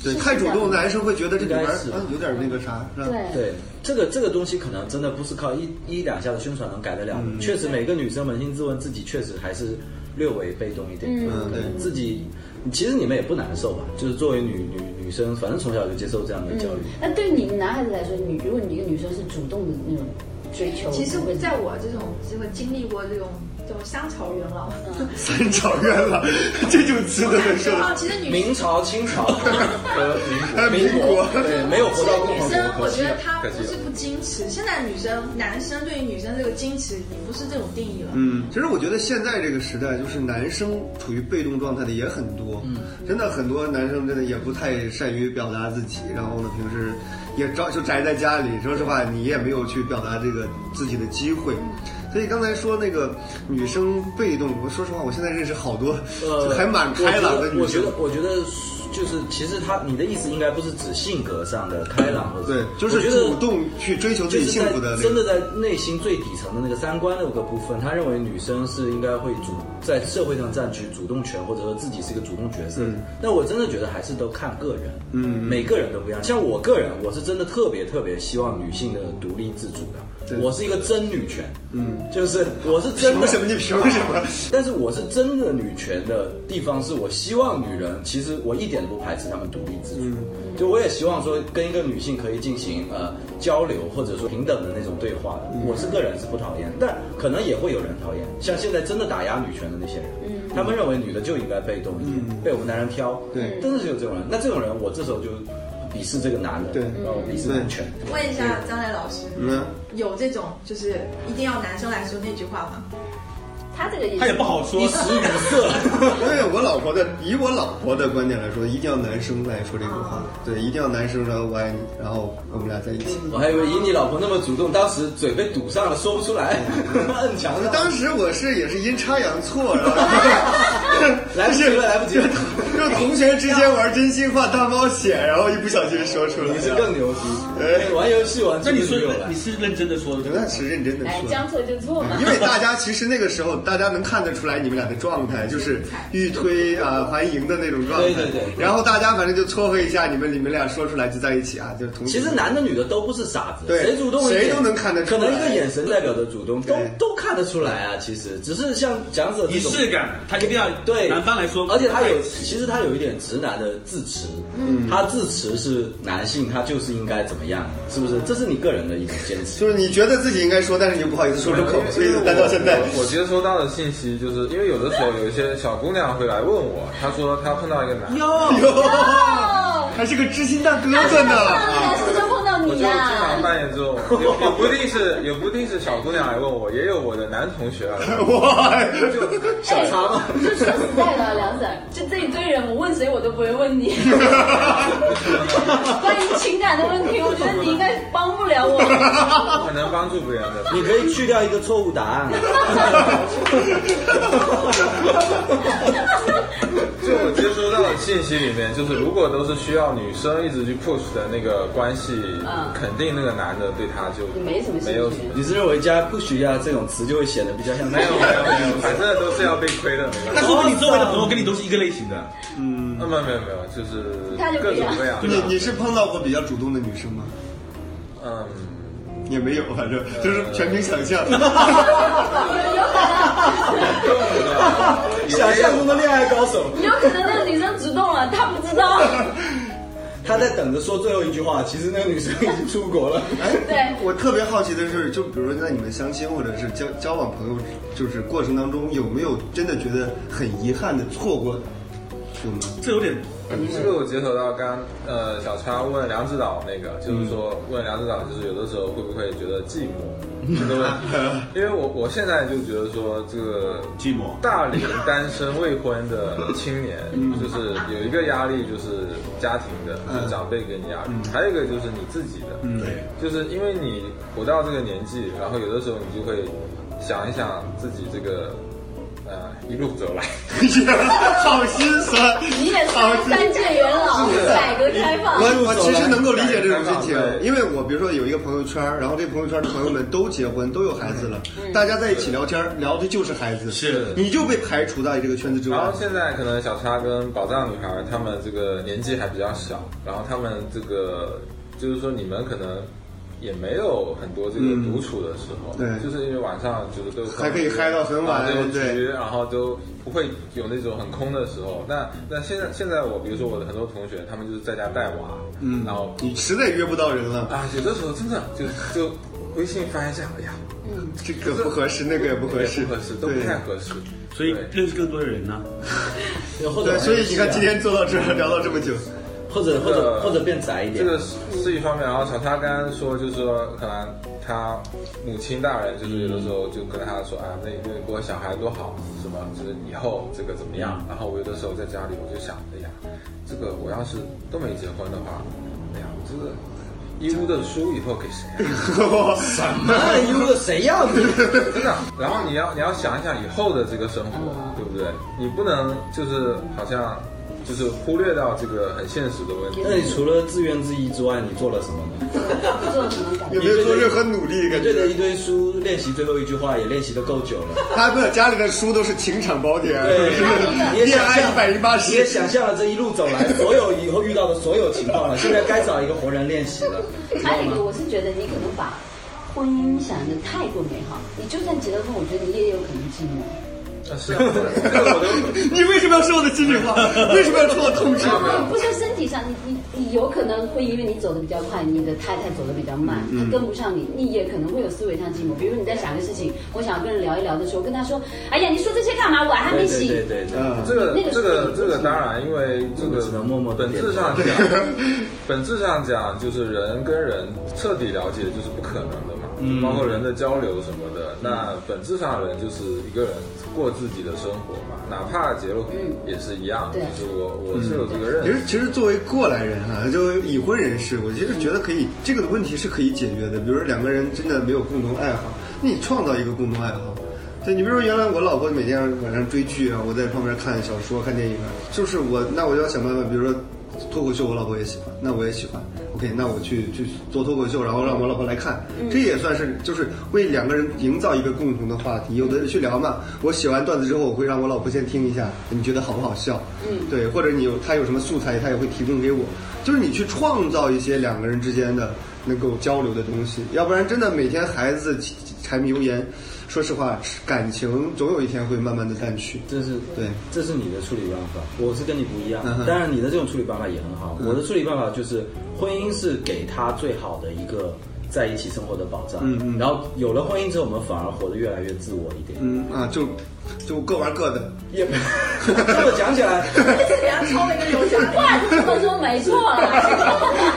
[SPEAKER 3] 对，
[SPEAKER 1] 是
[SPEAKER 3] 太主动，男生会觉得这女孩
[SPEAKER 5] 应该
[SPEAKER 3] 儿
[SPEAKER 5] 是
[SPEAKER 3] 啊有点那个啥，是吧？
[SPEAKER 1] 对
[SPEAKER 5] 对这个这个东西，可能真的不是靠一一两下的宣传能改得了的。
[SPEAKER 3] 嗯
[SPEAKER 5] 确实，每个女生扪心自问，自己确实还是略为被动一点。
[SPEAKER 3] 嗯对
[SPEAKER 5] 自己其实你们也不难受吧？就是作为女女女生，反正从小就接受这样的教育。
[SPEAKER 1] 嗯那对于你们男孩子来说，你如果你一个女生是主动的那种追求，
[SPEAKER 4] 其实
[SPEAKER 1] 会，
[SPEAKER 4] 在我这种这个经历过这种这种香草啊元老，
[SPEAKER 1] 嗯
[SPEAKER 3] 三角恋了， 这种词都 能说
[SPEAKER 4] 啊，
[SPEAKER 3] 的。
[SPEAKER 4] 其实女
[SPEAKER 5] 明朝、清朝和
[SPEAKER 3] 哎
[SPEAKER 5] 民
[SPEAKER 3] 民国
[SPEAKER 5] 对，没有
[SPEAKER 4] 其
[SPEAKER 5] 活
[SPEAKER 4] 实
[SPEAKER 5] 到共
[SPEAKER 4] 女
[SPEAKER 5] 和
[SPEAKER 4] 生，
[SPEAKER 5] 国，
[SPEAKER 4] 我
[SPEAKER 5] 可惜
[SPEAKER 4] 觉
[SPEAKER 5] 了
[SPEAKER 4] 得她
[SPEAKER 7] 可
[SPEAKER 4] 不
[SPEAKER 7] 惜
[SPEAKER 4] 是不矜持。现在女生，男生对于女生这个矜持，已经不是这种定义了。
[SPEAKER 3] 嗯，其实我觉得现在这个时代，就是男生处于被动状态的也很多，嗯，真的很多男生真的也不太善于表达自己，然后呢，平时也招就宅在家里，说实话，你也没有去表达这个自己的机会。
[SPEAKER 5] 嗯
[SPEAKER 3] 所以刚才说那个女生被动，我说实话，我现在认识好多，
[SPEAKER 5] 呃，
[SPEAKER 3] 还蛮开朗的女
[SPEAKER 5] 我觉
[SPEAKER 3] 生
[SPEAKER 5] 得，。我觉得，我觉得就是其实他你的意思应该不是指性格上的开朗，或者
[SPEAKER 3] 对，就
[SPEAKER 5] 我
[SPEAKER 3] 是
[SPEAKER 5] 觉得
[SPEAKER 3] 主动去追求自
[SPEAKER 5] 就
[SPEAKER 3] 己
[SPEAKER 5] 是
[SPEAKER 3] 幸
[SPEAKER 5] 在
[SPEAKER 3] 福的那
[SPEAKER 5] 真
[SPEAKER 3] 个。
[SPEAKER 5] 的在内心最底层的那个三观的那个部分，他认为女生是应该会主在社会上占据主动权，或者说自己是一个主动角色。
[SPEAKER 3] 嗯
[SPEAKER 5] 但我真的觉得还是都看个人，嗯，每个人都不一样。像我个人，我是真的特别特别希望女性的独立自主的，我是一个真女权，嗯， 就是我是真
[SPEAKER 3] 凭
[SPEAKER 5] 的
[SPEAKER 3] 什么？你凭什么？
[SPEAKER 5] 但是我是真的女权的地方，是我希望女人，其实我一点都不排斥她们独立自主，就我也希望说跟一个女性可以进行呃交流，或者说平等的那种对话的。我是个人是不讨厌，但可能也会有人讨厌，像现在真的打压女权的那些人，
[SPEAKER 3] 嗯
[SPEAKER 5] 他们认为女的就应该被动一点，被我们男人挑，
[SPEAKER 3] 对
[SPEAKER 5] 真的是有这种人。那这种人，我这时候就鄙视这个男人，
[SPEAKER 3] 对
[SPEAKER 5] 那我鄙视男权。
[SPEAKER 4] 问一下张磊老师，
[SPEAKER 3] 嗯，
[SPEAKER 4] 有这种就是一定要男生来说那句话吗？
[SPEAKER 1] 他这个也
[SPEAKER 2] 他也不好说
[SPEAKER 5] 一。时语塞，
[SPEAKER 3] 因为我老婆的，以我老婆的观点来说，一定要男生来说这个话，对，一定要男生说我爱你，然后我们俩在一起。
[SPEAKER 5] 我还以为以你老婆那么主动，当时嘴被堵
[SPEAKER 7] 嗯
[SPEAKER 5] 上了，说不出来，摁墙上。
[SPEAKER 3] 当时我是也是阴差阳错，然后
[SPEAKER 5] 来不及了，来不及了。
[SPEAKER 3] 就是同学之间玩真心话大冒险，然后一不小心说出来
[SPEAKER 5] 你是更
[SPEAKER 3] 了。
[SPEAKER 5] 牛逼，
[SPEAKER 7] 哎
[SPEAKER 5] 玩游戏玩
[SPEAKER 2] 那
[SPEAKER 5] 这
[SPEAKER 2] 你
[SPEAKER 5] 么
[SPEAKER 2] 说
[SPEAKER 5] 久了
[SPEAKER 2] 你。是认真的说的，
[SPEAKER 3] 那是认真的
[SPEAKER 1] 哎，
[SPEAKER 3] 说。
[SPEAKER 1] 将错就错嘛
[SPEAKER 3] 因。为大家其实那个时候，大家能看得出来你们俩的状态，就是欲推啊还迎的那种状态。
[SPEAKER 5] 对对对
[SPEAKER 3] 然后大家反正就撮合一下，你们你们俩说出来就在一起啊，就同
[SPEAKER 5] 其实男的女的都不是傻子，
[SPEAKER 3] 对
[SPEAKER 5] 谁主动一点
[SPEAKER 3] 谁都能看得出来
[SPEAKER 5] 可能一个眼神代表着主动，都
[SPEAKER 3] 对
[SPEAKER 5] 都看得出来啊。其实只是像讲者
[SPEAKER 2] 仪
[SPEAKER 5] 这种
[SPEAKER 2] 式感，他一定要
[SPEAKER 5] 对
[SPEAKER 2] 男方来说，
[SPEAKER 5] 而且他有，其实他有一点直男的自持，嗯，他自持是男性，他就是应该怎么样，是不是？这是你个人的一种坚持。
[SPEAKER 3] 就是你觉得自己应该说，但是你又不好意思说出口，所以就单到现在。
[SPEAKER 7] 我接收到的信息就是，因为有的时候有一些小姑娘会来问我，她说她碰到一个男的，
[SPEAKER 3] 哟，
[SPEAKER 1] 哦，
[SPEAKER 3] 还是个知心大哥哥呢。
[SPEAKER 1] 啊，是不是碰到
[SPEAKER 7] 我就
[SPEAKER 1] 你哎
[SPEAKER 7] 经常
[SPEAKER 1] 啦？
[SPEAKER 7] 扮演这种，也也不一定是也不一定是小姑娘来问我，也有我的男同学来啊问我。
[SPEAKER 3] 哇，
[SPEAKER 1] 小常，就说实在的，梁 Sir，就这一堆人，我问谁我都不会问 你。关于情感的问题，我觉得你应该帮不了 我。
[SPEAKER 7] 很能帮助别人的。
[SPEAKER 5] 你可以去掉一个错误答案，啊
[SPEAKER 7] 就我接收到的信息里面，就是如果都是需要女生一直去 push 的那个关系，
[SPEAKER 1] 嗯
[SPEAKER 7] 肯定那个男的对她就
[SPEAKER 1] 没什么兴趣
[SPEAKER 7] 没有什么。
[SPEAKER 5] 你是认为加不许呀这种词就会显得比较像
[SPEAKER 7] 没有没有没有，反正都是要被亏的，没关
[SPEAKER 2] 那
[SPEAKER 7] 系。
[SPEAKER 2] 说明你周围的朋友跟你都是一个类型的，
[SPEAKER 7] 那没有没有没有，就是
[SPEAKER 1] 他就不
[SPEAKER 7] 各
[SPEAKER 1] 一
[SPEAKER 7] 种
[SPEAKER 1] 样
[SPEAKER 7] 各样的。
[SPEAKER 3] 你你是碰到过比较主动的女生吗？
[SPEAKER 7] 嗯，
[SPEAKER 3] 也没有，反正就是全凭想象。
[SPEAKER 5] 想象中的恋爱高手，
[SPEAKER 1] 有可能那个女生主动了，她不知 道。
[SPEAKER 5] 他在等着说最后一句话，其实那个女生已经出国了。
[SPEAKER 1] 对，
[SPEAKER 3] 哎我特别好奇的是，就比如说在你们相亲或者是交交往朋友就是过程当中，有没有真的觉得很遗憾的错过的？有吗？
[SPEAKER 2] 这有点
[SPEAKER 7] 这个我接头到刚呃小川问梁指导那个，就是说问梁指导，就是有的时候会不会觉得寂寞这个问题，因为我我现在就觉得说这个
[SPEAKER 2] 寂寞。
[SPEAKER 7] 大龄单身未婚的青年，就是有一个压力就是家庭的，就是长辈给你压力，还有一个就是你自己的，
[SPEAKER 3] 嗯
[SPEAKER 2] 对，
[SPEAKER 7] 就是因为你活到这个年纪，然后有的时候你就会想一想自己这个呃一路走来。
[SPEAKER 3] 好 心酸。
[SPEAKER 1] 你也是三届元老，改革开放。
[SPEAKER 3] 我我其实能够理解这种心
[SPEAKER 7] 改革开
[SPEAKER 3] 情，
[SPEAKER 7] 放
[SPEAKER 3] 因为我比如说有一个朋友圈，然后这朋友圈的朋友们都结婚，都有孩子了，
[SPEAKER 7] 嗯
[SPEAKER 3] 大家在一起聊天聊的就是孩子，
[SPEAKER 2] 是
[SPEAKER 3] 你就被排除在这个圈子之
[SPEAKER 7] 然
[SPEAKER 3] 外
[SPEAKER 7] 后。现在可能小叉跟宝藏女孩她们这个年纪还比较小，然后她们这个就是说你们可能也没有很多这个独处的时候，
[SPEAKER 3] 对
[SPEAKER 7] 就是因为晚上就是都
[SPEAKER 3] 还可以嗨到很晚
[SPEAKER 7] 然后都有
[SPEAKER 3] 对
[SPEAKER 7] 局，然后都不会有那种很空的时候。那那现在现在我比如说我的很多同学，他们就是在家带娃，嗯，然后
[SPEAKER 3] 你实在约不到人了，
[SPEAKER 7] 啊有的时候真的就就微信翻一下，哎呀，
[SPEAKER 3] 这个不合适，那个也不合适，
[SPEAKER 7] 也不合适，都不
[SPEAKER 3] 对
[SPEAKER 7] 太合适，
[SPEAKER 2] 所以
[SPEAKER 7] 对
[SPEAKER 2] 认识更多的人呢，
[SPEAKER 5] 或者啊
[SPEAKER 3] 对，所以你看今天坐到这儿聊到这么久，
[SPEAKER 5] 或者或者或者变窄一点，
[SPEAKER 7] 这个是是一方面，然后小叉刚刚说啊就是说，可能他母亲大人就是有的时候就跟他说，啊，那那给我小孩多好，什么就是以后这个怎么样？然后我有的时候在家里我就想，哎呀，这个我要是都没结婚的话，哎呀，我这个一屋的书以后给谁、啊？
[SPEAKER 5] 那一个谁要你？
[SPEAKER 7] 真的。啊然后你要你要想一想以后的这个生活，对不对？你不能就是好像就是忽略到这个很现实的问题。
[SPEAKER 5] 那你除了自怨自艾之外，你做了什么呢？
[SPEAKER 1] 做什么改革？
[SPEAKER 3] 有没有做任何努力？
[SPEAKER 5] 你
[SPEAKER 3] 感
[SPEAKER 5] 对着
[SPEAKER 3] 觉
[SPEAKER 5] 一堆书练习最后一句话，也练习的够久 了。
[SPEAKER 3] 他不，家里的书都是情场宝典，
[SPEAKER 5] 你也
[SPEAKER 3] 恋
[SPEAKER 5] 想
[SPEAKER 3] 爱一百零八
[SPEAKER 5] 象，你也
[SPEAKER 3] 十，
[SPEAKER 5] 想象了这一路走来所有以后遇到的所有情况了。现在该找一个活人练习了，知
[SPEAKER 1] 还
[SPEAKER 5] 道
[SPEAKER 1] 有一个，
[SPEAKER 5] 吗？
[SPEAKER 1] 我是觉得你可能把婚姻想的太过美好，你就算结了婚，我觉得你也有可能寂寞。
[SPEAKER 7] 啊 是啊，这个我都。
[SPEAKER 3] 你为什么要说我的心里 话？为什么要说我痛斥？
[SPEAKER 1] 啊不是身体上，你你你有可能会因为你走的比较快，你的太太走的比较慢，
[SPEAKER 5] 嗯
[SPEAKER 1] 她跟不上你，你也可能会有思维上寂寞。比如说你在想一个事情，我想要跟人聊一聊的时候，跟他说，哎呀，你说这些干嘛？碗还没
[SPEAKER 5] 对对
[SPEAKER 1] 洗
[SPEAKER 5] 对。对对。
[SPEAKER 3] 嗯，
[SPEAKER 7] 这个
[SPEAKER 1] 那个是
[SPEAKER 7] 这个
[SPEAKER 1] 你自己
[SPEAKER 7] 这个当然，因为这
[SPEAKER 5] 我
[SPEAKER 7] 个
[SPEAKER 5] 只能默默地
[SPEAKER 7] 本质上讲， 本质上讲就是人跟人彻底了解就是不可能的嘛，
[SPEAKER 5] 嗯
[SPEAKER 7] 包括人的交流什么的。那本质上人就是一个人过自己的生活嘛，哪怕结了婚也是一样。
[SPEAKER 1] 嗯对
[SPEAKER 7] 就是我
[SPEAKER 5] 嗯
[SPEAKER 7] 我是有这个认
[SPEAKER 3] 其
[SPEAKER 7] 识
[SPEAKER 3] 实，。其实作为过来人哈、就已婚人士，我其实觉得可以，这个问题是可以解决的。比如说两个人真的没有共同爱好，那你创造一个共同爱好，对，你比如说原来我老婆每天晚上追剧啊，我在旁边看小说、看电影啊，就是我那我就要想办法，比如说脱口秀，我老婆也喜欢，那我也喜欢，OK，那我去去做脱口秀，然后让我老婆来看，这也算是就是为两个人营造一个共同的话题，有的人去聊嘛。我写完段子之后，我会让我老婆先听一下，你觉得好不好笑？嗯，对，或者你有她有什么素材，她也会提供给我，就是你去创造一些两个人之间的能够交流的东西，要不然真的每天孩子柴米油盐。说实话，感情总有一天会慢慢的淡去。
[SPEAKER 5] 这是
[SPEAKER 3] 对
[SPEAKER 5] 这是你的处理办法，我是跟你不一样
[SPEAKER 3] 嗯。哼嗯
[SPEAKER 5] 当然，你的这种处理办法也很好。我的处理办法就是，婚姻是给他最好的一个在一起生活的保障。
[SPEAKER 3] 嗯嗯
[SPEAKER 5] 然后有了婚姻之后，我们反而活得 越来越自我一点。
[SPEAKER 3] 嗯啊，就就各玩各的。
[SPEAKER 5] 也没这么讲起来，
[SPEAKER 4] 这给他抄了一个刘翔，
[SPEAKER 1] 话这么说没错了，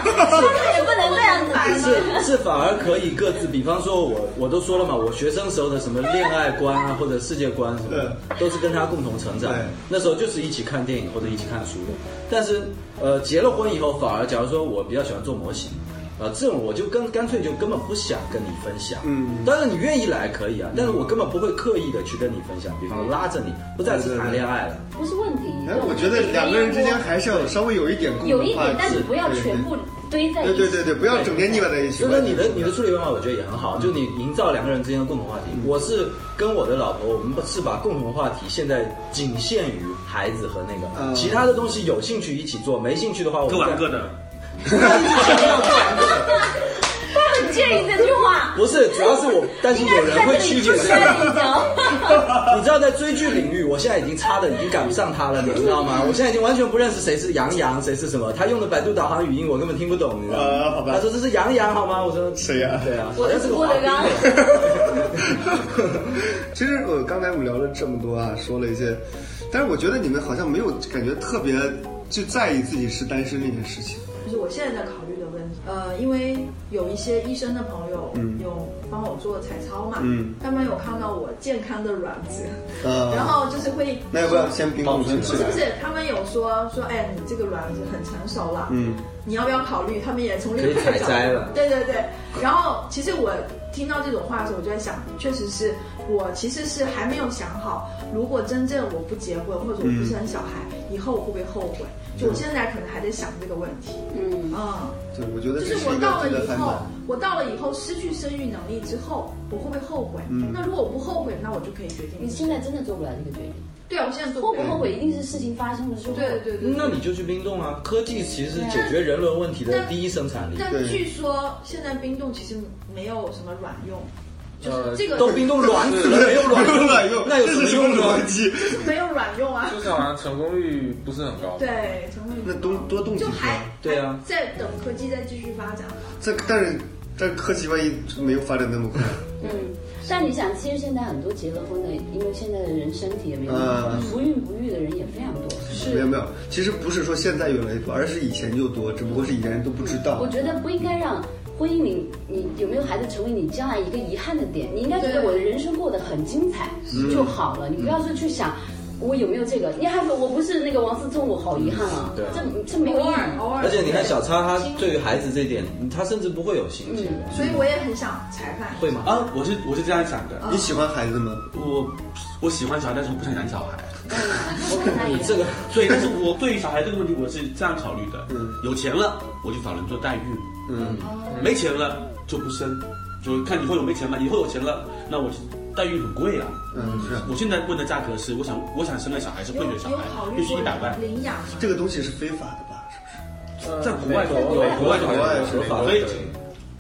[SPEAKER 1] 说他也不能这样子
[SPEAKER 4] 白
[SPEAKER 1] 比
[SPEAKER 4] 了。
[SPEAKER 5] 是 是反而可以各自，比方说我我都说了嘛，我学生时候的什么恋爱观啊，或者世界观什么
[SPEAKER 3] 呃
[SPEAKER 5] 的，都是跟他共同成长
[SPEAKER 3] 嗯对。
[SPEAKER 5] 那时候就是一起看电影或者一起看书的。但是呃，结了婚以后，反而假如说我比较喜欢做模型。啊，这种我就跟干脆就根本不想跟你分享，
[SPEAKER 3] 嗯
[SPEAKER 5] 当然你愿意来可以啊，但是我根本不会刻意的去跟你分享，比方说拉着你不再是谈恋爱了，
[SPEAKER 1] 不是问题。
[SPEAKER 3] 哎，我觉得两个人之间还是要稍微有一点共同
[SPEAKER 1] 有一
[SPEAKER 3] 话
[SPEAKER 1] 点
[SPEAKER 3] 题，
[SPEAKER 1] 但是不要全部堆在一
[SPEAKER 3] 对。
[SPEAKER 1] 起。
[SPEAKER 3] 对对对对，不要整天腻歪在一起。
[SPEAKER 5] 所以说你的 你的处理办法，我觉得也很好，就你营造两个人之间的共同话题。
[SPEAKER 7] 嗯
[SPEAKER 5] 我是跟我的老婆，我们是把共同话题现在仅限于孩子和那
[SPEAKER 3] 嗯
[SPEAKER 7] 呃
[SPEAKER 5] 个，其他的东西有兴趣一起做，没兴趣的话我们
[SPEAKER 2] 各玩各
[SPEAKER 5] 再。
[SPEAKER 2] 的。
[SPEAKER 1] 他很介意这句话，
[SPEAKER 5] 不是，主要是我担心有人会曲解这个。
[SPEAKER 1] 你知道
[SPEAKER 5] 你知道，在追剧领域，我现在已经差的已经赶不上他了，你知道吗？我现在已经完全不认识谁是杨洋谁是什么。他用的百度导航语音我根本听不懂，你知道吗？
[SPEAKER 3] 呃好吧
[SPEAKER 5] 他说这是杨洋好吗？我说
[SPEAKER 3] 谁呀
[SPEAKER 5] 对啊，
[SPEAKER 1] 我
[SPEAKER 5] 好像
[SPEAKER 1] 是
[SPEAKER 5] 是个
[SPEAKER 1] 郭德
[SPEAKER 5] 滑冰
[SPEAKER 1] 纲
[SPEAKER 5] 的
[SPEAKER 3] 其实我刚才我们聊了这么多啊，说了一些，但是我觉得你们好像没有感觉特别去在意自己是单身这件事情。
[SPEAKER 4] 就是我现在在考虑的问题。呃，因为有一些医生的朋友有帮我做彩超嘛，
[SPEAKER 3] 嗯
[SPEAKER 4] 他们有看到我健康的卵子，
[SPEAKER 3] 呃，
[SPEAKER 4] 然后就是会
[SPEAKER 3] 那要不要先冰冻存起
[SPEAKER 4] 不是
[SPEAKER 3] 来
[SPEAKER 4] 不？是，他们有说说，哎，你这个卵子很成熟了，
[SPEAKER 3] 嗯，
[SPEAKER 4] 你要不要考虑？他们也从另
[SPEAKER 5] 可
[SPEAKER 4] 外
[SPEAKER 5] 以采摘了
[SPEAKER 4] 对对对。然后其实我听到这种话的时候，我就在想，确实是我其实是还没有想好，如果真正我不结婚或者我不生小孩，
[SPEAKER 3] 嗯
[SPEAKER 4] 以后我会不会后悔？就我现在可能还在想这个问题，
[SPEAKER 1] 嗯，
[SPEAKER 4] 嗯。
[SPEAKER 3] 对，我觉得
[SPEAKER 4] 就
[SPEAKER 3] 这
[SPEAKER 4] 是
[SPEAKER 3] 是
[SPEAKER 4] 我
[SPEAKER 3] 一
[SPEAKER 4] 到
[SPEAKER 3] 个
[SPEAKER 4] 了
[SPEAKER 3] 值得
[SPEAKER 4] 以
[SPEAKER 3] 烦
[SPEAKER 4] 后
[SPEAKER 3] 恼。，
[SPEAKER 4] 我到了以后失去生育能力之后，我会不会后悔？
[SPEAKER 3] 嗯
[SPEAKER 4] 那如果我不后悔，那我就可以决定
[SPEAKER 1] 你。现在真的做不了这个决定，
[SPEAKER 4] 对啊，我现在做
[SPEAKER 1] 后不
[SPEAKER 4] 了
[SPEAKER 1] 后？悔一定是事情发生了之后。
[SPEAKER 4] 对对对。
[SPEAKER 5] 那你就去冰冻啊！科技其实是解决人伦问题的第一生产力。
[SPEAKER 4] 但
[SPEAKER 3] 对
[SPEAKER 4] 据说现在冰冻其实没有什么卵用，就是
[SPEAKER 7] 呃
[SPEAKER 4] 这个
[SPEAKER 5] 都冰冻卵子 了，没有卵用，
[SPEAKER 3] 卵用，
[SPEAKER 5] 那有
[SPEAKER 3] 哎这
[SPEAKER 5] 什
[SPEAKER 3] 是
[SPEAKER 5] 么
[SPEAKER 3] 什么
[SPEAKER 5] 用呢
[SPEAKER 3] 逻？辑？
[SPEAKER 4] 没有卵用 啊。
[SPEAKER 7] 就是好像成功率不是很高。
[SPEAKER 4] 对，成为
[SPEAKER 3] 那多多动几
[SPEAKER 4] 就还
[SPEAKER 3] 天。
[SPEAKER 5] 对啊
[SPEAKER 4] 还在等科技再继续发展。
[SPEAKER 3] 这但是但是科技万一没有发展那么快，
[SPEAKER 1] 嗯，但你想，其实现在很多结了婚的，因为现在的人身体也没那么好
[SPEAKER 3] 嗯，
[SPEAKER 1] 不孕不育的人也非常多。
[SPEAKER 3] 没有没有，其实不是说现在越来越多，而是以前就多，只不过是以前人都不知道
[SPEAKER 1] 我。觉得不应该让婚姻里你有没有孩子成为你将来一个遗憾的点。你应该觉得
[SPEAKER 4] 对
[SPEAKER 1] 我的人生过得很精彩就好
[SPEAKER 5] 嗯
[SPEAKER 1] 了，你不要说去想我有没有这个。你还说我不是那个王思聪，我好遗憾啊，
[SPEAKER 5] 对啊
[SPEAKER 1] 这这没有意
[SPEAKER 4] 偶尔偶
[SPEAKER 1] 义。
[SPEAKER 4] 尔。
[SPEAKER 5] 而且你看小叉，他对于孩子这一点，他甚至不会有心结的，
[SPEAKER 4] 所以我也很想裁判。
[SPEAKER 5] 会吗？
[SPEAKER 2] 啊，我是我是这样想的，
[SPEAKER 3] 你喜欢孩子吗？
[SPEAKER 2] 我我喜欢小孩，但是我不想养小 孩。
[SPEAKER 1] 嗯我跟他一
[SPEAKER 5] 你
[SPEAKER 1] 样
[SPEAKER 5] 这个
[SPEAKER 2] 对，但是我对于小孩这个问题，我是这样考虑的：
[SPEAKER 3] 嗯
[SPEAKER 2] 有钱了我就找人做代孕，
[SPEAKER 3] 嗯，
[SPEAKER 2] 没钱了就不生，就看以后有没钱嘛。以后有钱了，那我就代孕很贵啊。
[SPEAKER 3] 嗯，是啊
[SPEAKER 2] 我现在问的价格是，我想我想生个小孩是
[SPEAKER 4] 有
[SPEAKER 2] 贵的小
[SPEAKER 4] 有
[SPEAKER 2] 孩
[SPEAKER 4] 考，虑
[SPEAKER 2] 必须
[SPEAKER 4] 过
[SPEAKER 2] 一百万，
[SPEAKER 4] 领养吗？
[SPEAKER 3] 这个东西是非法的吧？是
[SPEAKER 7] 呃
[SPEAKER 2] 在国外
[SPEAKER 5] 有
[SPEAKER 2] 有国外
[SPEAKER 5] 有
[SPEAKER 2] 有
[SPEAKER 5] 国
[SPEAKER 3] 外有
[SPEAKER 5] 合法
[SPEAKER 2] 所以
[SPEAKER 5] 的。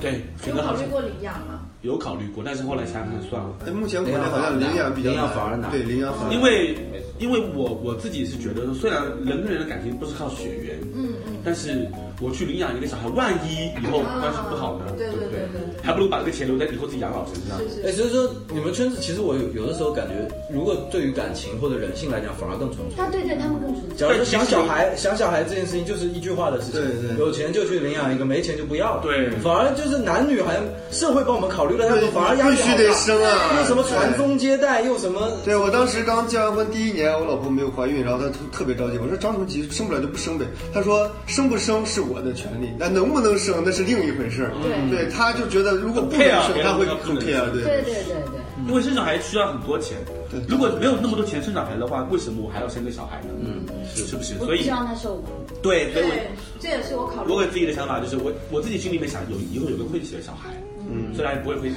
[SPEAKER 2] 对选
[SPEAKER 4] 有
[SPEAKER 2] 择
[SPEAKER 4] 考
[SPEAKER 2] 好
[SPEAKER 4] 虑
[SPEAKER 2] 像
[SPEAKER 4] 过领养吗？
[SPEAKER 2] 有考虑过，但是后来想想算了。
[SPEAKER 3] 不是？哎，目前国内好像领养比较
[SPEAKER 5] 领养反而
[SPEAKER 3] 难，
[SPEAKER 5] 难
[SPEAKER 3] 对，领养反而难
[SPEAKER 2] 因为因为我我自己是觉得，虽然人跟人的感情不是靠血缘，
[SPEAKER 4] 嗯嗯。啊
[SPEAKER 2] 但是我去领养一个小孩，万一以后关系不好呢，
[SPEAKER 4] 对
[SPEAKER 2] 不
[SPEAKER 4] 对对对对
[SPEAKER 2] 还不如把这个钱留在以后自己养老身上。
[SPEAKER 4] 是是
[SPEAKER 5] 哎，所以说你们圈子其实我有有的时候感觉，如果对于感情或者人性来讲，反而更纯粹。
[SPEAKER 1] 他对对他们更纯粹。
[SPEAKER 5] 假如说想小孩，想小孩这件事情就是一句话的事情，
[SPEAKER 3] 对对
[SPEAKER 5] 有钱就去领养一个，没钱就不要了。
[SPEAKER 2] 对
[SPEAKER 5] 反而就是男女好像社会帮我们考虑了太
[SPEAKER 3] 对
[SPEAKER 5] 多，反而压力
[SPEAKER 3] 必须
[SPEAKER 5] 好
[SPEAKER 3] 得
[SPEAKER 5] 大
[SPEAKER 3] 生啊！
[SPEAKER 5] 又什么传宗接代，又什么
[SPEAKER 3] 对？对我当时刚结完婚第一年，我老婆没有怀孕，然后她特特别着急，我说着什么急，生不了就不生呗。她说生不生是我的权利，那能不能生那是另一回事儿。
[SPEAKER 1] 对
[SPEAKER 3] 对，她就觉得如果不能
[SPEAKER 2] care，
[SPEAKER 3] 生，
[SPEAKER 2] 别人
[SPEAKER 3] 她会
[SPEAKER 2] 不能
[SPEAKER 3] 很 care，对
[SPEAKER 1] 对对对对，
[SPEAKER 2] 因为生小孩需要很多钱。如果没有那么多钱生小孩的话，为什么我还要生个小孩呢？嗯，是不是？
[SPEAKER 1] 我
[SPEAKER 2] 所
[SPEAKER 1] 不
[SPEAKER 2] 以
[SPEAKER 1] 知道那时候我
[SPEAKER 2] 对，所以
[SPEAKER 4] 对
[SPEAKER 2] 我，
[SPEAKER 4] 这也是我考虑
[SPEAKER 2] 我给自己的想法就是我我自己心里面想有以后有个会写的小孩，嗯，虽然不会会写。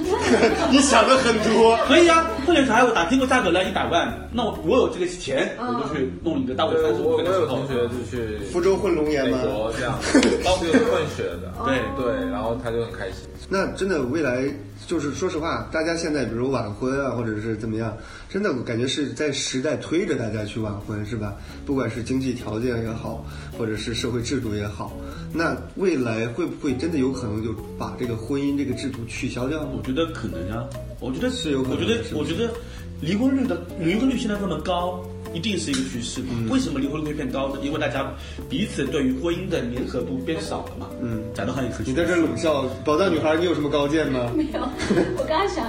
[SPEAKER 3] 你想的很多，
[SPEAKER 2] 可以啊，会写小孩我打听过价格了，一百万，那我我有这个钱，我就去弄一个。大我
[SPEAKER 7] 对
[SPEAKER 2] 三十
[SPEAKER 7] 我
[SPEAKER 2] 五
[SPEAKER 7] 我
[SPEAKER 2] 岁的时
[SPEAKER 7] 有
[SPEAKER 2] 候
[SPEAKER 7] 同，学就去
[SPEAKER 3] 福州混龙岩
[SPEAKER 7] 美
[SPEAKER 3] 吗？
[SPEAKER 7] 国这样，是混血的，
[SPEAKER 2] 对，
[SPEAKER 7] 对，然后他就很开心。
[SPEAKER 3] 那真的未来就是说实话，大家现在比如晚婚啊，或者是怎么样，真的感觉是在时代推着大家去晚婚，是吧？不管是经济条件也好，或者是社会制度也好，那未来会不会真的有可能就把这个婚姻这个制度取消掉呢
[SPEAKER 2] 我？觉得可能啊，我觉得
[SPEAKER 3] 是有可能
[SPEAKER 2] 我觉得
[SPEAKER 3] 是不
[SPEAKER 2] 我
[SPEAKER 3] 是
[SPEAKER 2] 觉得离婚率的离婚率现在这么高，一定是一个趋势。为什么离婚率会变高呢？因为大家彼此对于婚姻的粘合度变少了嘛。嗯，讲的很有科学。
[SPEAKER 3] 你在这冷笑，宝藏女孩，你有什么高见吗？
[SPEAKER 1] 没有，我刚刚想，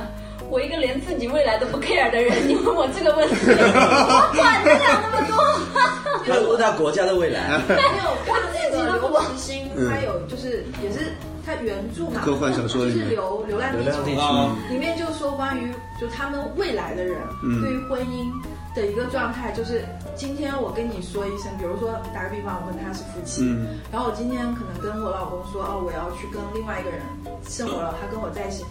[SPEAKER 1] 我一个连自己未来都不 care 的人，你问我这个问题，我管得了那么 多？
[SPEAKER 5] 他问他国家的未
[SPEAKER 3] 嗯
[SPEAKER 5] 来，
[SPEAKER 4] 没有，我自己刘慈欣，他有就是也是他原著嘛，
[SPEAKER 3] 科幻小说
[SPEAKER 4] 就
[SPEAKER 3] 里
[SPEAKER 4] 是
[SPEAKER 3] 面
[SPEAKER 4] 流《流浪地
[SPEAKER 5] 流浪地
[SPEAKER 4] 球
[SPEAKER 5] 球》
[SPEAKER 2] 啊，
[SPEAKER 4] 里面就说关于就他们未来的人
[SPEAKER 3] 嗯
[SPEAKER 4] 对于婚姻的一个状态，就是今天我跟你说一声，比如说打个比方，我跟他是夫妻，
[SPEAKER 3] 嗯
[SPEAKER 4] 然后我今天可能跟我老公说哦，我要去跟另外一个人生活了，他跟我在一起，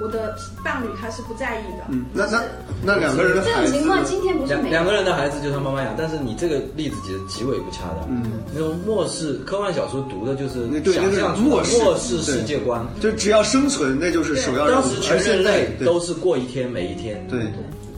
[SPEAKER 4] 我的伴侣他是不在意的，
[SPEAKER 3] 嗯，那那那两个人的
[SPEAKER 1] 这
[SPEAKER 3] 孩
[SPEAKER 1] 种
[SPEAKER 3] 子
[SPEAKER 1] 情况今天不是
[SPEAKER 5] 两
[SPEAKER 1] 没
[SPEAKER 5] 两
[SPEAKER 1] 有。
[SPEAKER 5] 个人的孩子就他妈妈养，但是你这个例子其实极为不恰当。嗯，那种末世科幻小说读的就是
[SPEAKER 3] 那对
[SPEAKER 5] 想
[SPEAKER 3] 那
[SPEAKER 5] 象
[SPEAKER 3] 个
[SPEAKER 5] 出
[SPEAKER 3] 末世
[SPEAKER 5] 末世世界观，
[SPEAKER 3] 就只要生存，那就是首要任务。
[SPEAKER 5] 当时
[SPEAKER 3] 而
[SPEAKER 5] 全
[SPEAKER 3] 现
[SPEAKER 5] 人
[SPEAKER 3] 在
[SPEAKER 5] 类
[SPEAKER 3] 对
[SPEAKER 5] 都是过一天没一天。
[SPEAKER 3] 对。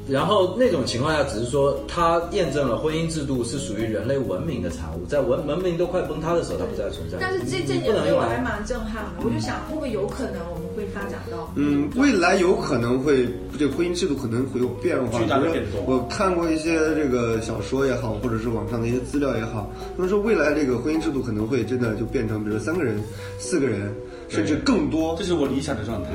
[SPEAKER 5] 然后那种情况下，只是说它验证了婚姻制度是属于人类文明的产物，在文文明都快崩塌的时候，它不再存在。
[SPEAKER 4] 但是这这点
[SPEAKER 5] 你不能
[SPEAKER 4] 对
[SPEAKER 5] 用
[SPEAKER 4] 我还
[SPEAKER 5] 来。
[SPEAKER 4] 蛮震撼的，我就想会不会有可能我们会发展到
[SPEAKER 3] 嗯，未来有可能会这个婚姻制度可能会有变化，
[SPEAKER 2] 巨大的
[SPEAKER 3] 比如说
[SPEAKER 2] 变动
[SPEAKER 3] 我看过一些这个小说也好，或者是网上的一些资料也好，他们说未来这个婚姻制度可能会真的就变成，比如说三个人、四个人，甚至更 多
[SPEAKER 2] 这。是我理想的状态。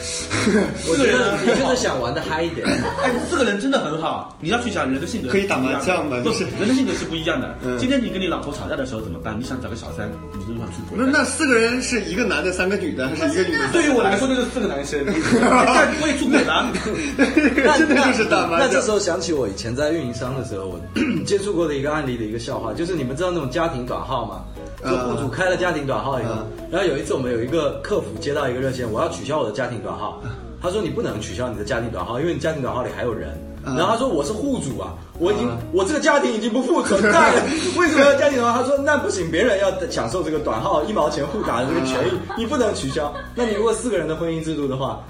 [SPEAKER 2] 四个
[SPEAKER 5] 我觉得你
[SPEAKER 2] 人
[SPEAKER 5] 就是想玩的嗨一点。
[SPEAKER 2] 哎，四个人真的很好。啊你要去想人的性格
[SPEAKER 3] 可以打麻将吗
[SPEAKER 2] 不
[SPEAKER 3] 就是
[SPEAKER 2] 是人的性格是不一样的
[SPEAKER 3] 嗯。
[SPEAKER 2] 今天你跟你老婆吵架的时候怎么办？你想找个小三，你就想出轨。
[SPEAKER 3] 那那四个人是一个男的，三个女的，还是一个女的？
[SPEAKER 2] 对于我来说就是四个男生，但不会出轨了。
[SPEAKER 3] 真的就是打麻
[SPEAKER 5] 那 这
[SPEAKER 3] 将
[SPEAKER 5] 时。候想起我以前在运营商的时候，我 接触过的一个案例的一个笑话，就是你们知道那种家庭短号吗？就
[SPEAKER 3] 嗯
[SPEAKER 5] 雇主开了家庭短号以后，
[SPEAKER 3] 啊
[SPEAKER 5] 然后有一次我们有一个客服接到一个热线，我要取消我的家庭短号，
[SPEAKER 3] 啊
[SPEAKER 5] 他说你不能取消你的家庭短号，因为你家庭短号里还有人。
[SPEAKER 3] 啊
[SPEAKER 5] 然后他说我是户主啊，我已经、我这个家庭已经不复存在了，为什么要家庭短号？他说那不行，别人要享受这个短号一毛钱互打的这个权 益，你不能取消。那你如果四个人的婚姻制度的话，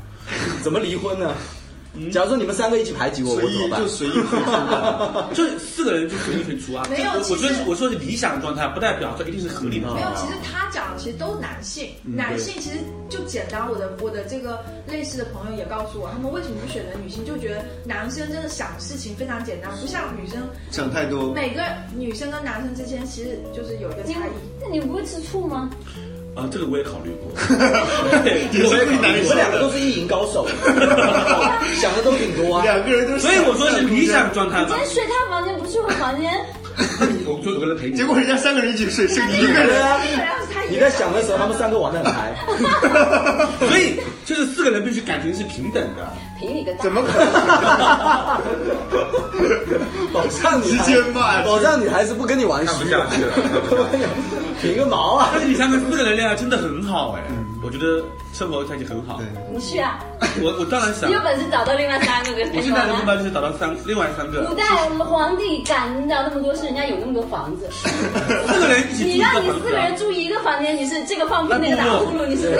[SPEAKER 5] 怎么离婚呢？假如说你们三个一起排挤我，我
[SPEAKER 3] 随
[SPEAKER 5] 怎么
[SPEAKER 3] 意
[SPEAKER 5] 办
[SPEAKER 3] 就？随意可以出的，
[SPEAKER 2] 就是四个人就随意可以出啊。
[SPEAKER 4] 没有
[SPEAKER 2] 我
[SPEAKER 4] 其
[SPEAKER 2] 我
[SPEAKER 4] 实
[SPEAKER 2] 觉得我说的理想状态，不代表说一定是合理的。
[SPEAKER 4] 没有，
[SPEAKER 3] 啊
[SPEAKER 4] 其实他讲的其实都男性，男性其实就简单。我的我的这个类似的朋友也告诉我，他们为什么不选择女性，就觉得男生真的想事情非常简单，不像女生。
[SPEAKER 3] 想太多。
[SPEAKER 4] 每个女生跟男生之间其实就是有一个
[SPEAKER 1] 你
[SPEAKER 4] 差异。
[SPEAKER 1] 那你不会吃醋吗？
[SPEAKER 2] 啊，这个我也考虑过。对
[SPEAKER 3] 也是为难
[SPEAKER 5] 你们两个都是意淫高手，想的都挺多啊。
[SPEAKER 3] 两个人都是
[SPEAKER 2] 所以我说是理想状态
[SPEAKER 1] 你
[SPEAKER 2] 嘛
[SPEAKER 1] 今。天睡他房间，不去我房间，
[SPEAKER 2] 我就为了陪你。
[SPEAKER 3] 结果人家三个人一起睡，是一个
[SPEAKER 5] 对
[SPEAKER 3] 人。
[SPEAKER 5] 啊
[SPEAKER 4] 这个要是他一个
[SPEAKER 5] 你在想的时候，他们三个玩的很嗨。
[SPEAKER 2] 所以就是四个人必须感情是平等的。
[SPEAKER 1] 凭你个大
[SPEAKER 3] 怎么可能？
[SPEAKER 5] 保障女孩
[SPEAKER 3] 直接骂
[SPEAKER 5] 保障女孩子不跟你玩
[SPEAKER 7] 看不
[SPEAKER 5] 虚
[SPEAKER 7] 下
[SPEAKER 5] 的，
[SPEAKER 7] 去了，
[SPEAKER 5] 凭个毛啊！
[SPEAKER 2] 但是你想想，四个人恋爱真的很好哎，我觉得生活在一起很好
[SPEAKER 3] 对。
[SPEAKER 1] 你去啊！
[SPEAKER 2] 我我当然想
[SPEAKER 1] 你，有本事找到另外三个跟
[SPEAKER 2] 我
[SPEAKER 1] 朋
[SPEAKER 2] 现
[SPEAKER 1] 友
[SPEAKER 2] 在的目
[SPEAKER 1] 啊！
[SPEAKER 2] 标就是找到三另外三
[SPEAKER 1] 古
[SPEAKER 2] 个，
[SPEAKER 1] 代皇帝敢领导那么多事，人家有那么多房子，
[SPEAKER 2] 四个人一起住
[SPEAKER 1] 你
[SPEAKER 2] 一个
[SPEAKER 1] 让你
[SPEAKER 2] 房
[SPEAKER 1] 四
[SPEAKER 2] 子
[SPEAKER 1] 个
[SPEAKER 2] 啊
[SPEAKER 1] 人。住一个房间，你是这个放屁那个打呼噜，你是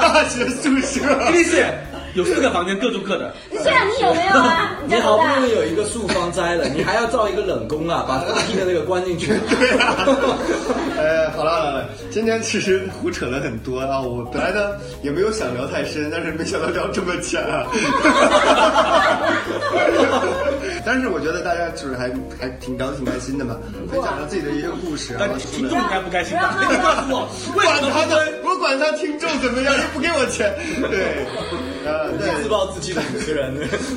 [SPEAKER 3] 大学宿舍
[SPEAKER 2] 一。定是有四个房间各住各的。
[SPEAKER 1] 你虽然你有没有啊？你
[SPEAKER 5] 你
[SPEAKER 1] 家
[SPEAKER 5] 好
[SPEAKER 1] 多
[SPEAKER 5] 不
[SPEAKER 1] 大
[SPEAKER 5] 容？易有一个树方栽了，你还要造一个冷宫啊，把放屁的那个关进去。对
[SPEAKER 3] 呃，好了好了，今天其实胡扯了很多啊，我本来呢也没有想聊太深，但是没想到聊这么浅啊。 但是我觉得大家就是还还挺聊得挺开心的嘛，分享了自己的一些故事啊
[SPEAKER 2] 但。听众应该不开心吧？
[SPEAKER 1] 不要
[SPEAKER 2] 告诉我，为什
[SPEAKER 3] 管
[SPEAKER 2] 么
[SPEAKER 3] 他
[SPEAKER 2] 不
[SPEAKER 3] 的
[SPEAKER 2] 分，
[SPEAKER 3] 我我管他听众怎么样，又不给我钱。对，呃，对，
[SPEAKER 5] 自暴自弃的主持人。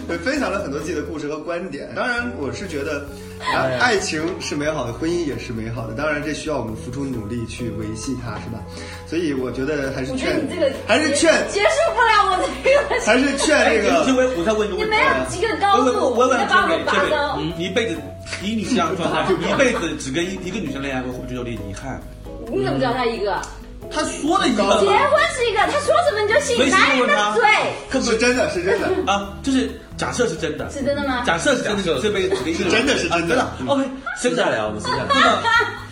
[SPEAKER 3] 对，分享了很多自己的故事和观点。当然，我是觉得，啊，爱情是美好的，婚姻也是美好的。当然，这需要我们付出努力去维系它，是吧？所以我觉得还是
[SPEAKER 1] 我觉得
[SPEAKER 3] 劝
[SPEAKER 1] 你这个，
[SPEAKER 3] 还是劝，
[SPEAKER 1] 结束不了我这个，
[SPEAKER 3] 还是劝这
[SPEAKER 2] 哎，金
[SPEAKER 3] 个。
[SPEAKER 2] 薇，我再问一个
[SPEAKER 1] 你
[SPEAKER 2] 问题啊，
[SPEAKER 1] 没有及格高度
[SPEAKER 2] 我我我问
[SPEAKER 1] 你把我
[SPEAKER 2] 问
[SPEAKER 1] 拔
[SPEAKER 2] 这位，
[SPEAKER 1] 高
[SPEAKER 2] 你一辈子以你这样的状态，一辈子只跟一一个女生恋爱过，会不会觉得有点遗憾？
[SPEAKER 1] 你怎么知道他一个？
[SPEAKER 2] 他说了一个
[SPEAKER 1] 结
[SPEAKER 2] 嘛，
[SPEAKER 1] 婚是一个，他说什么你就信
[SPEAKER 2] 所，以
[SPEAKER 1] 哪
[SPEAKER 2] 是
[SPEAKER 1] 里
[SPEAKER 2] 问
[SPEAKER 1] 那
[SPEAKER 2] 他
[SPEAKER 1] 么嘴？，
[SPEAKER 2] 可不
[SPEAKER 3] 是真的，是真的，
[SPEAKER 2] 啊，就是假设是真的，
[SPEAKER 1] 是真的吗？
[SPEAKER 2] 假设是真的，你这辈子只跟一个人
[SPEAKER 3] 真的是真的
[SPEAKER 2] 啊真的。OK，
[SPEAKER 5] 私
[SPEAKER 2] 生
[SPEAKER 5] 下
[SPEAKER 2] 下来啊
[SPEAKER 5] 聊，我们私下聊。
[SPEAKER 2] 那么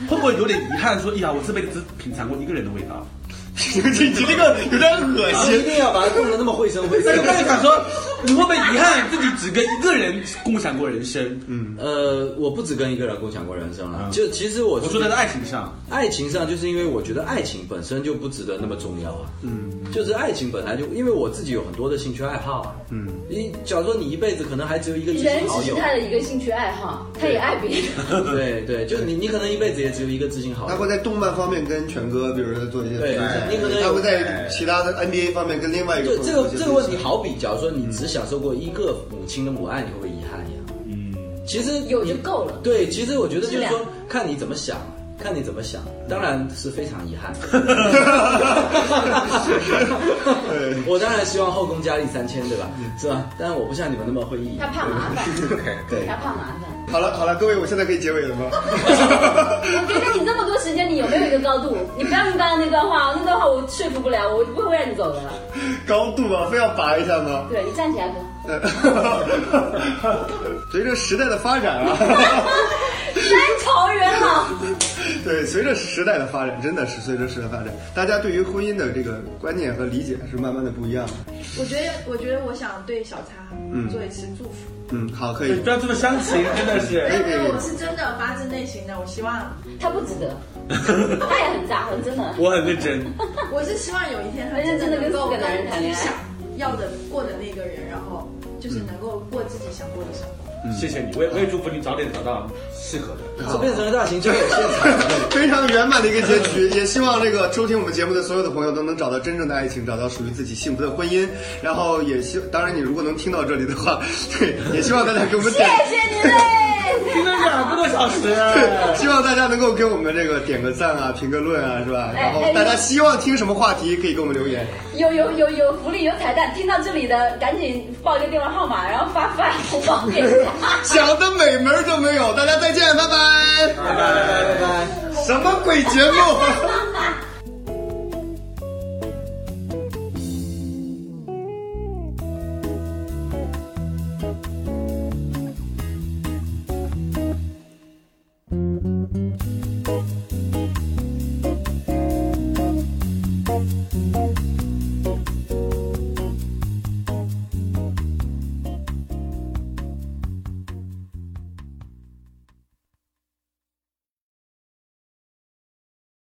[SPEAKER 2] 会不会有点遗憾？说，哎呀，我这辈子只品尝过一个人的味道。
[SPEAKER 3] 你这个有点恶
[SPEAKER 5] 你一
[SPEAKER 3] 心。
[SPEAKER 5] 定要把它弄得那么绘声绘色
[SPEAKER 2] 那。你刚才想说，你会不会遗憾自己只跟一个人共享过人生？嗯，
[SPEAKER 5] 呃，我不止跟一个人共享过人生了，就其实我
[SPEAKER 2] 我说的是爱情上，
[SPEAKER 5] 爱情上，就是因为我觉得爱情本身就不值得那么重要啊。嗯，就是爱情本来就，因为我自己有很多的兴趣爱好啊。嗯，你假如说你一辈子可能还只有一个知
[SPEAKER 1] 人
[SPEAKER 5] 心好
[SPEAKER 1] 只是
[SPEAKER 5] 友，
[SPEAKER 1] 他的一个兴趣爱好，他也爱别人。
[SPEAKER 5] 对对，就你你可能一辈子也只有一个知心好
[SPEAKER 3] 他
[SPEAKER 5] 友。
[SPEAKER 3] 会在动漫方面跟全哥，比如说做一些分享
[SPEAKER 5] 对你可能，有
[SPEAKER 3] 他会在其他的 NBA 方面跟另外一个
[SPEAKER 5] 对
[SPEAKER 3] 朋友做一
[SPEAKER 5] 这
[SPEAKER 3] 些
[SPEAKER 5] 个这个问题
[SPEAKER 3] 分享
[SPEAKER 5] 好比，假如说你只享受过一个母亲的母爱，你会不会遗憾呀？
[SPEAKER 2] 嗯，
[SPEAKER 5] 其实
[SPEAKER 1] 有
[SPEAKER 5] 你
[SPEAKER 1] 就够了
[SPEAKER 5] 对，其实我觉得就是
[SPEAKER 1] 质
[SPEAKER 5] 说
[SPEAKER 1] 量，
[SPEAKER 5] 看你怎么想，看你怎么想，当然是非常遗憾。我当然希望后宫佳丽三千，对吧？是吧？但我不像你们那么会意
[SPEAKER 1] 他。怕麻烦，他怕麻烦。
[SPEAKER 3] 好了好了，各位，我现在可以结尾了吗？
[SPEAKER 1] 我觉得你这么多时间，你有没有一个高度？你不要用刚刚那段话，那段话我说服不了，我不会让你走的。
[SPEAKER 3] 高度啊，非要拔一下吗？
[SPEAKER 1] 对你站起 来哥，
[SPEAKER 3] 随着时代的发展啊，
[SPEAKER 1] 三朝元老，
[SPEAKER 3] 对，随着时代的发展，真的是随着时代发展，大家对于婚姻的这个观念和理解是慢慢的不一样的。
[SPEAKER 4] 我觉得，我觉得我想对小茶做一次祝福。
[SPEAKER 3] 嗯，好，可以
[SPEAKER 2] 对，不要这么煽情，真的是。
[SPEAKER 4] 没有没有，我是真的发自内心的，我希望，
[SPEAKER 1] 他不值得，他也很渣，很真的。
[SPEAKER 2] 我很认真，
[SPEAKER 4] 我是希望有一天他
[SPEAKER 1] 而且
[SPEAKER 4] 真
[SPEAKER 1] 真
[SPEAKER 4] 的
[SPEAKER 1] 的
[SPEAKER 4] 能
[SPEAKER 1] 跟
[SPEAKER 4] 够
[SPEAKER 1] 四
[SPEAKER 4] 跟
[SPEAKER 1] 个男人谈
[SPEAKER 4] 自己
[SPEAKER 1] 恋爱
[SPEAKER 4] 想要的过的那个人，然后就是能够过自己想过的生活。
[SPEAKER 2] 谢谢你，我也我也祝福你早点找到适合的。
[SPEAKER 5] 这变成了大型交友现场。
[SPEAKER 3] 非常圆满的一个结局， 也希望这个收听我们节目的所有的朋友都能找到真正的爱情，找到属于自己幸福的婚姻。然后也希，当然你如果能听到这里的话， 对，也希望大家给我们点，
[SPEAKER 1] 谢谢你嘞，
[SPEAKER 2] 听了两个多小时，
[SPEAKER 3] 啊希望大家能够给我们这个点个赞啊，评个论啊，是吧？
[SPEAKER 1] 哎
[SPEAKER 3] 然后
[SPEAKER 1] 哎
[SPEAKER 3] 大家希望听什么话题可以给我们留言。
[SPEAKER 1] 有有有有福利有彩蛋，听到这里的赶紧报一个电话号码，然后发发红包给他。
[SPEAKER 3] 想的美门儿都没有。大家再见，拜拜。
[SPEAKER 5] 拜拜拜拜。
[SPEAKER 3] 什么鬼节目？